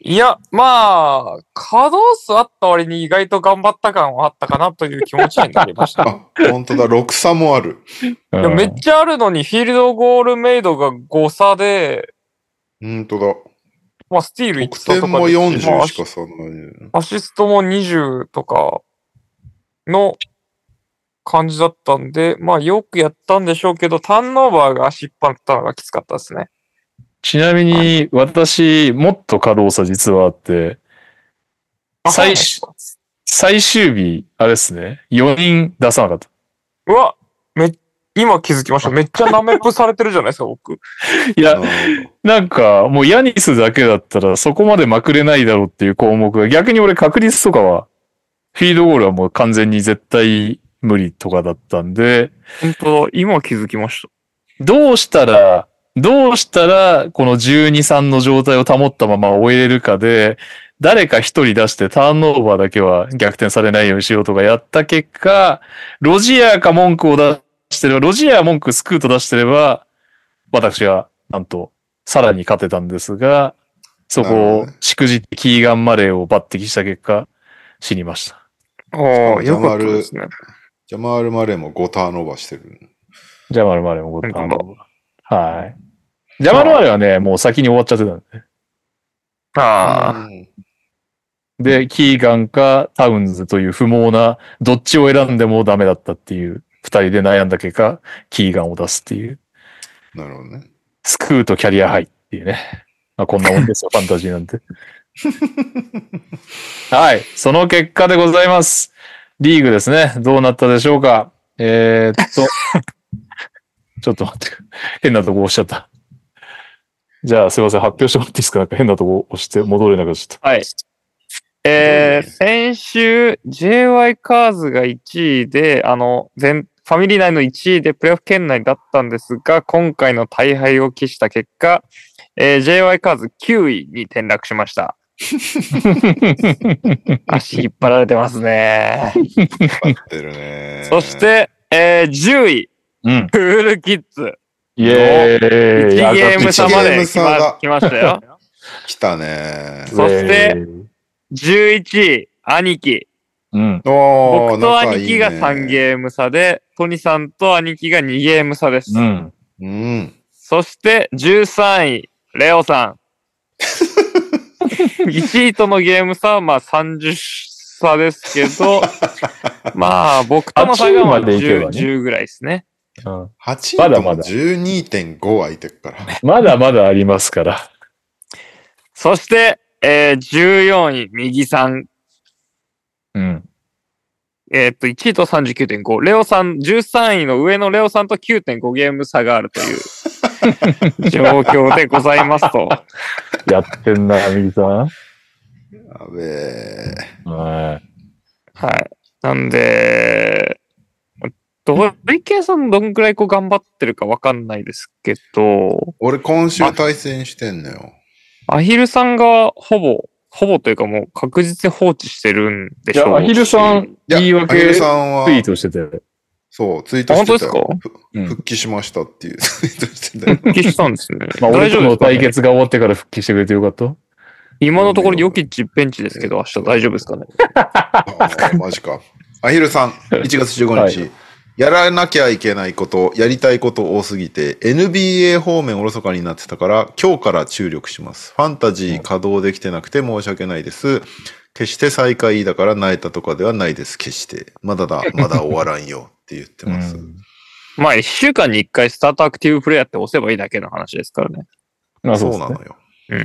いや、まあ、稼働数あった割に意外と頑張った感はあったかなという気持ちになりました。
あ、本当だ、6差もある。
う
いや
ん
めっちゃあるのに、フィールドゴールメイドが誤差で、
本当だ。
まあ、スティール1
得
とか
点も
ですまあ
40
アシ
しか差ない。
アシストも20とかの感じだったんで、まあよくやったんでしょうけど、ターンオーバーが足引っ張ったのがきつかったですね。
ちなみに、私、もっと過労さ実はあって、
あ
最終
そうなんです
最終日、あれですね、4人出さなかった。
うわ、め、今気づきました。めっちゃナメプされてるじゃないですか、僕。
いや、
なる
なんか、もうヤニスだけだったらそこまでまくれないだろうっていう項目が、逆に俺確率とかは、フィードゴールはもう完全に絶対無理とかだったんで、
本当だ、今気づきました。
どうしたら、どうしたら、この12、3の状態を保ったまま終えれるかで、誰か一人出してターンオーバーだけは逆転されないようにしようとかやった結果、ロジアか文句を出してれば、ロジア、文句、スクーと出してれば、私が、なんと、さらに勝てたんですが、そこを、しくじってキーガンマレーを抜擢した結果、死にました。
ああ、
ジャ
よ
マ
か
ー
っ
ル
たですね。
ジャマール・マレーも5ターンオーバーしてる。
ジャマルマレーもご
なる
はい。ジャマルマレーはね、もう先に終わっちゃってたんで。
あ
うん
で、キーガンかタウンズという不毛な、どっちを選んでもダメだったっていう、二人で悩んだ結果、キーガンを出すっていう、
なるほどね。
スクーとキャリアハイっていうね。まあ、こんなもんです よ、ファンタジーなんて。はい、その結果でございます。リーグですね、どうなったでしょうか。えー、っと、 ちょっと待って、変なとこ押しちゃった。じゃあ、すいません、発表してもらっていいですかなんか変なとこ押して戻れなくなっちゃった。
あ、はい。えー、先週、JY カーズが1位で、あの、全、ファミリー内の1位でプレーオフ圏内だったんですが、今回の大敗を期した結果、えー、JY カーズ9位に転落しま した。足引っ張られてますね。
やってるね。
そし、て、えー、10位、
うん。
クールキッズ。
イエーイ
1ゲーム差ま
一ゲー
で
ム
来
差が
ま来ましたよ。
来たね。
そして、11位、兄貴。
うん。
お
僕と兄貴が3
ー
ゲーム差で、トニさんと兄貴が2ゲーム差です。
うん。
ム。うん。
そして13位、レ オさん。1位とのゲーム差はまあ30差ですけ ど、まあ僕との差がまあ
8位までいけば
10,
ね
10ぐらいですね。
うん
8位
まだ
と
ま
も
だ
12.5空いてるから。
まだまだありますから。
そして、えー14位、右さん。
うん。
えーっと、1位と39.5。レオさん、13位の上のレオさんと9.5ゲーム差がある という状況でございますと。
やってんな、右さん。
やべえ。
は
はい。なんで、ど、累計さんどんくらいこう頑張ってるかわかんないですけど、
俺今週対戦してんのよ。
アヒルさんがほぼ、ほぼというかもう確実に放置してるんで
い。
しょ
いや
ん、
うし。
アヒルさ
ツ
んは、
イートしてたよ。
そう、ツイートしてたよ。
あ本
当です
うん。
復帰しましたっていうツイートしてたよ。
復帰したんですね
まあ、
大
俺
丈
と
夫で
の
すかね、
対決が終わってから復帰してくれてよかった。
今のところ良き実ベンチですけど、明日大丈夫ですかね。
あ マジか。アヒルさん、1月15日。
は
やらなきゃいけないこと、やりたいこと多すぎて、NBA 方面おろそかになってたから、今日から注力します。ファンタジー稼働できてなくて申し訳ないです。決して最下位だから泣いたとかではないです。決して。まだだ、まだ終わらんよって言ってます。
うん
まあ、一週間に一回スタートアクティブプレイヤーって押せばいいだけの話ですからね。
まあ、そ
そうう
で
な
すね
の。よ。
うん。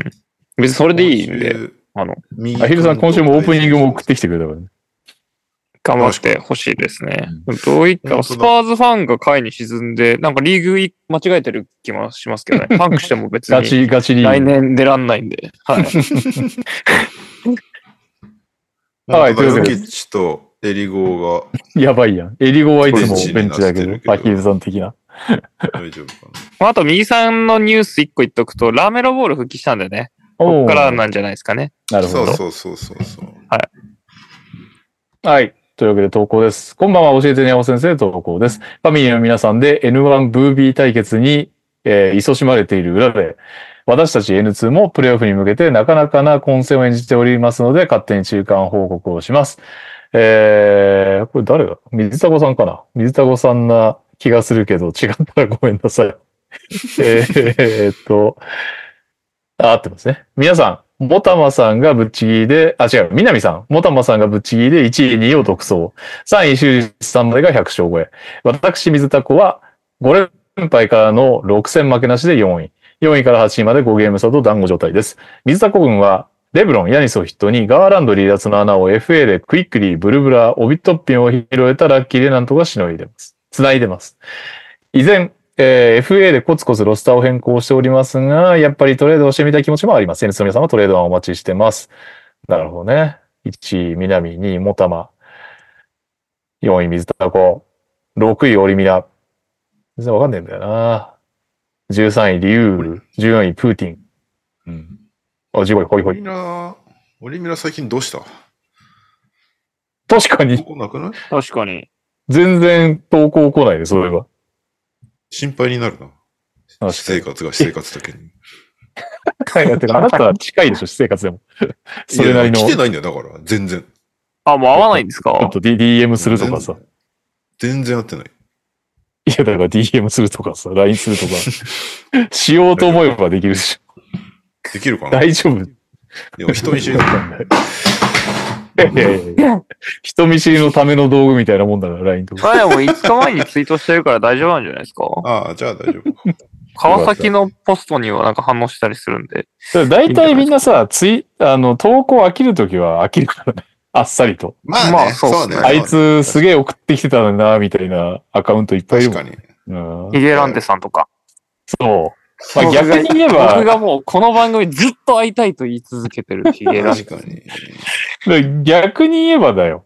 別にそれでいいんで、あの、
今週。
アヒルさん、今週もオープニングも送ってきてくれたからね。
頑張ってほしいですね。どういった
本当だ
スパーズファンが下位に沈んで、なんかリーグい間違えてる気もします けどね。パンクしても別
ガ
に
チ、ガチリーグ。
来年出らんないんで。 はい。
は、
はいい
と
と
い
いうう
こで。
ことで
ルキッチとエリゴ
やばいやん。エリゴはいつもベンチだ
ベンチ
け
になってるけど
ど、アヒルさん的な。
ーが大丈夫かな。
まああと、右さんのニュース一個言っとくと、ラメロボール復帰したんでね。
お
こ
お
っ
ー
からなんじゃないですかね。
なるほ
そ
ど
う。そうそうそうそう。
はい。というわけで投稿です。こんばんは、教えてねお先生投稿です。ファミリーの皆さんで N1 ブービー対決に、えー、勤しまれている裏で、私たち N2 もプレイオフに向けてなかなかな混戦を演じておりますので、勝手に中間報告をします。えー、これ誰だ水田子さんかな水田子さんな気がするけど、違ったらごめんなさい。えーっと、あ、合ってますね。皆さん、もたまさんがぶっちぎりで、あ、違う、みなみさん、もたまさんがぶっちぎりで1位、2位を独走。3位、修士さんまでが100勝超え。私、水田子は5連敗からの6戦負けなしで4位。4位から8位まで5ゲーム差と団子状態です。水田子軍は、レブロン、ヤニスを筆頭に、ガーランド離脱の穴を FA でクイックリー、ブルブラ、オビットッピンを拾えたラッキーでなんとかしのいでます。繋いでます。以前、えー FA でコツコツロスターを変更しておりますが、やっぱりトレードをしてみたい気持ちもあります。n の皆さんはトレードはお待ちしてます。なるほどね。1位、南、2位、モタマ。4位、水田子。6位、オリミラ。全然わかんねえんだよな。13位、リュウル。14位、プーティン。うん。あ、15位、ホイホ
オリ
イ。
ミラ、オリミラ最近どうしたこ
確かに、
こなくない
確かに。
全然投稿来ないね、それは。
心配になるな。
あ
私生活が私生活だけに。
いやてかあなたは近いでしょ、私生活でも。それなりの、
いや
ち
来て
ょ
ないんだよ、だから。全然。
あ、もう合わないんです
っ
か
と D- DM するとかさ。
全然合ってない。
いや、だから DM するとかさ、LINE するとか、しようと思えばできるでしょ。
できるかない
大丈夫。
や、人見知り だから。
いやいやいや人見知りのための道具みたいなもんだから、LINE とか。
あ、でも5日前にツイートしてるから大丈夫なんじゃないですか
ああ、じゃあ大丈夫。
川崎のポストにはなんか反応したりするんで。
だから大体みんなさ、ツイ、あの、投稿飽きるときは飽きるからね。あっさりと。
まあね、
まあ
そ
そううっす
ね。
ね
あいつすげえ送ってきてたんだな、みたいなアカウントいっぱいいる
確
もん
か。に。
うん
ヒゲランテさんとか。
そう。まあ、逆に言えば、
僕がもうこの番組ずっと会いたいと言い続けてるヒゲランテ。
確かに。
逆に言えばだよ。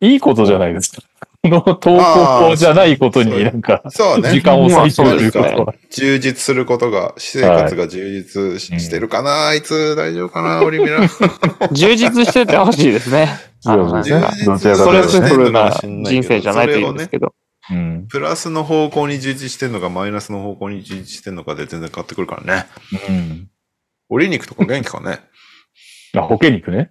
いいことじゃないですか。この投稿じゃないことになんか、
そうね
時。間を割いて
そう
るとい
です
うこ
ね
とは。
充実することが、私生活が充実し,、
はい
てるかなあいつ大丈夫かなオリミラ。
充実しててほしいですね。あのな ん
そうで
か
すねどちらか
スト
という
レ
と
ス
ね
フルな人生じゃないというんですけど。
うん。
プラスの方向に充実してんのか、マイナスの方向に充実してんのかで全然変わってくるからね。
うん。
オリニクとか元気かね。
あ、保険肉ね。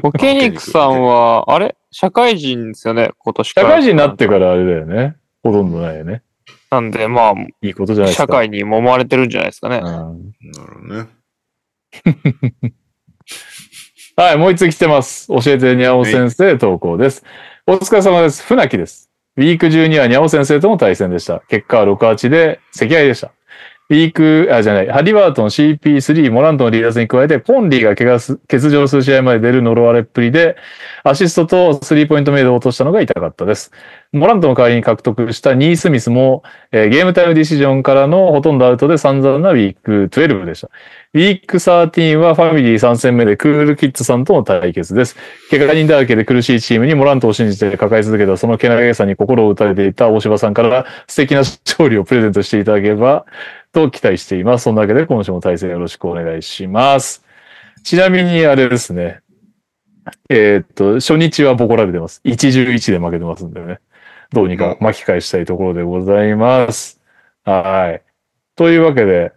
ボケニクさんは、あれ社会人ですよね、今年か
社
ら。
会人になってからあれだよね。ほとんどないよね。
なんで、ま
いいことじゃない
あ、
です
社
か。
会に揉まれてるんじゃないですかね。
うん
なるほどね。
はい、もう一つ来てます。教えてにゃお先生投稿です。お疲れ様です。船木です。ウィーク中にはにゃお先生との対戦でした。結果は6-8で赤敗でした。ウィーク、あ、じゃない、ハリバートン CP3、モラントの離脱に加えて、ポンリーが怪我す、欠場する試合まで出る呪われっぷりで、アシストとスリーポイントメイドを落としたのが痛かったです。モラントの代わりに獲得したニースミスも、えーゲームタイムディシジョンからのほとんどアウトで散々なウィーク12でした。ウィーク13はファミリー3戦目でクールキッズさんとの対決です。怪我人だらけで苦しいチームにモラントを信じて抱え続けたそのけなげさに心を打たれていた大柴さんから素敵な勝利をプレゼントしていただければと期待しています。そんなわけで今週も対戦よろしくお願いします。ちなみにあれですね。えーっと、初日はボコられてます。111で負けてますんでね。どうにか巻き返したいところでございます。はい。というわけで、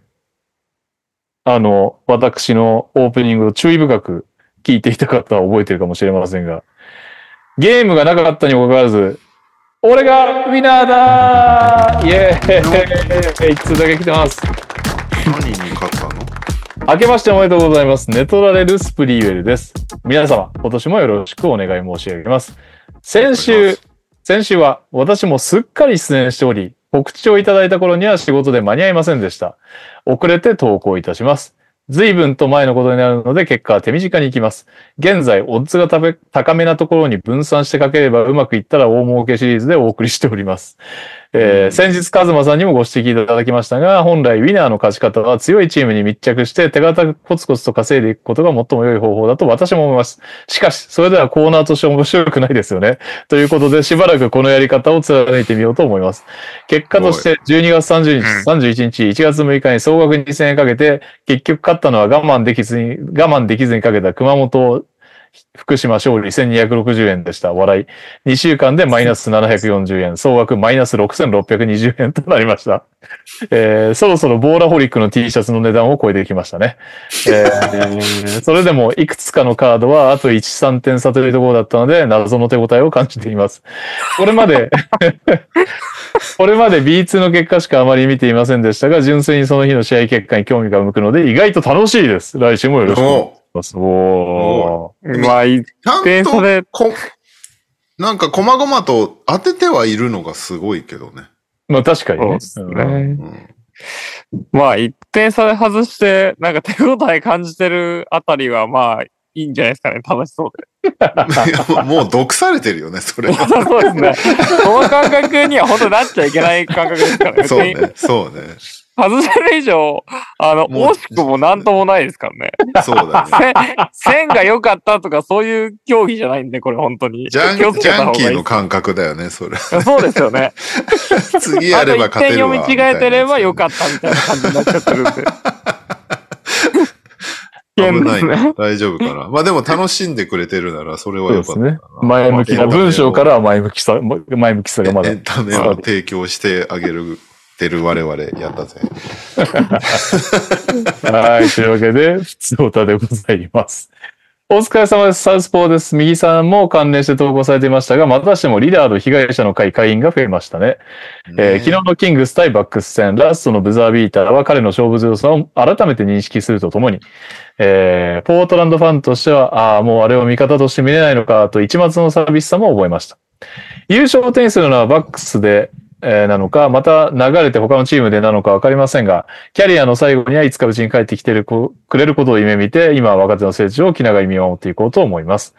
あの、私のオープニングを注意深く聞いていた方は覚えてるかもしれませんが、ゲームがなかったにもかかわらず、俺がウィナーだーイエーイ一通だけ来てます。
何に勝ったの
明けましておめでとうございます。ネトラレルスプリーウェルです。皆様、今年もよろしくお願い申し上げます。先週、先週は私もすっかり出演しており、告知をいただいた頃には仕事で間に合いませんでした。遅れて投稿いたします。随分と前のことになるので結果は手短にいきます。現在、オッズがたべ高めなところに分散してかければうまくいったら大儲けシリーズでお送りしております。えー
うん
先日、カズマさんにもご指摘いただきましたが、本来ウィナーの勝ち方は強いチームに密着して手堅くコツコツと稼いでいくことが最も良い方法だと私も思います。しかし、それではコーナーとして面白くないですよね。ということで、しばらくこのやり方を貫いてみようと思います。結果として、12月30日、31日、1月6日に総額2000円かけて、結局勝ったのは我慢できずに、我慢できずにかけた熊本、福島勝利1260円でした。笑い。2週間でマイナス740円、総額マイナス6620円となりました。えーそろそろボーラホリックの T シャツの値段を超えてきました ね。えーそれでもいくつかのカードはあと1、3点差というところだったので、謎の手応えを感じています。これまで、 これまで B2 の結果しかあまり見ていませんでしたが、純粋にその日の試合結果に興味が向くので、意外と楽しいです。来週もよろしくお願いし
お
ます。お
い
まあ、一
ちゃん
点差
と、
で、
こ、なんか、細々と当ててはいるのがすごいけどね。
ーまあ確かに
そう
ね
で。す
うん
う
ね。
ん。
まあ、一点差で外して、なんか手応え感じてるあたりは、まあ、いいんじゃないですかね。楽し そうで。
いやもうもう毒されてるよね、 それは。
そうですね。この感覚には本当になっちゃいけない感覚ですからね。
そうね、そうね。
外せる以上、あの、
もう
惜しくもなんともないですからね。
そうだね。
せ線が良かったとか、そういう競技じゃないんで、これ本当に。
ジャン
気をつ
ジ
けた
ャ
方
ンキ
がい
ー
い
の感覚だよね、それ。
そうですよね。
次や
あと
れば
一
勝
点
てる
読
わ。
み違えてれば良かったみたいな感じになっちゃってるんで。
危
危
ない
ね。
ね。大丈夫かな。まあでも楽しんでくれてるなら、それは
そう
良
で
かっ
す
たな
ね。。前向きな、
まあ
文章からは前向きさ、前向きさがま
エ
だ
ン。タメを提供してあげるってる我々やったぜ。
はい。というわけで、普通オタでございます。お疲れ様です。サウスポーです。右さんも関連して投稿されていましたが、またしてもリラード被害者の会会員が増えましたね。えー昨日のキングス対バックス戦、ラストのブザービーターは彼の勝負強さを改めて認識するとともに、えーポートランドファンとしては、ああ、もうあれを味方として見れないのかと一抹の寂しさも覚えました。優勝を手にするのはバックスで、えーなのか、また流れて他のチームでなのかわかりませんが、キャリアの最後にはいつかうちに帰ってきてるこくれることを夢見て、今は若手の成長を気長に見守っていこうと思います。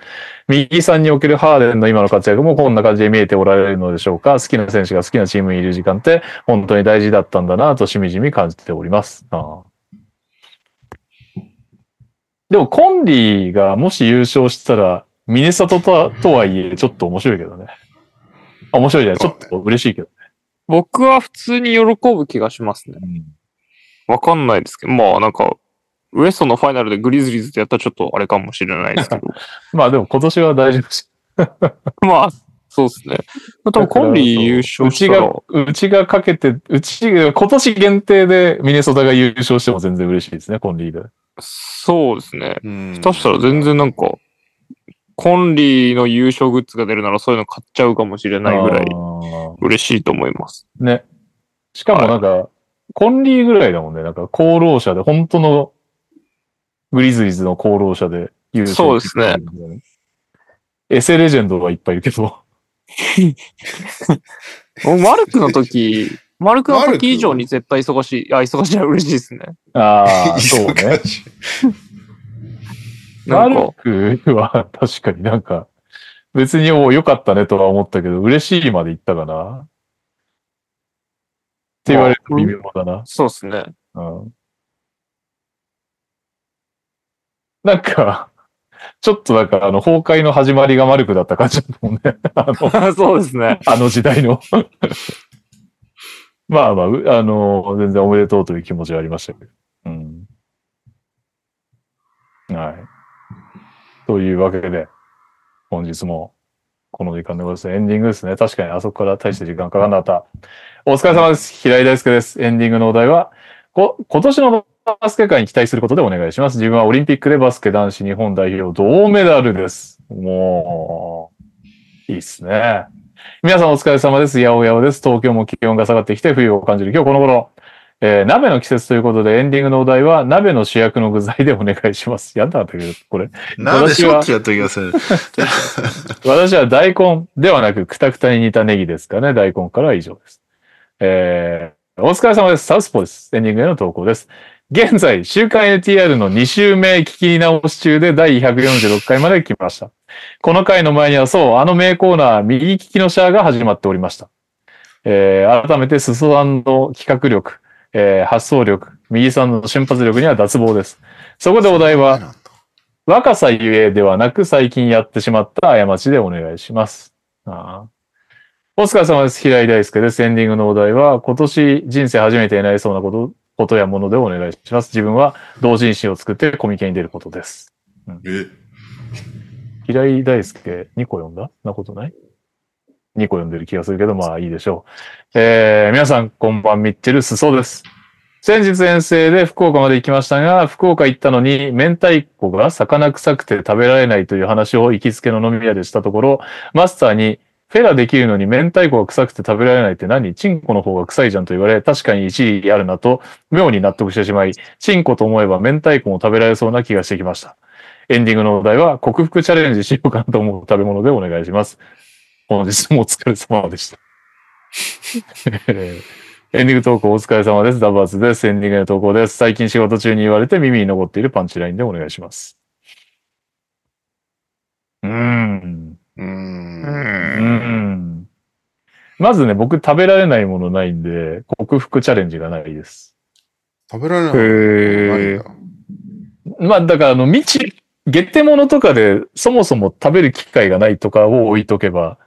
右さんにおけるハーデンの今の活躍もこんな感じで見えておられるのでしょうか好きな選手が好きなチームにいる時間って本当に大事だったんだなとしみじみ感じております。ああでもコンリーがもし優勝したらミネサトとはとはいえちょっと面白いけどね。あ面白いじゃないちょっと嬉しいけど。
僕は普通に喜ぶ気がしますね。わかんないですけど、まあなんか、ウエストのファイナルでグリズリーズってやったらちょっとあれかもしれな いですけど。
まあでも今年は大丈夫です。
まあ、そうですね。多分コンリー優勝
う
し
ち
たら
が、、うちがかけて、うちが今年限定でミネソタが優勝しても全然嬉しいですね、コンリーで。
そうですね。
うん
下手したら全然なんか、コンリーの優勝グッズが出るならそういうの買っちゃうかもしれないぐらい
あー
嬉しいと思います。
ね。しかもなんか、コンリーぐらいだもんね。なんか功労者で、本当のグリズリーズの功労者で優勝。
そうですね。
エセレジェンドはいっぱいいるけど。
もうマルクの時、 マルクの
マルク
時以上に絶対忙しい。あ、忙しいは嬉しいですね。
ああ、 そうね。
忙しい
な
マ
んか、
ルクは確かになんか、別におう良かったねとは思ったけど、嬉しいまで言ったかな。って言われると微妙だな。
そうですね。
うんなんか、ちょっとなんかあの崩壊の始まりがマルクだった感じだもんね。あの、
そうですね。
あの時代の。 まあまあ、うあの、全然おめでとうという気持ちはありましたけど。うん。はい。というわけで、本日もこの時間でございます。エンディングですね。確かにあそこから大して時間かかんなかった。お疲れ様です。平井大輔です。エンディングのお題は、こ今年のバスケ界に期待することでお願いします。自分はオリンピックでバスケ男子日本代表銅メダルです。もう、いいっすね。皆さんお疲れ様です。やおやおです。東京も気温が下がってきて冬を感じる今日この頃。えー鍋の季節ということでエンディングのお題は鍋の主役の具材でお願いします。やんなかったけど、これ。
なんで
私
し
は
ょっちゅうやった気がする。
私は大根ではなく、くたくたに煮たネギですかね。大根からは以上です。えー、お疲れ様です。サウスポーです。エンディングへの投稿です。現在、週刊 NTR の2週目聞き直し中で第146回まで来ました。この回の前にはそう、あの名コーナー、右利きのシャアが始まっておりました。えー、改めて、裾さんの企画力、えー、発想力、右さんの瞬発力には脱帽です。そこでお題は、若さゆえではなく最近やってしまった過ちでお願いします。ああお疲れ様です。平井大輔です。エンディングのお題は、今年人生初めてになりそうなこと、ことやものでお願いします。自分は同人誌を作ってコミケに出ることです。
え、
平井大輔、2個読んだなことない2個読んでる気がするけど、まあいいでしょう。えー、皆さん、こんばんみっちるすそです。先日遠征で福岡まで行きましたが、福岡行ったのに、明太子が魚臭くて食べられないという話を行きつけの飲み屋でしたところ、マスターに、フェラできるのに明太子が臭くて食べられないって何チンコの方が臭いじゃんと言われ、確かに一理あるなと、妙に納得してしまい、チンコと思えば明太子も食べられそうな気がしてきました。エンディングのお題は、克服チャレンジしようかなと思う食べ物でお願いします。本日もお疲れ様でした。 えーエンディング投稿お疲れ様です。ダバーズです。エンディングの投稿です。最近仕事中に言われて耳に残っているパンチラインでお願いします。うーん。
うー。
うん
うー
ん。
ん。まずね、僕食べられないものないんで、克服チャレンジがないです。
食べられない。
へー
何が
まあ、だから、あの、未知、ゲテモノとかで、そもそも食べる機会がないとかを置いとけば、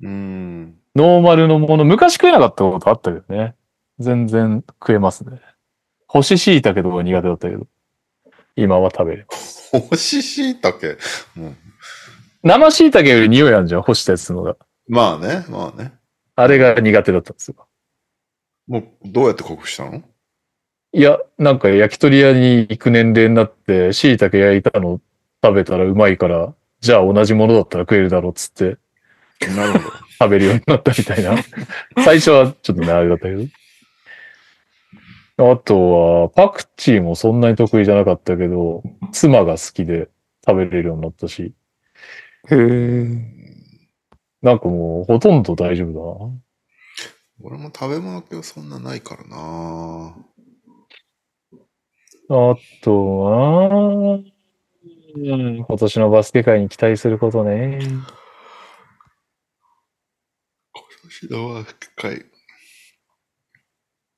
うーん。
ノーマルのもの、昔食えなかったことあったけどね。全然食えますね。干し椎茸とか苦手だったけど、今は食べれる。
干し椎茸。
生椎茸より匂いあるじゃん、干したやつのが。
まあね、まあね。
あれが苦手だったんですよ。
もう、どうやって克服したの
いや、なんか焼き鳥屋に行く年齢になって、椎茸焼いたの食べたらうまいから、じゃあ同じものだったら食えるだろうっつって
なるほど。
食べるようになったみたいな。最初はちょっとね、あれだったけど。あとは、パクチーもそんなに得意じゃなかったけど、妻が好きで食べれるようになったし、
へえ。
なんかもうほとんど大丈夫だな。
俺も食べ物系はそんなないからな
あとは、うん今年のバスケ界に期待することね。
今年のワーク会。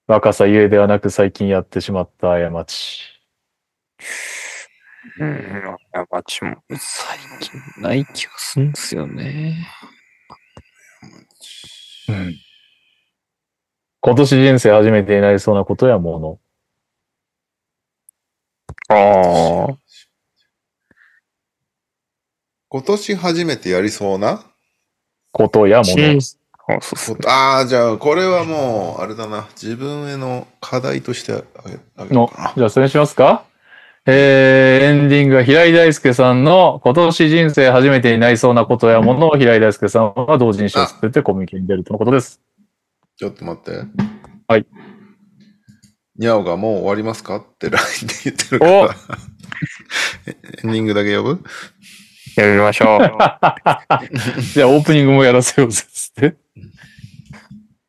若さゆえではなく最近やってしまった過ち。
うん、過ちも最近ない気がするんですよね。
今年人生初めてになりそうなことやもの。
ああ。
今年初めてやりそうな
ことやもの。
あそうそう。
ああ、じゃあ、これはもう、あれだな。自分への課題としてあげ、あげよ
の
うか、
じゃあそれにしますかえー、エンディングは平井大輔さんの今年人生初めてになりそうなことやものを平井大輔さんは同人誌を作ってコミュニケに出るとのことです。
な。ちょっと待って。
はい。
にゃおがもう終わりますかって LINE で言ってるから。エンディングだけ呼ぶ
やめましょう。 あ
じゃあオープニングもやらせようぜっつって。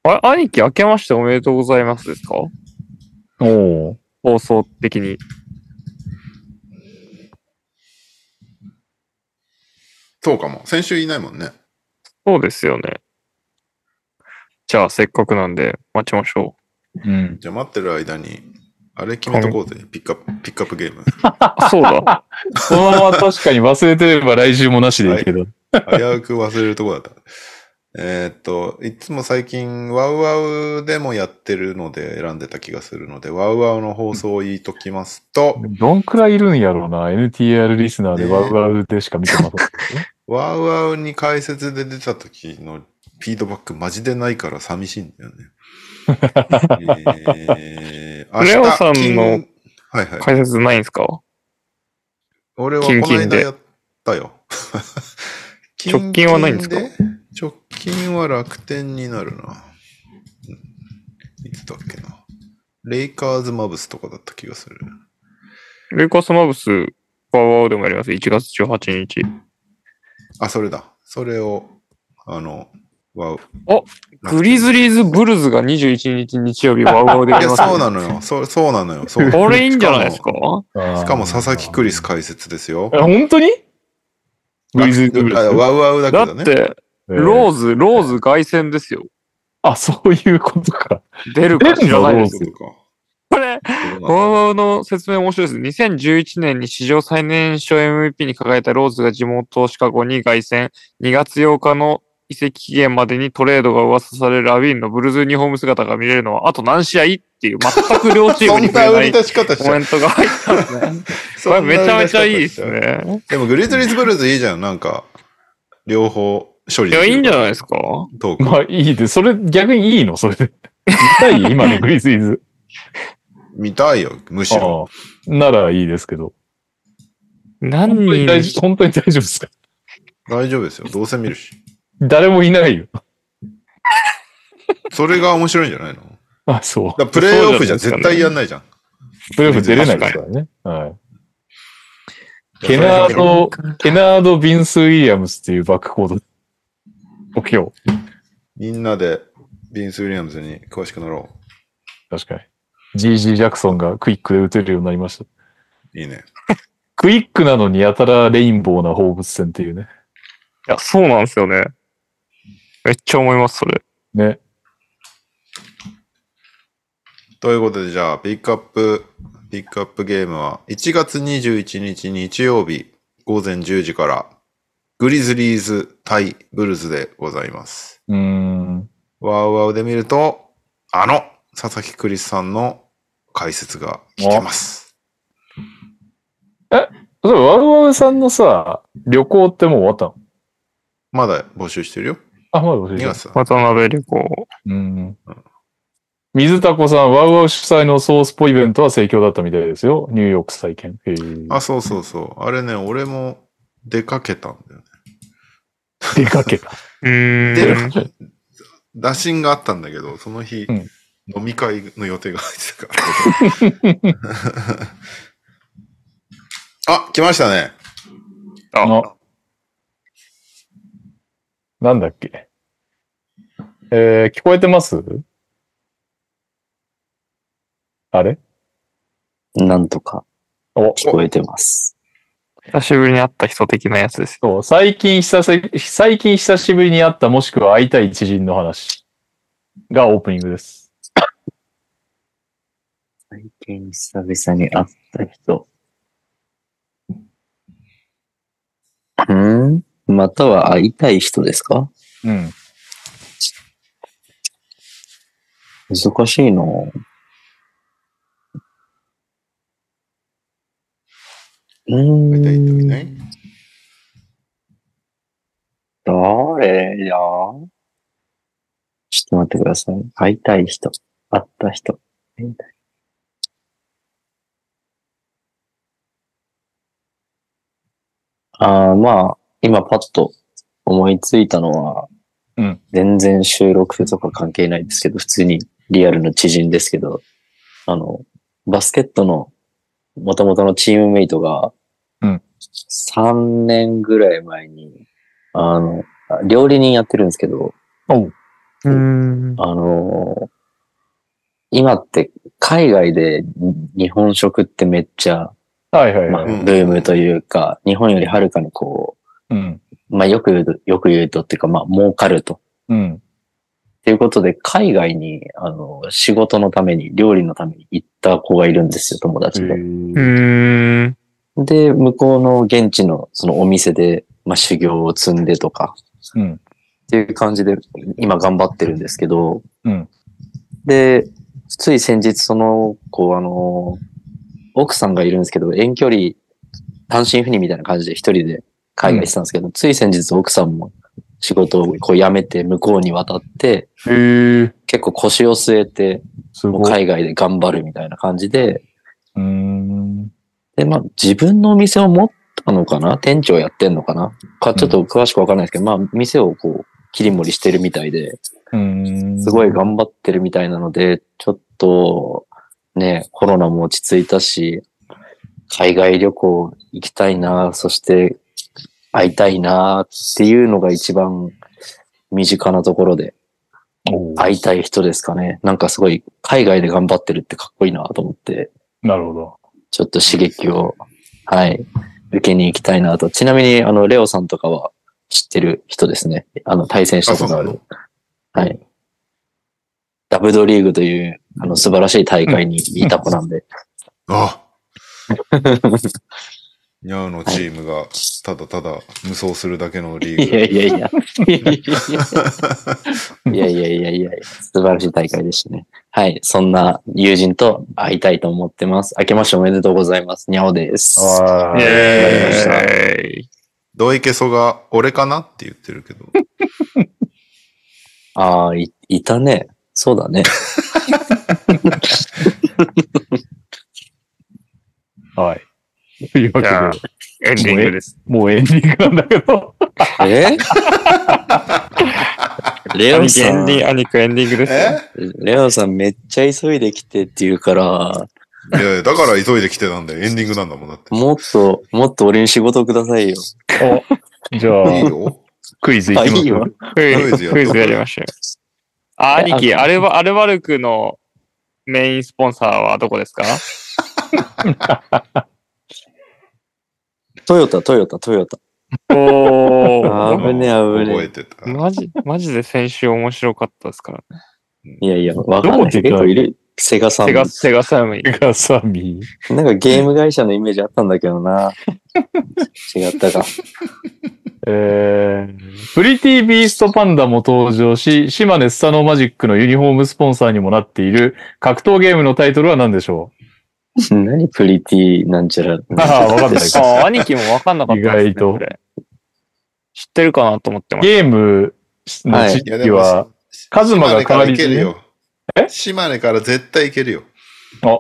れ、兄貴、明けましておめでとうございますですか
おお。
放送的に。
そうかも。先週いないもんね。
そうですよね。じゃあ、せっかくなんで、待ちましょ
うん。
じゃあ待ってる間に、あれ決めとこうぜ。ピックアップ、ピックアップゲーム。
う。あそうだ。
そのまま確かに忘れてれば来週もなしでいいけど。
危うく忘れるとこだった。 えーっと、いつも最近、ワウワウでもやってるので選んでた気がするので、ワウワウの放送を言いときますと、
どんくらいいるんやろうな ?NTR リスナーでワウワウでしか見てません。
ワウワウに解説で出た時のフィードバックマジでないから寂しいんだよ ね。えー、明日
レオさんの
金はいはい。
解説ないんですか
俺はこ
近
の
々
間
で
やったよ。
直近はないんですか
近々で直近は楽天になるな。うんいつだっけな。レイカーズマブスとかだった気がする。
レイカースマブス、ワーワーでもやります。1月18日。
あ、それだ。それを、あの、わ
おグリズ
リ
リーズ・ブルズが21日日曜日、ワーワーでや
い
り
や、
ます。
そうなのよ。そうそうな のよ。そう
これいいんじゃないです
しか
か
も、しかも佐々木クリス解説ですよ。
え本当に
あ
グリズリーズブルー
あワウワウだけ
だ
どね。
って、ローズ、ローズ凱旋ですよ。
あ、そういうことか。
出るか知らない
出るの
です。
そうか
これ、ワーワーの説明面白いです。2011年に史上最年少 MVP に輝いたローズが地元シカゴに凱旋。2月8日の移籍期限までにトレードが噂されるアウィーンのブルーズユニフォーム姿が見れるのは、あと何試合っていう全く両チ ー
そ
ムに
んな
触れ
売
な
り
い
出し方し
コ
ちゃ
メ
う。
ントが入ったんですね。こ
そ
れ
んな
めちゃめちゃいい
売り
で
出し方し
す
ちゃう
ね。
でもグリズリーズブルーズいいじゃん。なんか、両方処理
いや、いいんじゃないです
か。
か
トーク。
まあいいで、それ逆にいいのそれで。見たい今のグリズリ ーズ。
見たいよ、むしろ。
ああならいいですけど。
何
本当に
人
大丈夫本当に大丈夫ですか
大丈夫ですよ。どうせ見るし。
誰もいないよ。
それが面白いんじゃないのだか
あ、そう。
らプレイオフじゃ絶対やんないじゃん。
プレイオフ出れないですからね。はい。ケナード、ケナード・ビンス・ウィリアムスっていうバックコード。目標。
みんなで、ビンス・ウィリアムズに詳しくなろ
確かに。GG ジャクソンがクイックで打てるようになりました。
う。いいね。
クイックなのにやたらレインボーな放物線っていうね。
いや、そうなんですよね。めっちゃ思います、それ。
ね。
ということで、じゃあ、ピックアップ、ピックアップゲームは、1月21日日曜日午前10時から、グリズリーズ対ブルズでございます。
うーん。
ワウワウで見ると、あの、佐々木クリスさんの解説が聞けます。
例えば、ワウワウさんのさ、旅行ってもう終わったの
まだ募集してるよ。
あ、まだ忘れ
2
てた。
月だ。
渡辺旅行。
うん。水田子さん、ワウワウ主催のソースポイベントは盛況だったみたいですよ。ニューヨーク再建。へー
あ、そうそうそう。あれね、俺も出かけたんだよね。
出かけた。
うーん
で、 打診があったんだけど、その日、
うん
飲み会の予定が入ってたから。 あ、来ましたね。
あ
のなんだっけ。えー、聞こえてますあれ
なんとか
お、
聞こえてます。
久しぶりに会った人的なやつです。
そう、最近久し、最近久しぶりに会ったもしくは会いたい知人の話がオープニングです。
最近久々に会った人。うんまたは会いたい人ですか
うん。
難しいなうん。
会いたい人いない
誰やちょっと待ってください。会いたい人。会った人。会いたいああ、まあ、今パッと思いついたのは、
うん
全然収録とか関係ないですけど、普通にリアルの知人ですけど、あの、バスケットの元々のチームメイトが、
うん
3年ぐらい前に、あの、料理人やってるんですけど、
うん。
あの、今って海外で日本食ってめっちゃ、
はいはい
まあ、
はい。
ブ
うん
ームというか、日本よりはるかにこ
うん。
う、まあよく言うと、よく言うとっていうか、まあ儲かると。
うん。
っていうことで、海外に、あの、仕事のために、料理のために行った子がいるんですよ、友達で。
うーん。
で、向こうの現地のそのお店で、まあ、修行を積んでとか、
うん
っていう感じで、今頑張ってるんですけど、
うん
で、つい先日その子、あの、奥さんがいるんですけど、遠距離、単身赴任みたいな感じで一人で海外行ってたんですけど、つい先日奥さんも仕事をこう辞めて向こうに渡って、
へー
結構腰を据えて、
す
もう
ごい。
海外で頑張るみたいな感じで、
うーん。
で、まあ、自分のお店を持ったのかな店長やってんのかなか、ちょっと詳しくわからないですけど、まあ、店をこう、切り盛りしてるみたいで、
うーん。
すごい頑張ってるみたいなので、ちょっと、ね、コロナも落ち着いたし、海外旅行行きたいな、そして会いたいな、っていうのが一番身近なところで、
おー
会いたい人ですかね。なんかすごい、海外で頑張ってるってかっこいいなと思って、
なるほど。
ちょっと刺激を、はい、受けに行きたいなと。ちなみに、あの、レオさんとかは知ってる人ですね。あの、対戦したことがあ
あそ
る。はい。ダブドリーグという、あの、素晴らしい大会にいた子なんで。
あニャーのチームがただただ無双するだけのリ
い
ーグ。
やい やいや。いやいやいやいや素晴らしい大会でしたね。はい。そんな友人と会いたいと思ってます。明けましておめでとうございます。にゃおです。
あ
イ
ー
エーイ。
ドイケソが俺かなって言ってるけど。
ああ、い、いたね。そうだね。
はい。というわ
じゃあ
けで、
エンディングです。
もうエンディングなんだけ ど。
えレ
エン
オ
デ
さん
ィン、グ、アニクエンディングです。
レオさんめっちゃ急いできてって言うから、
いやいや、だから急いで来てたんでエンディングなんだもんだって。
もっと、もっと俺に仕事をくださいよ。
じゃ
いい
あ、
よ。
クイズいき
あ、
ま
いい
す
よ
か。。
クイ
クイズ
ズ、
や
クイズやりましょう。あ、
え
兄貴、
あ
アルバ、アルバルクのメインスポンサーはどこですか
トヨタ、トヨタ、トヨタ。
お
あ危ねえ危ね
覚
え
えてた。
マジ、マジで先週面白かったですからね。
いやいや、わかん
どこ
ない。
って
結
言った
構いる。セガさん。
セガ、セガサミ。
ガサミ。
なんかゲーム会社のイメージあったんだけど な。違ったか。
えー、プリティビーストパンダも登場し、島根スサノーマジックのユニフォームスポンサーにもなっている格闘ゲームのタイトルは何でしょ
何プリティなんちゃら。
うああ、わかんない。
あ、兄貴もわかんなかったですね、
意外と
これ知ってるかなと思ってました。
ゲームの
はい
時期は、カズマが代わり
いけ
に
る
ね、
よ。島根から絶対行けるよ。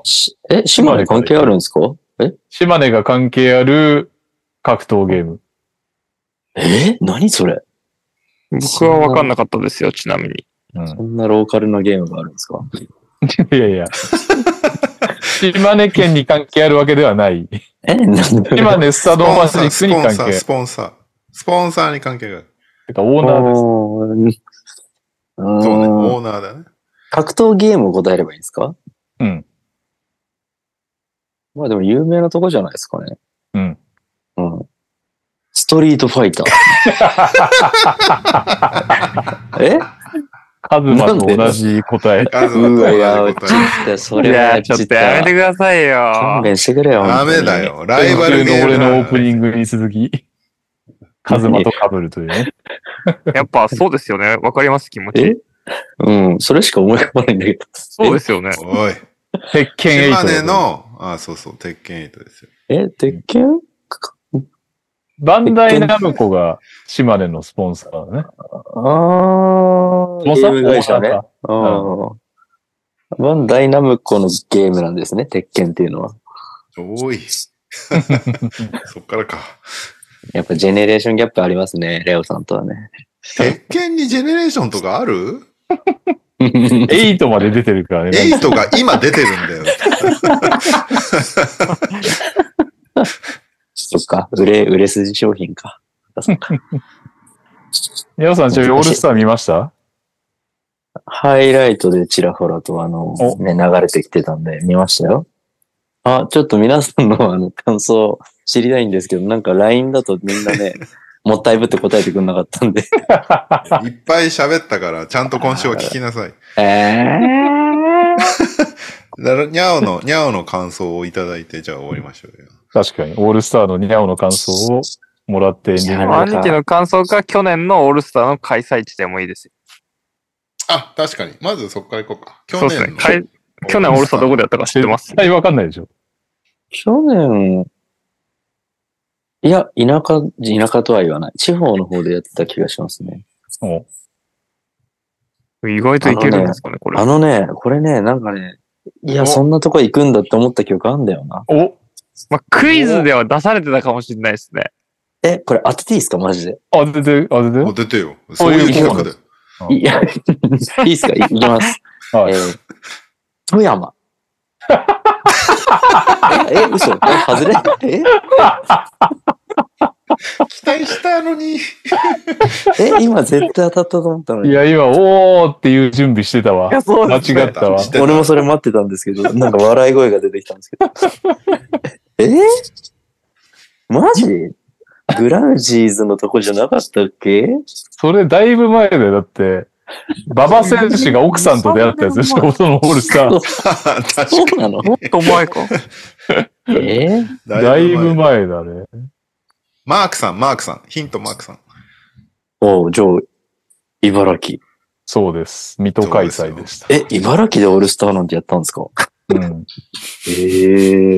し え、島根関係あるんですかえ
島根が関係ある格闘ゲーム。
え何それ
僕は分かんなかったですよ、ちなみに。
そんなローカルなゲームがあるんですか
いやいや。島根県に関係あるわけではない。
えなんで
島根スタドーマ
ス
シ
ポ
リ
ン
ッ
サ
ク
ー
に関
スポンサー、
係
ス。ポンサー。スポンサーに関係がある。
てかオーナーです。
おー う
そうね、
ーん
オーナーだね。
格闘ゲームを答えればいいんですか
うん。
まあでも有名なとこじゃないですかね。
うん。
うん。ストリートファイター。え
カズマと同じ答え。
あず
うわ、い
ま
や、
と同
う
じ
ち
答え
って、それは
ちょっとやめてください
勘
よ。
弁してくれよ。
ダメだ。よ。ライバル
先
ゲ
週
ーム
の俺
だ
のオープニングに続き、カズマと被るというね。
やっぱそうですよね。わかります、気持ち。
えうん、それしか思い浮かばないんだけど。
そうですよね。
おい。
鉄拳
島根
8だね。
の、あ、そうそう、鉄拳8ですよ。
え、鉄拳か
バンダイナムコが島根のスポンサーだね。
あー、
スポン
ゲ
サ
ーム会社
ー
ね。
か
うん。バンダイナムコのゲームなんですね、鉄拳っていうのは。
おい。 そっからか。
やっぱジェネレーションギャップありますね、レオさんとはね。
鉄拳にジェネレーションとかある
8まで出てるからね。
エイトが今出てるんだよ。
そっか、売れ、売れ筋商品か。そっか
ヤオさん、ちなみにオールスター見ました
ハイライトでちらほらとあの、
お
ね、流れてきてたんで、見ましたよ。あ、ちょっと皆さんのあの、感想知りたいんですけど、なんか LINE だとみんなね、もったいぶって答えてくれなかったんで。
いっぱい喋ったから、ちゃんと今週は聞きなさい。
ええ
だろにゃおの、にゃおの感想をいただいて、じゃあ終わりましょうよ。
確かに。オールスターのニャオの感想をもらってエンディング
いや
兄貴の感想か、去年のオールスターの開催地でもいいですよ。
あ、確かに。まずそっから行こうか。去
そうですね
年。の
かい去年オールスターどこでやったか知ってます
絶対わかんないでしょ。
去年、いや、田舎、田舎とは言わない。地方の方でやってた気がしますね。
お
意外といけるんですかね、これ
あ。のね、これね、なんかね、いや、
お
そんなとこ行くんだって思った記憶あんだよな。
お
まあ、クイズでは出されてたかもしれないですね。
え、これ当てていいですかマジで。
あ、出て、あ、出て
お
よ。
出てよ。そういう企画で。
いいや、いいですかいいきます。
はい
えー富山。え、え嘘え、外れえ、
期待したのに。
え、今絶対当たったと思ったの
い
に。
や、今、おーっていう準備してたわ。
そう
間違ったわ。
してた
俺もそれ待ってたんですけど、 なんか笑い声が出てきたんですけど。えマジグラウジーズのとこじゃなかったっけ
それ、だいぶ前で、だって、馬場選手が奥さんと出会ったやつでしょ、 そのオールスター。
確か
そうなの
もっ と前か。
え
に。
だいぶ。前だね。
マークさん、マークさん。ヒントマークさん。
おう、じゃあ、茨城。
そうです。水戸開催でした。
え、茨城でオールスターなんてやったんですか
うん。
え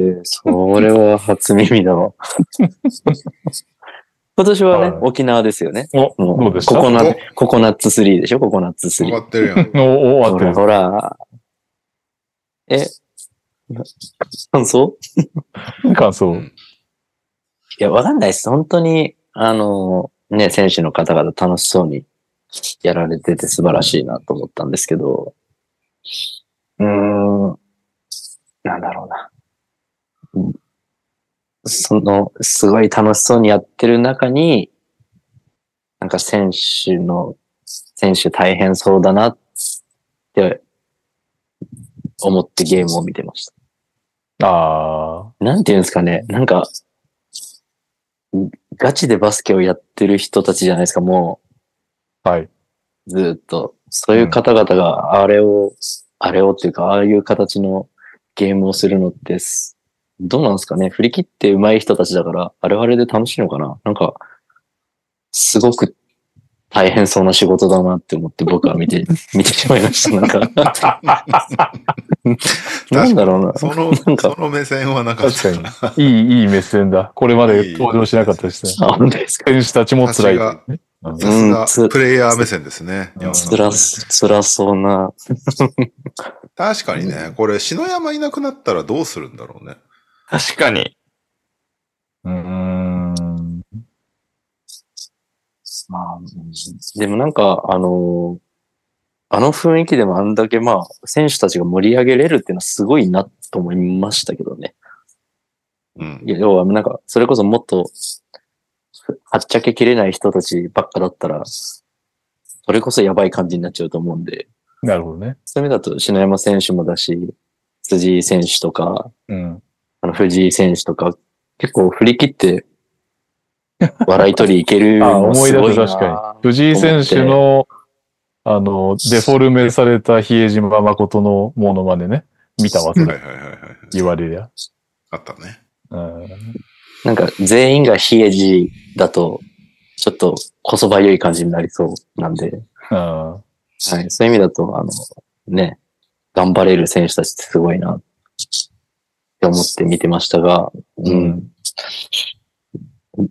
えそれは初耳だわ。 今年はね、
はい
沖縄ですよね。
お、
も
どうでした
ココナ
お
ココナッツ3でしょココナッツ3。
わかってるやん。
お、お、あ
ほ
って
ら
る。
ほら。え、感想
感想。
うん
いや、わかんないです。本当に、あの、ね、選手の方々楽しそうにやられてて素晴らしいなと思ったんですけど、うーん、なんだろうな。うんその、すごい楽しそうにやってる中に、なんか選手の、選手大変そうだなって思ってゲームを見てました。
あ
なんていうんですかね、なんか、んガチでバスケをやってる人たちじゃないですか、も
ー。はい。
う、ずーっと。そういう方々が、あれを、あれをっていうか、ああいう形のゲームをするのってす、どうなんですかね振り切って上手い人たちだから、あれはあれで楽しいのかななんか、すごく大変そうな仕事だなって思って僕は見て、見てしまいました。なんか。なんだろうな。
その、
なんか
その目線はなかったな。
いい、いい目線だ。これまで登場しなかったし
あ
さ。
本当ですか
選手たちも辛い。
さ
う
す
ん
が、
つ
プレイヤー目線ですね。山田
辛す、辛そうな。
確かにね、これ、篠山いなくなったらどうするんだろうね。
確かに。
うーん。
まあ、うんでもなんか、あの、あの雰囲気でもあんだけまあ、選手たちが盛り上げれるっていうのはすごいなと思いましたけどね。
うん。
いや要はなんか、それこそもっと、はっちゃけきれない人たちばっかだったら、それこそやばい感じになっちゃうと思うんで、
なるほどね。
そういう意味だと篠山選手もだし、辻井選手とか、
うん。
あの藤井選手とか、結構振り切って、笑い取りいける
あ、
の
思い
す
出
ごい
す
な
確かに。藤井選手の、あの、デフォルメされた比江島誠のモノマネね。見たわ、そ
はい
れ。
はいはいはい。
言われりゃ。
あったね。
うん。
なんか全員がヒエジだと、ちょっとこそばゆい感じになりそうなんで、
うん
はい、そういう意味だと、あの、ね、頑張れる選手たちってすごいな、って思って見てましたが、うん。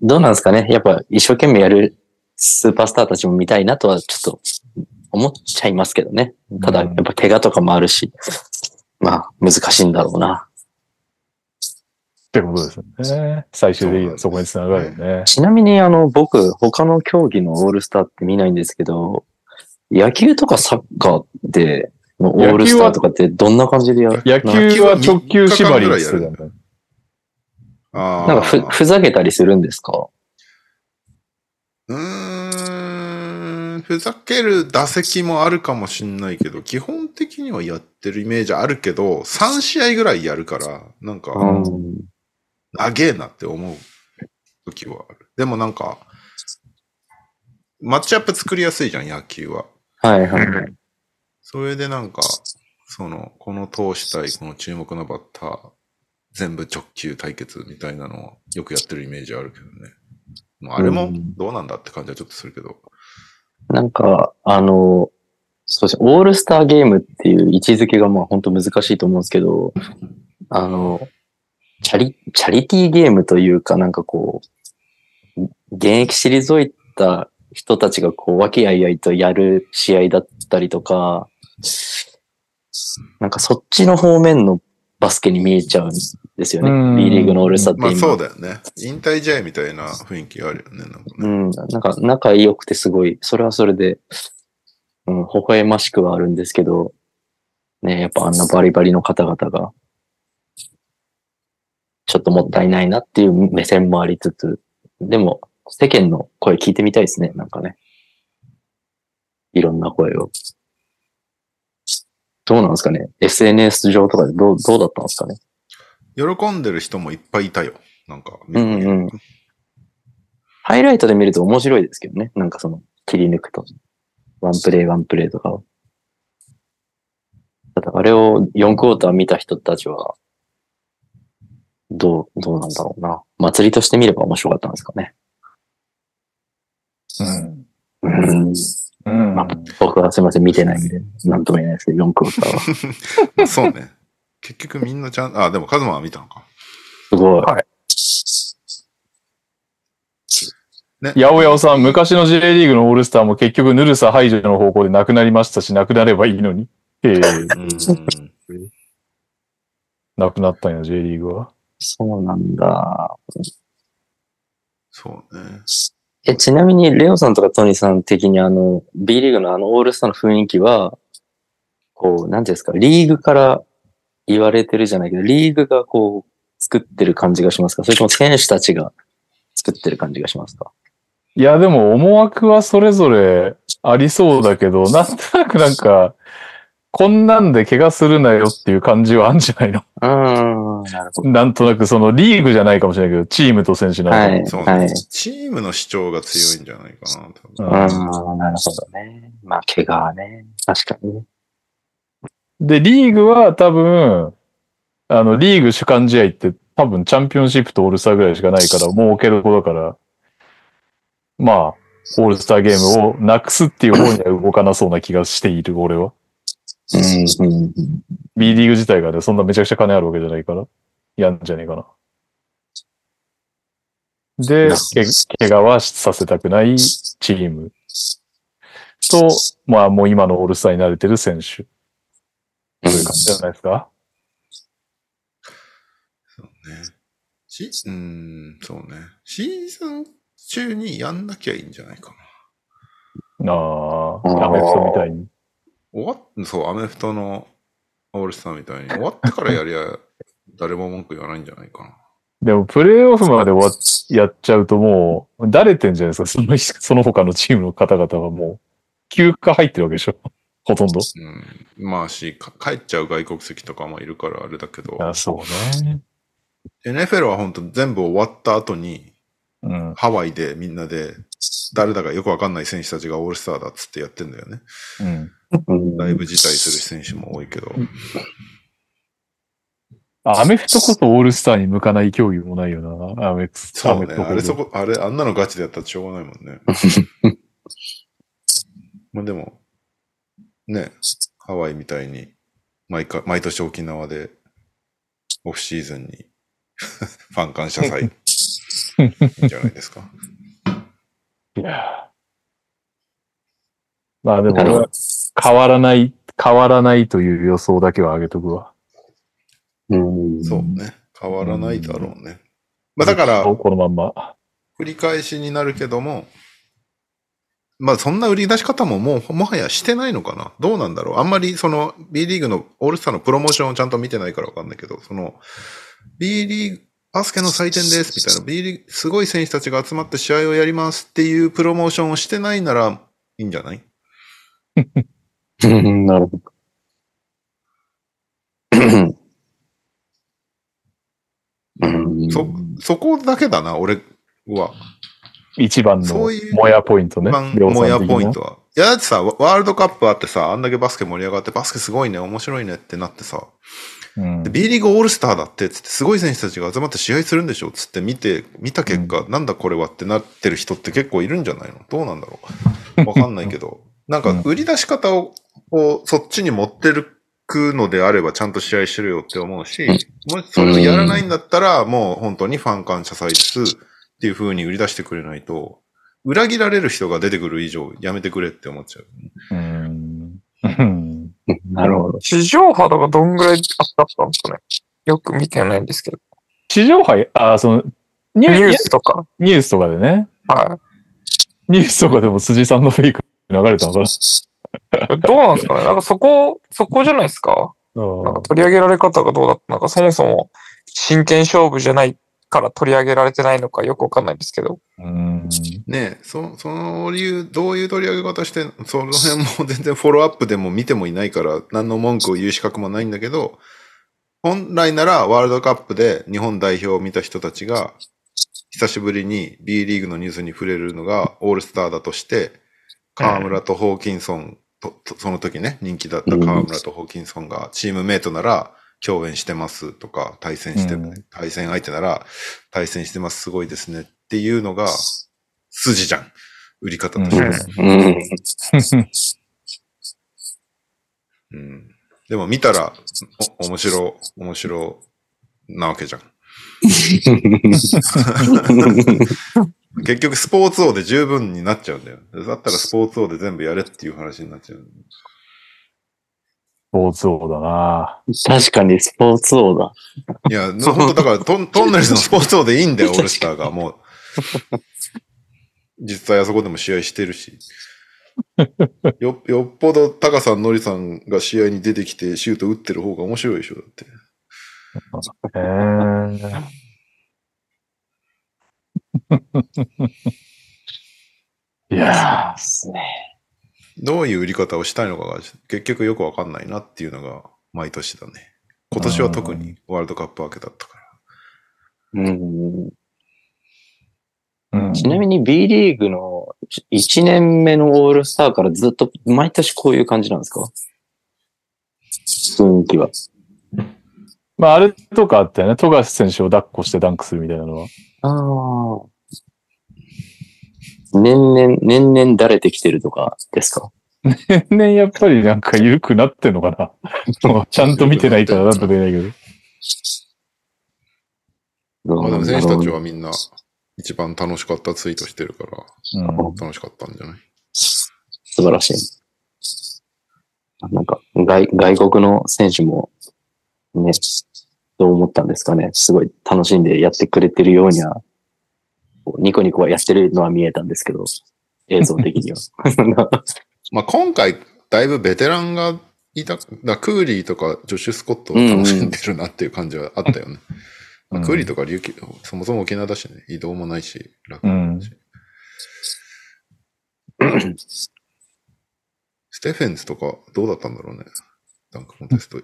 どうなんですかねやっぱ一生懸命やるスーパースターたちも見たいなとはちょっと思っちゃいますけどね。ただ、
う
や
ん
っぱ怪我とかもあるし、まあ、難しいんだろうな。
ってことですよね。最終的にはそこにつながるよね。
ちなみに、あの、僕、他の競技のオールスターって見ないんですけど、野球とかサッカーって、のオールスターとかってどんな感じでやる
野球は直球縛りですよね。
ああ。
なんかふ、ふざけたりするんですか
うーん、ふざける打席もあるかもしんないけど、基本的にはやってるイメージあるけど、3試合ぐらいやるから、なんか、
うん。
長えなって思う時はある。でもなんか、マッチアップ作りやすいじゃん、野球は。
はいはいはい。
それでなんか、その、この投手対この注目のバッター、全部直球対決みたいなのをよくやってるイメージあるけどね。まあ、あれ
う
も
ん
どうなんだって感じはちょっとするけど。
なんか、あの、そうですねオールスターゲームっていう位置づけがまあ本当難しいと思うんですけど、あの、チャリ、チャリティーゲームというかなんかこう、現役退いた人たちがこう、和気あいあいとやる試合だったりとか、なんかそっちの方面のバスケに見えちゃうんですよね
う。ん
B リーグのオールスターって
ま
今。
あそうだよね。引退試合みたいな雰囲気あるよね。なんか
う
ね
ん、なんか仲良くてすごい、それはそれで、うん、微笑ましくはあるんですけど、ね、やっぱあんなバリバリの方々が、ちょっともったいないなっていう目線もありつつ、でも世間の声聞いてみたいですね、なんかね。いろんな声を。どうなんですかね ?SNS 上とかでどう、どうだったんですかね
喜んでる人もいっぱいいたよ。なんか、
うんうん。ハイライトで見ると面白いですけどね。なんかその、切り抜くと。ワンプレイワンプレイとかを。ただ、あれを4クォーター見た人たちは、どう、どうなんだろうな。祭りとして見れば面白かったんですかね。
うん。
うん。
うん
まあ、僕はすいません、見てないんで、なんとも言えないですけど、4クォーターは。す
そうね。結局みんなちゃん、あ、でもカズマは見たのか。
ごい。
八百屋さん、昔の J リーグのオールスターも結局ぬるさ排除の方向でなくなりましたし、なくなればいいのに。ええなくなったんや、J リーグは。
そうなんだ。
そうね。
え、ちなみに、レオさんとかトニーさん的にあの、B リーグのあのオールスターの雰囲気は、こう、なんていうんですか、リーグから言われてるじゃないけど、リーグがこう、作ってる感じがしますかそれとも選手たちが作ってる感じがしますか
いや、でも思惑はそれぞれありそうだけ ど、なんとなくなんか、こんなんで怪我するなよっていう感じはあるんじゃないの
うーん、なるほど。
なんとなくそのリーグじゃないかもしれないけど、チームと選手なの
はい、
そうね。
はい。
チームの主張が強いんじゃないかな、多分。
あ
うん
あ、なるほどね。まあ、怪我はね。確かにね。
で、リーグは多分、あの、リーグ主管試合って多分チャンピオンシップとオールスターぐらいしかないから、もう置ける子だから、まあ、オールスターゲームをなくすっていう方には動かなそうな気がしている、俺は。
うんうんうん
B リーグ自体がね、そんなめちゃくちゃ金あるわけじゃないから、やんじゃねえかな。で、け怪我はさせたくないチームと、まあもう今のオールスターに慣れてる選手。という感じじゃないですか。
ね。し、うーん、そうね。シーズン中にやんなきゃいいんじゃないかな。
ああ、アメフトみたいに。
終わっ、そう、アメフトのオールスターみたいに、終わってからやりゃ、誰も文句言わないんじゃないかな。
でも、プレイオフまで終わっやっちゃうともう、だれてんじゃないですか。その、その他のチームの方々はもう、休暇入ってるわけでしょ。ほとんど。
うん。まあし、か帰っちゃう外国籍とかもいるからあれだけど、
あそうね。
NFL は本当全部終わった後に、
うん。
ハワイでみんなで、誰だかよくわかんない選手たちがオールスターだっつってやってんだよね。
うん。
うん
ライブ辞退する選手も多いけど。
あアメフトこそオールスターに向かない競技もないよな。アメフト。
そ
ア
う
メ
ね。
フト
あれそこ、あれ、あんなのガチでやったらしょうがないも んね。まあでも、ね、ハワイみたいに、毎回、毎年沖縄で、オフシーズンに、 ファン感謝祭、い いんじゃないですか。
いやーまあでも
なるほど、
変わらない、変わらないという予想だけは上げとくわ。
うん
そうね。変わらないだろうね。まあだから、
このまんま。
繰り返しになるけども、まあそんな売り出し方ももうもはやしてないのかなどうなんだろうあんまりその B リーグのオールスターのプロモーションをちゃんと見てないからわかんないけど、その B リーグ、バスケの祭典ですみたいな、B リーグ、すごい選手たちが集まって試合をやりますっていうプロモーションをしてないならいいんじゃない
うんなるほど。うん
そ、そこだけだな、俺は。
一番の
そういう
モヤポイントね。
一番
量産的
も
な
やポイントは。いや、だってさ、ワワールドカップあってさ、あんだけバスケ盛り上がって、バスケすごいね、面白いねってなってさ、
うん
で B リーグオールスターだって、つって、すごい選手たちが集まって試合するんでしょつって見て、見た結果、なんだこれはってなってる人って結構いるんじゃないのどうなんだろうわかんないけど。なんか、売り出し方を、をそっちに持ってるのであれば、ちゃんと試合してるよって思うし、もしそれをやらないんだったら、もう本当にファン感謝祭ですっていう風に売り出してくれないと、裏切られる人が出てくる以上、やめてくれって思っちゃう。
うんうん
なるほど。
地上波とかどんぐらいあったんですかねよく見てないんですけど。
地上波、あ、その、ニュ
ニ
ー
ュー
ス、
スとか。
ニュースとかでね。
は
ニュースとかでも辻さんのフェイク流れたのかな。
い。どうなんですかねなんかそこ、そこじゃないですかなんか取り上げられ方がどうだったのか、そもそも真剣勝負じゃないから取り上げられてないのかよくわかんないですけど。
うん。
ねえ、そその理由、どういう取り上げ方して、その辺も全然フォローアップでも見てもいないから、何の文句を言う資格もないんだけど、本来ならワールドカップで日本代表を見た人たちが、久しぶりに B リーグのニュースに触れるのがオールスターだとして、河村とホーキンソンと、とその時ね、人気だった河村とホーキンソンがチームメイトなら、共演してますとか、対戦して、
うん
対戦相手なら、対戦してます、すごいですねっていうのが、筋じゃん。売り方として。
うん。
うんでも見たら、お面白、面白なわけじゃん。結局スポーツ王で十分になっちゃうんだよ。だったらスポーツ王で全部やれっていう話になっちゃう。
スポーツ王だな
確かにスポーツ王だ。
いや、本当だからトン、トンネルズのスポーツ王でいいんだよ、オールスターが。もう。 実際あそこでも試合してるし。よ、よっぽどタカさん、ノリさんが試合に出てきてシュート打ってる方が面白いでしょ、だって。
へー いや
ですね。
どういう売り方をしたいのかが結局よくわかんないなっていうのが毎年だね。今年は特にワールドカップ明けだったから。
うん
ー、うん
ちなみに B リーグの1年目のオールスターからずっと毎年こういう感じなんですか雰囲気は。
まあ、あれとかあったよ ね。富樫選手を抱っこしてダンクするみたいなのは。
ああ。年々、年々だれてきてるとかですか
年々やっぱりなんか緩くなってんのかな もうちゃんと見てないからなんとも言えないけど。
まあでも選手たち
は。
はみんな一番楽しかったツイートしてるから、
うん
楽しかったんじゃない
素晴らしい。なんか、外、外国の選手も、ね、どう思ったんですかね。すごい楽しんでやってくれてるようには、こうニコニコはやってるのは見えたんですけど、映像的には。
まあ今回、だいぶベテランがいた、だからクーリーとかジョシュ・スコットを楽しんでるなっていう感じはあったよね。
うん
まあクーリーとか琉球、そもそも沖縄だしね、移動もないし、楽
う
だ
ん
し。ステフェンズとかどうだったんだろうね。ダンクコンテスト。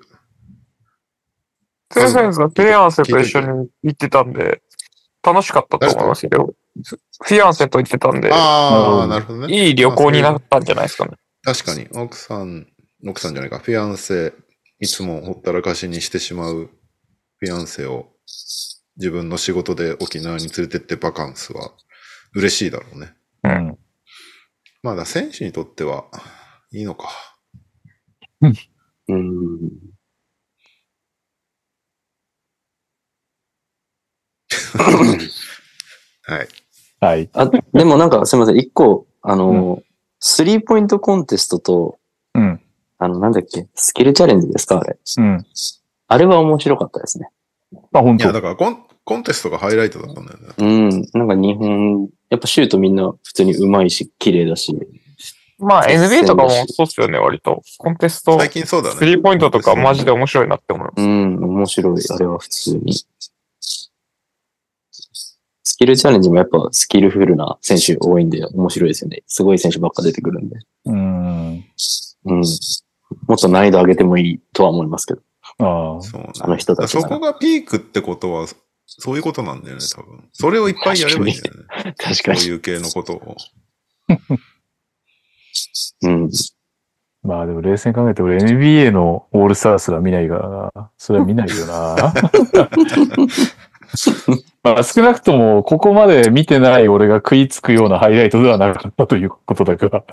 先生がフィアンセと一緒に行ってたんで、楽しかったと思いますよ。フィアンセと行ってたんで、
ああ、なるほどね。
いい旅行になったんじゃないですかね。
確かに、奥さん、奥さんじゃないか、フィアンセ、いつもほったらかしにしてしまうフィアンセを自分の仕事で沖縄に連れてってバカンスは嬉しいだろうね。
うん。
まあだ、選手にとってはいいのか。
うん。
はい。
はい。
あ、でもなんかすみません、一個、あの、スリーポイントコンテストと、
うん。
あの、なんだっけ、スキルチャレンジですかあれ。
うん。
あれは面白かったですね。
まあ本
いや、
当。
だからコンコンテストがハイライトだったんだよね。
うん。なんか日本、やっぱシュートみんな普通に上手いし、綺麗だし。
まあ NBA とかもそうっすよね、割と。コンテスト、
最近そうだね。
スリーポイントとかマジで面白いなって思います。
うん、面白い。あれは普通に。スキルチャレンジもやっぱスキルフルな選手多いんで面白いですよね。すごい選手ばっか出てくるんで。
うん。
うん。もっと難易度上げてもいいとは思いますけど。
ああ。
そうね
あの人たちな
そ
ら
こがピークってことは、そういうことなんだよね、多分。それをいっぱいやればいいんだよね。
確
こ
か
う
に。
いう系のことを。
うん。
まあでも冷静に考えて俺 NBA のオールスターすら見ないからな。それは見ない よな。まあ少なくともここまで見てない俺が食いつくようなハイライトではなかったということだから、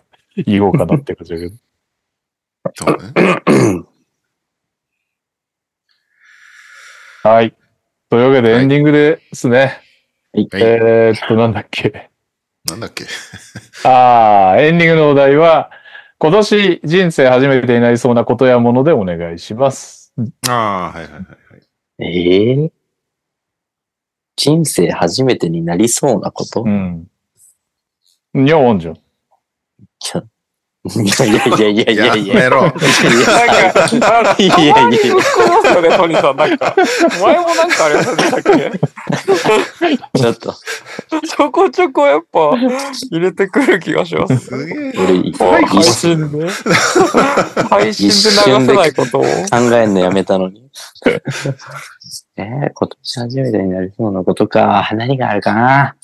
言おうかなって感じだけど。
そうね。
はい。というわけで
はい
エンディングですね。
はい
えーっと、なんだっけ。
なんだっけ
ああ、エンディングのお題は、今年人生初めてになりそうなことやものでお願いします。
ああ、はいはいはいはい。
ええ人生初めてになりそうなこと、
うん。にゃおんじゃん。
いやいやいやいやいやいや。
やめろ。
なんか、なんか
いやいやいや
たまにぶっ壊すよね、トニーさん。なんか、前もなんかありませんでしたっけ
ちょっと、
ちょこちょこやっぱ入れてくる気がし ます。
すげえ。
俺、
配
一
信で。配信で流せないことを。
考えんのやめたのに。 えー、今年初めてになりそうなことか。何があるかな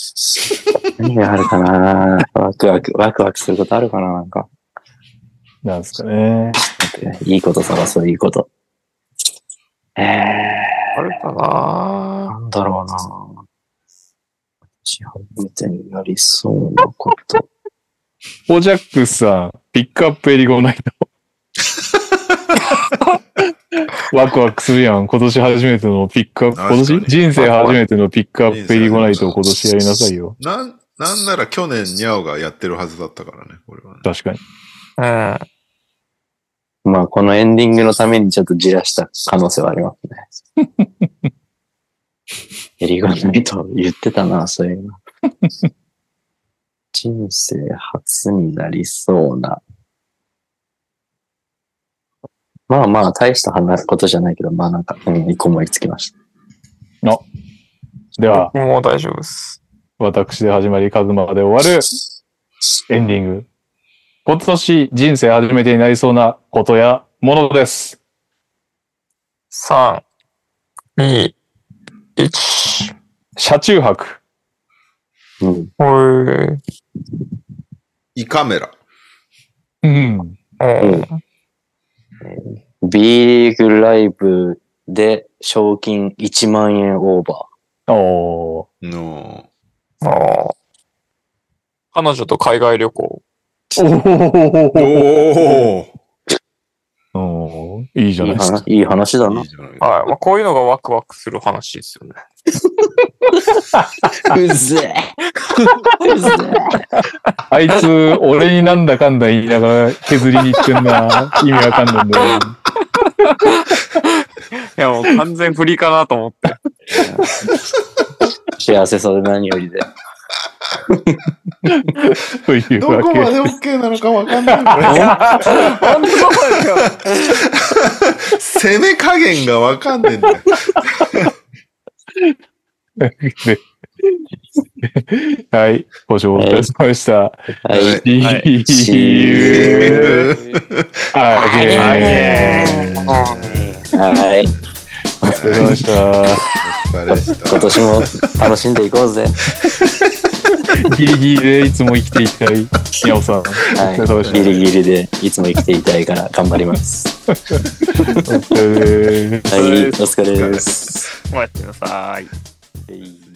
何があるかなワクワク、ワクワクすることあるかななんか。
なんですかね。
いいこと探そう、いいこと。えー、
あるかな
なんだろうな私初めてになりそうなこと。
ポジャックさん、ピックアップエリゴ ナイト。ワクワクするやん。今年初めてのピックアップ、
確
今
かに
年人生初めてのピックアップエリゴナイトを今年やりなさいよ。
なん、なんなら去年ニャオがやってるはずだったからね、これはね。
確かに。
うん。
まあ、このエンディングのためにちょっとじらした可能性はありますね。 エリゴナイト言ってたな、そういうの。人生初になりそうな。まあまあ、大した話すことじゃないけど、まあなんか、うん、一個思いつきました。
では、
もう大丈夫です。
私で始まり、カズマで終わるエンディング。今年人生初めてになりそうなことやものです。
3、2、1。
車中泊。
うん。
ほい。
胃カメラ。
うん。
うん。
B リーグライブで賞金1万 円オーバ
おー。
の、
ああ。彼女と海外旅行。
お
お
お
おーいいじゃ
い
ないいですか。
話いい話だ
い。
ない
じゃない
はい。まあ、こういうのがワクワクする話ですよね。
うぜえ。 うぜ
あいつ、俺になんだかんだ言いながら削りに行ってんな。意味わかんないんだよ。
いや、もう完全振りかなと思って。
え。幸せそうで何よりで。
という
どこ
わ
ま
け
で OK なのかわかんないこれ
本当ですよ。
攻め加減がわかんねえんだよ。
で。はい。ご紹介しました。
はい。
See you again.
はい。
お疲れ様でした。
お疲れでした
今年も楽しんでいこうぜ。
ギリギリでいつも生きていきたい、にゃおさん。お疲 れ様で
は
し
い。
た。
ギリギリでいつも生きていたいから頑張りま
お
す。
疲れ様です
はい。お疲れです。
おやってください。
はい